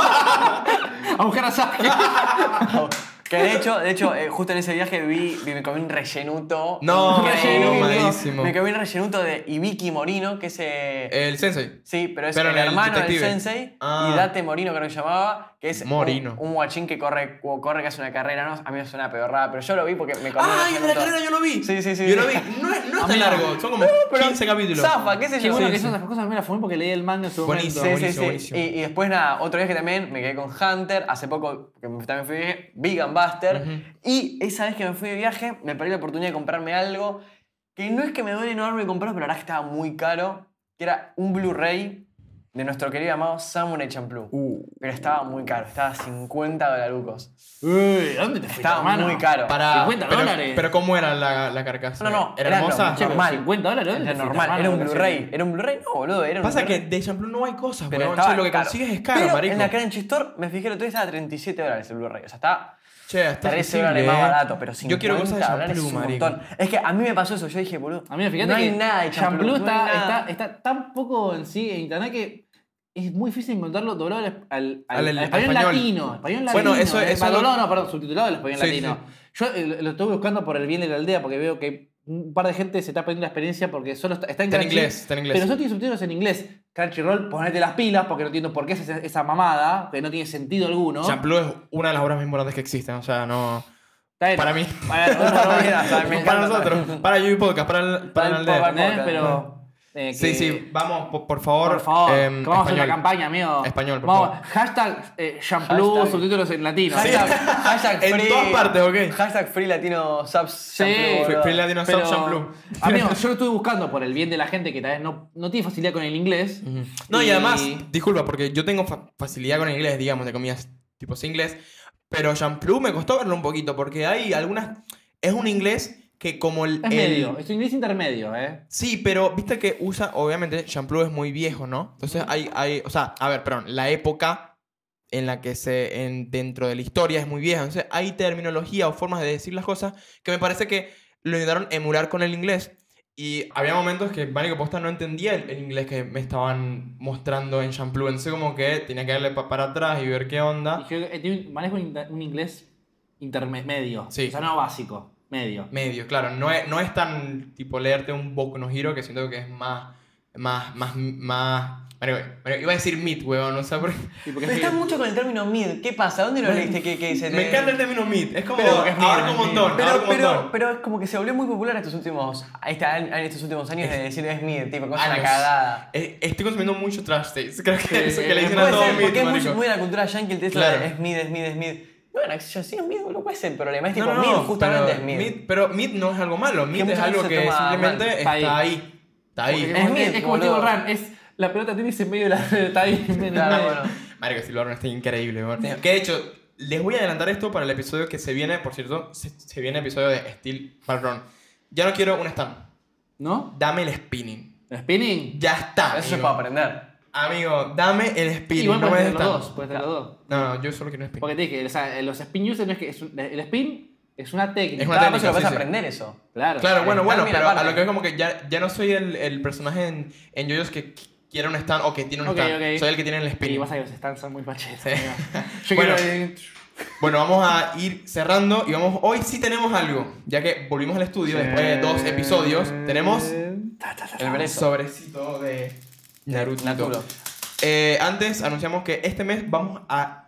[SPEAKER 3] A buscar a Sasuke.
[SPEAKER 2] Oh, Que de hecho, de hecho eh, justo en ese viaje vi, vi- me comí un rellenuto.
[SPEAKER 1] No,
[SPEAKER 2] Increíble.
[SPEAKER 1] malísimo.
[SPEAKER 2] Me comí un rellenuto de Ibiki Morino, que es. eh,
[SPEAKER 1] El sensei.
[SPEAKER 2] sí, pero es
[SPEAKER 1] pero
[SPEAKER 2] el
[SPEAKER 1] en el
[SPEAKER 2] hermano del
[SPEAKER 1] detective.
[SPEAKER 2] sensei.
[SPEAKER 1] Ah.
[SPEAKER 2] Y Date Morino, creo que se llamaba. que es un-
[SPEAKER 1] Morino.
[SPEAKER 2] Un, guachín que corre, o corre que hace una carrera, no, a mí me suena pedorrada, pero yo lo vi porque me comí
[SPEAKER 1] ¡Ay, Ah, en la carrera yo lo vi!
[SPEAKER 2] Sí, sí, sí.
[SPEAKER 1] Yo lo vi. No es, no es tan largo, son como 15 capítulos.
[SPEAKER 2] Zafa, qué sé
[SPEAKER 3] Sí,
[SPEAKER 2] yo.
[SPEAKER 3] bueno,
[SPEAKER 2] Sí,
[SPEAKER 3] que esas cosas a mí me las fumé porque leí el manga en su
[SPEAKER 1] Buenísimo,
[SPEAKER 3] momento.
[SPEAKER 2] Sí, sí,
[SPEAKER 1] buenísimo,
[SPEAKER 2] sí.
[SPEAKER 1] buenísimo.
[SPEAKER 2] Y, y después, nada, otro viaje también me quedé con Hunter. Hace poco que me- también fui de viaje, Vegan Buster.
[SPEAKER 1] Ujú.
[SPEAKER 2] Y esa vez que me fui de viaje, me perdí la oportunidad de comprarme algo que no es que me duele no haberme comprado, pero la verdad que estaba muy caro. Que era un Blu-ray de nuestro querido amado Samurai Champloo.
[SPEAKER 1] Uh,
[SPEAKER 2] Pero estaba muy caro, estaba 50 dolarucos.
[SPEAKER 3] Uy, ¿dónde te fuiste,
[SPEAKER 2] Estaba
[SPEAKER 3] hermano?
[SPEAKER 2] muy caro.
[SPEAKER 1] para,
[SPEAKER 3] 50
[SPEAKER 1] pero,
[SPEAKER 3] dólares.
[SPEAKER 1] Pero ¿cómo era la, la carcasa?
[SPEAKER 2] No, no,
[SPEAKER 1] ¿Era
[SPEAKER 2] era
[SPEAKER 1] hermosa?
[SPEAKER 2] normal, chico. Mal.
[SPEAKER 3] 50 dólares, ¿dónde
[SPEAKER 2] Era
[SPEAKER 3] te fuiste,
[SPEAKER 2] normal,
[SPEAKER 3] hermano,
[SPEAKER 2] era un
[SPEAKER 3] de
[SPEAKER 2] Blu-ray.
[SPEAKER 3] vacaciones?
[SPEAKER 2] Era un Blu-ray, no, boludo, era un
[SPEAKER 1] Pasa que
[SPEAKER 2] Blu-ray.
[SPEAKER 1] de Champloo no hay cosas,
[SPEAKER 2] Pero
[SPEAKER 1] weón.
[SPEAKER 2] estaba
[SPEAKER 1] Entonces lo que
[SPEAKER 2] caro.
[SPEAKER 1] consigues es caro,
[SPEAKER 2] Pero
[SPEAKER 1] marico.
[SPEAKER 2] En la Crunchy Store, me fijé el otro día estaba 37 dólares el Blu-ray. O sea, está
[SPEAKER 1] Che, está
[SPEAKER 2] 13
[SPEAKER 1] accesible,
[SPEAKER 2] dólares más
[SPEAKER 1] eh.
[SPEAKER 2] barato, pero 50
[SPEAKER 1] Yo quiero cosas de
[SPEAKER 2] dólares es
[SPEAKER 1] Champloo,
[SPEAKER 2] un
[SPEAKER 1] marico.
[SPEAKER 2] montón. Es que a mí me pasó eso, yo dije, boludo,
[SPEAKER 3] A mí, fíjate
[SPEAKER 2] no hay
[SPEAKER 3] que
[SPEAKER 2] nada de Champloo.
[SPEAKER 3] Champloo
[SPEAKER 2] no hay
[SPEAKER 3] está,
[SPEAKER 2] nada.
[SPEAKER 3] está, está tan poco en sí en internet que es muy difícil encontrarlo doblado al, al,
[SPEAKER 1] Al-
[SPEAKER 3] al,
[SPEAKER 1] al
[SPEAKER 3] al español,
[SPEAKER 1] español.
[SPEAKER 3] latino. Español
[SPEAKER 1] Bueno,
[SPEAKER 3] latino.
[SPEAKER 1] eso-
[SPEAKER 3] eh,
[SPEAKER 1] eso
[SPEAKER 3] va
[SPEAKER 1] lo-
[SPEAKER 3] doblado, no, perdón, subtitulado al español
[SPEAKER 1] Sí,
[SPEAKER 3] latino. Yo eh, lo, lo estoy buscando por el bien de la aldea porque veo que un par de gente se está perdiendo la experiencia porque solo está, está en
[SPEAKER 1] Está en
[SPEAKER 3] Crunchy,
[SPEAKER 1] inglés, está en inglés.
[SPEAKER 3] Pero solo tiene subtítulos en inglés. Crunchyroll, ponete las pilas porque no entiendo por qué es esa, esa mamada, que no tiene sentido alguno.
[SPEAKER 1] Champloo es una de las obras más importantes que existen, o sea, no...
[SPEAKER 3] Está bien.
[SPEAKER 1] para mí.
[SPEAKER 3] Para, para- para-
[SPEAKER 2] Para mí. Me
[SPEAKER 1] para
[SPEAKER 2] encanta.
[SPEAKER 1] nosotros, para Yubi Podcast, para, el- para la
[SPEAKER 2] el
[SPEAKER 1] aldea.
[SPEAKER 2] podcast.
[SPEAKER 3] ¿eh? Pero. eh,
[SPEAKER 1] Sí,
[SPEAKER 3] que-
[SPEAKER 1] sí, vamos, por, por favor.
[SPEAKER 3] Por favor,
[SPEAKER 1] em,
[SPEAKER 3] que vamos a hacer
[SPEAKER 1] español.
[SPEAKER 3] una campaña, amigo.
[SPEAKER 1] Español, por
[SPEAKER 3] Vamos,
[SPEAKER 1] favor.
[SPEAKER 3] Hashtag eh, shampoo,
[SPEAKER 2] Hashtag-
[SPEAKER 3] subtítulos en latino.
[SPEAKER 2] Hashtag,
[SPEAKER 3] Hashtag-
[SPEAKER 2] hashtag
[SPEAKER 1] En
[SPEAKER 2] free.
[SPEAKER 1] todas partes, ¿ok?
[SPEAKER 2] Hashtag free latino subs. Champloo,
[SPEAKER 3] Sí.
[SPEAKER 1] Free-
[SPEAKER 2] boludo.
[SPEAKER 1] Free Latino Sub
[SPEAKER 3] pero-
[SPEAKER 1] Champloo.
[SPEAKER 3] Amigo, yo estuve buscando por el bien de la gente que tal vez no, no tiene facilidad con el inglés.
[SPEAKER 1] No, y además, disculpa, porque yo tengo fa- facilidad con el inglés, digamos, de comillas, tipos inglés. Pero Champloo me costó verlo un poquito, porque hay algunas. Es un inglés que, como el.
[SPEAKER 3] Es
[SPEAKER 1] el-
[SPEAKER 3] medio, es un inglés intermedio, ¿eh?
[SPEAKER 1] Sí, pero viste que usa, obviamente, Champloo es muy viejo, ¿no? Entonces hay, hay, o sea, a ver, perdón, la época en la que se, en, dentro de la historia es muy vieja. Entonces hay terminología o formas de decir las cosas que me parece que lo intentaron emular con el inglés. Y había momentos que Marico Posta no entendía el, el inglés que me estaban mostrando en Champloo. Entonces como que tenía que darle pa- para atrás y ver qué onda.
[SPEAKER 3] Y yo eh, tiene un- manejo un, inter- un inglés intermedio.
[SPEAKER 1] Sí.
[SPEAKER 3] O sea, no básico, medio.
[SPEAKER 1] Medio, claro. No es, no es tan tipo leerte un Boku no Hero que siento que es más. Más. Más. Más. Marico, marico, iba a decir mid, weón. O sea, porque.
[SPEAKER 3] Y porque
[SPEAKER 2] Pero
[SPEAKER 3] es
[SPEAKER 2] está
[SPEAKER 3] que-
[SPEAKER 2] mucho con el término mid. ¿Qué pasa? ¿Dónde lo leíste? ¿Qué, qué se te-
[SPEAKER 1] Me encanta el término mid. Es como.
[SPEAKER 2] Pero-
[SPEAKER 1] Pero, abarca un montón.
[SPEAKER 2] Pero,
[SPEAKER 1] abarca un
[SPEAKER 2] pero,
[SPEAKER 1] montón.
[SPEAKER 2] pero es como que se volvió muy popular estos últimos, este- en estos últimos años de decir es mid, tipo, cosa una
[SPEAKER 1] Años.
[SPEAKER 2] cagada.
[SPEAKER 1] Eh, Estoy consumiendo mucho trash tapes. Creo que
[SPEAKER 3] Sí,
[SPEAKER 1] eso que le dicen a
[SPEAKER 2] Puede
[SPEAKER 1] todo
[SPEAKER 2] ser,
[SPEAKER 1] mid,
[SPEAKER 2] porque es muy,
[SPEAKER 1] marico.
[SPEAKER 2] muy de la cultura yankee el texto
[SPEAKER 1] Claro.
[SPEAKER 2] de es mid, es mid, es mid. Bueno, qué sé yo, sí es mid, boludo, puede ser el problema. Es tipo
[SPEAKER 1] No, no,
[SPEAKER 2] mid,
[SPEAKER 1] no,
[SPEAKER 2] justamente
[SPEAKER 1] pero
[SPEAKER 2] es mid.
[SPEAKER 1] mid- Pero mid no es algo malo. Mid es
[SPEAKER 2] muchas
[SPEAKER 1] algo
[SPEAKER 2] veces
[SPEAKER 1] que
[SPEAKER 2] se toma
[SPEAKER 1] simplemente
[SPEAKER 2] mal.
[SPEAKER 1] está ahí.
[SPEAKER 3] Está
[SPEAKER 1] Está ahí.
[SPEAKER 3] Es,
[SPEAKER 2] mid,
[SPEAKER 3] es como el
[SPEAKER 2] boludo.
[SPEAKER 3] tipo Ran, es la pelota tenis en medio de la está ahí, en medio.
[SPEAKER 2] Claro, bueno.
[SPEAKER 1] Marico, si lo abren está increíble, weón. Que de hecho, les voy a adelantar esto para el episodio que se viene, por cierto, se, se viene episodio de Steel Marrón. Ya no quiero un stand.
[SPEAKER 3] ¿No?
[SPEAKER 1] Dame el spinning.
[SPEAKER 3] ¿Spinning?
[SPEAKER 1] Ya está.
[SPEAKER 2] Eso es
[SPEAKER 1] amigo.
[SPEAKER 2] para aprender.
[SPEAKER 1] Amigo, dame el spinning.
[SPEAKER 3] Igual
[SPEAKER 1] no me
[SPEAKER 3] puedes
[SPEAKER 1] des
[SPEAKER 3] tener los
[SPEAKER 1] stand.
[SPEAKER 3] dos, puedes tener los dos.
[SPEAKER 1] No, no, yo solo quiero un spinning.
[SPEAKER 3] Porque te dije, o sea, los spin users no es que es un- el spin es una técnica.
[SPEAKER 1] Es una
[SPEAKER 2] Cada paso
[SPEAKER 1] técnica,
[SPEAKER 2] lo vas a
[SPEAKER 1] sí, sí.
[SPEAKER 2] aprender eso.
[SPEAKER 3] Claro.
[SPEAKER 1] Claro,
[SPEAKER 2] El
[SPEAKER 1] bueno, bueno,
[SPEAKER 2] stand viene
[SPEAKER 1] pero a
[SPEAKER 2] aparte.
[SPEAKER 1] lo que es como que ya, ya no soy el, el personaje en, en JoJo's que qu- quiere un stand o que tiene un
[SPEAKER 3] Ok,
[SPEAKER 1] stand.
[SPEAKER 3] ok.
[SPEAKER 1] Soy el que tiene el spinning.
[SPEAKER 3] Y vas a que los stands son muy pachetes.
[SPEAKER 1] Sí.
[SPEAKER 3] amigo.
[SPEAKER 1] Bueno.
[SPEAKER 3] quiero-
[SPEAKER 1] Bueno, vamos a ir cerrando y vamos. Hoy sí tenemos algo, ya que volvimos al estudio después de dos episodios. Tenemos
[SPEAKER 3] Ta, ta, ta, ta.
[SPEAKER 2] El brezo.
[SPEAKER 1] sobrecito de Naruto.
[SPEAKER 2] Naturo.
[SPEAKER 1] Eh, antes anunciamos que este mes vamos a,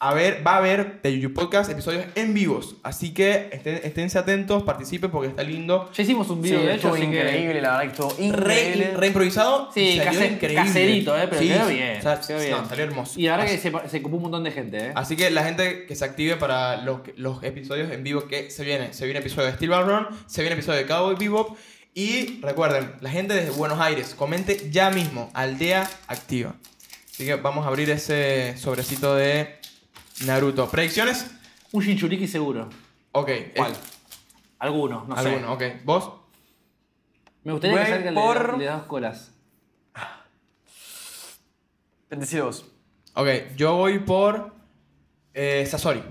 [SPEAKER 1] a ver, va a haber de Yuyu Podcast episodios en vivos. Así que estén, esténse atentos, participen porque está lindo.
[SPEAKER 3] Ya hicimos un
[SPEAKER 2] Sí,
[SPEAKER 3] video de hecho,
[SPEAKER 2] estuvo
[SPEAKER 3] así que-
[SPEAKER 2] increíble, la verdad que estuvo
[SPEAKER 1] Re,
[SPEAKER 2] increíble.
[SPEAKER 1] re improvisado.
[SPEAKER 3] Sí,
[SPEAKER 1] y salió
[SPEAKER 3] case- caserito, eh, pero quedó bien,
[SPEAKER 1] o sea,
[SPEAKER 3] quedó bien.
[SPEAKER 1] no, salió hermoso.
[SPEAKER 3] Y ahora que se, se copó un montón de gente, ¿eh?
[SPEAKER 1] Así que la gente que se active para los, los episodios en vivo que se vienen. Se viene episodio de Steel Run, se viene episodio de Cowboy Bebop. Y recuerden, la gente desde Buenos Aires, comente ya mismo, aldea activa. Así que vamos a abrir ese sobrecito de Naruto. ¿Predicciones?
[SPEAKER 3] Un Shinchuriki seguro.
[SPEAKER 1] Ok.
[SPEAKER 3] ¿Cuál?
[SPEAKER 1] eh,
[SPEAKER 3] Alguno, no sé.
[SPEAKER 1] alguno, ok. ¿Vos?
[SPEAKER 3] Me gustaría que
[SPEAKER 2] Voy
[SPEAKER 3] salga el de-
[SPEAKER 2] por-
[SPEAKER 3] el de dos colas.
[SPEAKER 2] Decide vos.
[SPEAKER 1] Ok, yo voy por eh, Sasori.
[SPEAKER 2] Yo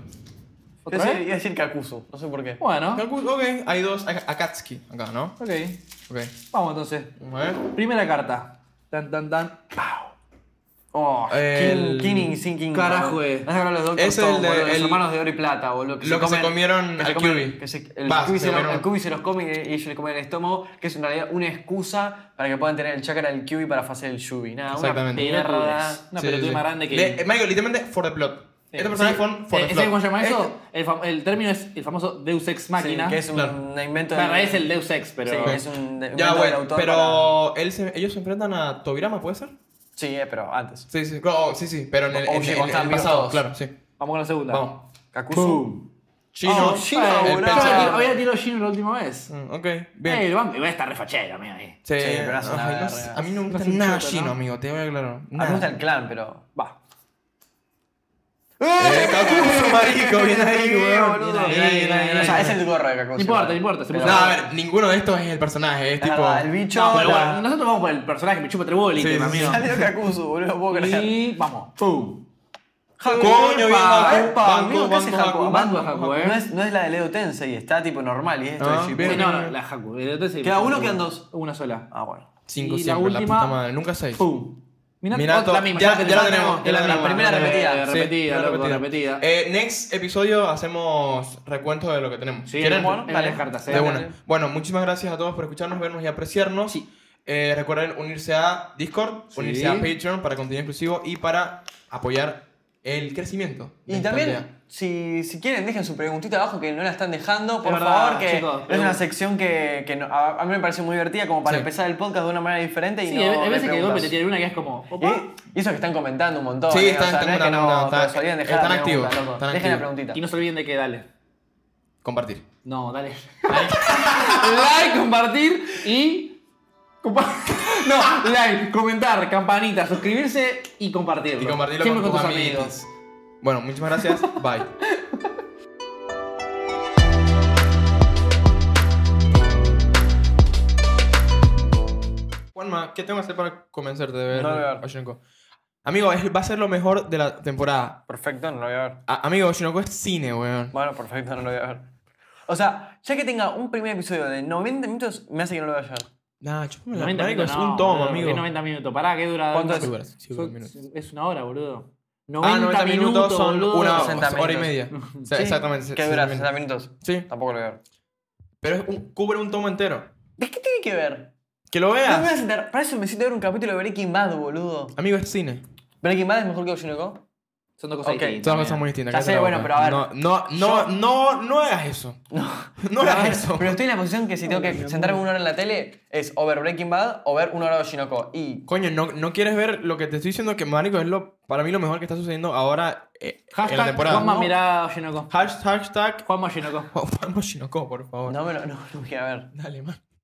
[SPEAKER 3] ¿Otra
[SPEAKER 2] sé-
[SPEAKER 3] vez?
[SPEAKER 2] iba a decir Kakuzu, no sé por qué.
[SPEAKER 3] Bueno,
[SPEAKER 1] Ok, hay dos. Ak- Akatsuki acá, ¿no?
[SPEAKER 3] ok.
[SPEAKER 1] Ok.
[SPEAKER 3] Vamos entonces.
[SPEAKER 1] Vamos a ver.
[SPEAKER 3] Primera carta. Tan, tan, tan. Pau.
[SPEAKER 2] Oh, Oh,
[SPEAKER 1] El-
[SPEAKER 2] King, King y Sin King.
[SPEAKER 3] Carajo,
[SPEAKER 2] boludo.
[SPEAKER 3] eh.
[SPEAKER 2] Vas a hablar de los Dr.
[SPEAKER 1] Es el
[SPEAKER 2] Tom,
[SPEAKER 1] de-
[SPEAKER 2] boludo, los
[SPEAKER 1] el-
[SPEAKER 2] hermanos de oro y plata, boludo.
[SPEAKER 1] Lo que se comieron
[SPEAKER 2] que se
[SPEAKER 1] al
[SPEAKER 2] comen-
[SPEAKER 1] Cubi.
[SPEAKER 2] que se- el,
[SPEAKER 1] Vas,
[SPEAKER 2] Cubi se
[SPEAKER 1] se
[SPEAKER 2] lo-
[SPEAKER 1] comieron-
[SPEAKER 2] el Cubi se los come y ellos le comen el estómago, que es en realidad una excusa para que puedan tener el chakra del Cubi para hacer el Yubi. Nada,
[SPEAKER 1] Exactamente.
[SPEAKER 2] una mierda.
[SPEAKER 3] Pelotudez. Una
[SPEAKER 1] Sí,
[SPEAKER 3] pelotudez
[SPEAKER 1] sí.
[SPEAKER 3] más grande que.
[SPEAKER 1] Le- eh, Michael, literalmente, for the plot.
[SPEAKER 2] Este
[SPEAKER 3] Eh,
[SPEAKER 1] Estos personajes fueron for the
[SPEAKER 3] ¿Sabes
[SPEAKER 1] plot.
[SPEAKER 3] cómo se llama eso?
[SPEAKER 1] Este-
[SPEAKER 3] El, fam- el término es el famoso Deus Ex Máquina.
[SPEAKER 2] Sí, que es un
[SPEAKER 1] Claro.
[SPEAKER 2] invento
[SPEAKER 3] Claro, es el Deus Ex, pero.
[SPEAKER 2] Sí, es un de-
[SPEAKER 1] Ya,
[SPEAKER 2] invento del
[SPEAKER 1] bueno,
[SPEAKER 2] autor para-
[SPEAKER 1] pero él se- ellos se enfrentan a Tobirama, ¿puede ser?
[SPEAKER 2] Sí, eh, pero antes.
[SPEAKER 1] Sí, sí, oh, sí, sí, pero en el,
[SPEAKER 2] O-
[SPEAKER 1] en
[SPEAKER 2] o-
[SPEAKER 1] el-
[SPEAKER 2] o
[SPEAKER 1] en
[SPEAKER 2] están
[SPEAKER 1] el
[SPEAKER 2] vivos
[SPEAKER 1] pasado,
[SPEAKER 2] todos.
[SPEAKER 1] claro, sí.
[SPEAKER 3] Vamos con la segunda. Eh,
[SPEAKER 1] Vamos.
[SPEAKER 2] Kakuzu.
[SPEAKER 1] Chino,
[SPEAKER 2] Oh, Shino,
[SPEAKER 1] el
[SPEAKER 2] boludo.
[SPEAKER 1] pecho.
[SPEAKER 2] Yo
[SPEAKER 3] Había tirado Gino la última vez.
[SPEAKER 1] Mm, Ok, bien.
[SPEAKER 3] Eh, el Bambi. Voy a estar refachero, amigo. ahí.
[SPEAKER 1] Sí,
[SPEAKER 2] pero hace una
[SPEAKER 1] ay, no
[SPEAKER 2] verga.
[SPEAKER 1] sé, a mí no me
[SPEAKER 3] No
[SPEAKER 1] gusta
[SPEAKER 3] hace un
[SPEAKER 1] nada
[SPEAKER 3] choto,
[SPEAKER 1] chino,
[SPEAKER 3] ¿no?
[SPEAKER 1] amigo, te voy a aclarar.
[SPEAKER 2] A mí me
[SPEAKER 1] Nada.
[SPEAKER 2] gusta el Ah, clan, pero.
[SPEAKER 3] Va.
[SPEAKER 1] Eh, Kakuzu, marico, bien ahí, weón.
[SPEAKER 2] boludo.
[SPEAKER 1] Bien ahí, bien ahí, bien
[SPEAKER 2] O sea,
[SPEAKER 1] ahí.
[SPEAKER 2] es el gorro de Kakuzu.
[SPEAKER 3] No importa, no importa, se
[SPEAKER 2] Pero-
[SPEAKER 1] No, a ver, ninguno de estos es el personaje, es
[SPEAKER 2] Es
[SPEAKER 1] tipo...
[SPEAKER 2] verdad, el bicho.
[SPEAKER 3] No, pero
[SPEAKER 2] la-
[SPEAKER 3] bueno, nosotros vamos por el personaje, me chupa tres huevos el
[SPEAKER 1] Sí,
[SPEAKER 3] ítem,
[SPEAKER 1] sí,
[SPEAKER 3] amigo.
[SPEAKER 2] Salió Kakuzu, boludo, no puedo creer.
[SPEAKER 3] Y vamos. ¡Pum!
[SPEAKER 1] Coño, bien,
[SPEAKER 2] Epa,
[SPEAKER 1] Haku,
[SPEAKER 2] epa,
[SPEAKER 1] banco,
[SPEAKER 2] amigo, ¿qué hace
[SPEAKER 1] banco,
[SPEAKER 2] Haku?
[SPEAKER 1] Haku,
[SPEAKER 3] banco, Haku, eh.
[SPEAKER 2] No es, no es la de Leo Tensei, está tipo normal y es esto
[SPEAKER 1] Ah,
[SPEAKER 2] de Shippuden.
[SPEAKER 1] bien.
[SPEAKER 3] Sí, no, no, la Haku. eh, Entonces,
[SPEAKER 2] Queda uno, quedan dos.
[SPEAKER 3] Una sola.
[SPEAKER 2] Ah, bueno.
[SPEAKER 1] Cinco
[SPEAKER 3] Y la
[SPEAKER 1] siempre, la,
[SPEAKER 3] última-
[SPEAKER 1] puta madre. Nunca seis.
[SPEAKER 3] ¡Pum! Minato,
[SPEAKER 1] Minato,
[SPEAKER 3] la misma,
[SPEAKER 1] ya-
[SPEAKER 3] te
[SPEAKER 1] ya la
[SPEAKER 3] falta,
[SPEAKER 1] tenemos, ya la
[SPEAKER 2] tenemos. Primera repetida,
[SPEAKER 1] sí,
[SPEAKER 3] repetida,
[SPEAKER 1] primera
[SPEAKER 3] loco, repetida.
[SPEAKER 1] Eh, next episodio hacemos recuento de lo que tenemos.
[SPEAKER 3] Sí,
[SPEAKER 1] ¿Quieren?
[SPEAKER 3] bueno,
[SPEAKER 2] Dale.
[SPEAKER 3] dale cartas. eh.
[SPEAKER 1] De una. Bueno, muchísimas gracias a todos por escucharnos, vernos y apreciarnos.
[SPEAKER 3] Sí.
[SPEAKER 1] Eh, recuerden unirse a Discord,
[SPEAKER 3] Sí.
[SPEAKER 1] unirse a Patreon para contenido exclusivo y para apoyar el crecimiento. de
[SPEAKER 2] Y
[SPEAKER 1] esta
[SPEAKER 2] también,
[SPEAKER 1] aldea.
[SPEAKER 2] si, si quieren, dejen su preguntita abajo que no la están dejando. Por
[SPEAKER 3] Es verdad,
[SPEAKER 2] favor, que
[SPEAKER 3] chicos,
[SPEAKER 2] es una
[SPEAKER 3] pregunta.
[SPEAKER 2] sección que, que no- a, a mí me parece muy divertida como para
[SPEAKER 1] Sí.
[SPEAKER 2] empezar el podcast de una manera diferente. Y
[SPEAKER 3] Sí,
[SPEAKER 2] no
[SPEAKER 3] hay- hay
[SPEAKER 2] de
[SPEAKER 3] veces que
[SPEAKER 2] preguntas.
[SPEAKER 3] dos me tiran una que es como.
[SPEAKER 1] Eh,
[SPEAKER 3] opa,
[SPEAKER 2] Y- Y eso que están comentando un montón.
[SPEAKER 1] Sí,
[SPEAKER 2] eh,
[SPEAKER 1] están-
[SPEAKER 2] o sea,
[SPEAKER 1] están
[SPEAKER 2] no es que no,
[SPEAKER 1] comentando,
[SPEAKER 2] pero
[SPEAKER 1] están-
[SPEAKER 2] se olviden dejar la
[SPEAKER 1] están activos,
[SPEAKER 2] pregunta, loco.
[SPEAKER 1] están
[SPEAKER 2] Dejen la
[SPEAKER 1] activos.
[SPEAKER 2] preguntita.
[SPEAKER 3] Y no se olviden de que dale.
[SPEAKER 1] Compartir.
[SPEAKER 3] No, dale. like, compartir y. compa- No, like, comentar, campanita, suscribirse y compartirlo.
[SPEAKER 1] Y compartirlo
[SPEAKER 3] Siempre
[SPEAKER 1] con,
[SPEAKER 3] con, tus
[SPEAKER 1] amigos.
[SPEAKER 3] amigos.
[SPEAKER 1] Bueno, muchísimas gracias. Bye. Juanma, ¿qué tengo que hacer para convencerte de ver
[SPEAKER 2] No lo veo.
[SPEAKER 1] Oshinoko? Amigo, es- va a ser lo mejor de la temporada.
[SPEAKER 2] Perfecto, no lo voy a ver.
[SPEAKER 1] A- amigo, Oshinoko es cine, weón.
[SPEAKER 2] Bueno, perfecto, no lo voy a ver. O sea, ya que tenga un primer episodio de 90 minutos, me hace que no lo voy a ver.
[SPEAKER 1] Nah, chúpame la
[SPEAKER 3] 90
[SPEAKER 1] marico,
[SPEAKER 3] minutos.
[SPEAKER 1] es
[SPEAKER 3] no,
[SPEAKER 1] un tomo,
[SPEAKER 3] boludo,
[SPEAKER 1] amigo.
[SPEAKER 3] ¿qué 90 minutos. Pará, ¿qué dura?
[SPEAKER 2] ¿Cuánto
[SPEAKER 1] Sí,
[SPEAKER 2] es?
[SPEAKER 1] dura- sí, dura
[SPEAKER 3] Son-
[SPEAKER 1] minutos.
[SPEAKER 3] Es una hora, boludo. 90,
[SPEAKER 1] Ah, 90 minutos, son
[SPEAKER 3] boludo.
[SPEAKER 1] una
[SPEAKER 2] 60
[SPEAKER 1] hora y
[SPEAKER 2] minutos.
[SPEAKER 1] media. O sea,
[SPEAKER 2] Sí,
[SPEAKER 1] Exactamente.
[SPEAKER 2] ¿Qué dura? ¿60 minutos?
[SPEAKER 1] Sí,
[SPEAKER 2] Tampoco lo voy a ver.
[SPEAKER 1] pero es un- cubre un tomo entero.
[SPEAKER 2] ¿De qué tiene que ver?
[SPEAKER 1] Que lo
[SPEAKER 2] No me voy
[SPEAKER 1] veas.
[SPEAKER 2] a sentar. Para eso me siento a ver un capítulo de Breaking Bad, boludo.
[SPEAKER 1] Amigo, es cine.
[SPEAKER 2] ¿Breaking Bad es mejor que Oshinoko?
[SPEAKER 3] Son dos cosas
[SPEAKER 2] Ok,
[SPEAKER 1] Son
[SPEAKER 3] distintas. ¿eh?
[SPEAKER 1] dos cosas
[SPEAKER 3] mira.
[SPEAKER 1] muy distintas.
[SPEAKER 2] Ya
[SPEAKER 1] cállate
[SPEAKER 2] sé,
[SPEAKER 1] la
[SPEAKER 2] bueno,
[SPEAKER 1] boca.
[SPEAKER 2] pero a ver.
[SPEAKER 1] No, no, no, no, no hagas eso.
[SPEAKER 2] No.
[SPEAKER 1] No hagas eso.
[SPEAKER 2] Ah, Pero estoy en la posición que si tengo que sentarme una hora en la tele, es o ver Breaking Bad o ver una hora de Oshinoko. Y
[SPEAKER 1] Coño, no, no quieres ver lo que te estoy diciendo que, marico, es lo, para mí lo mejor que está sucediendo ahora eh, en la
[SPEAKER 3] Hashtag
[SPEAKER 1] temporada.
[SPEAKER 3] Juanma
[SPEAKER 1] No.
[SPEAKER 3] mirá Oshinoko.
[SPEAKER 1] Hashtag, hashtag,
[SPEAKER 3] Juanma Oshinoko.
[SPEAKER 1] Juan Oshinoko, por favor.
[SPEAKER 2] no me lo no, lo voy a ver.
[SPEAKER 1] Dale, man.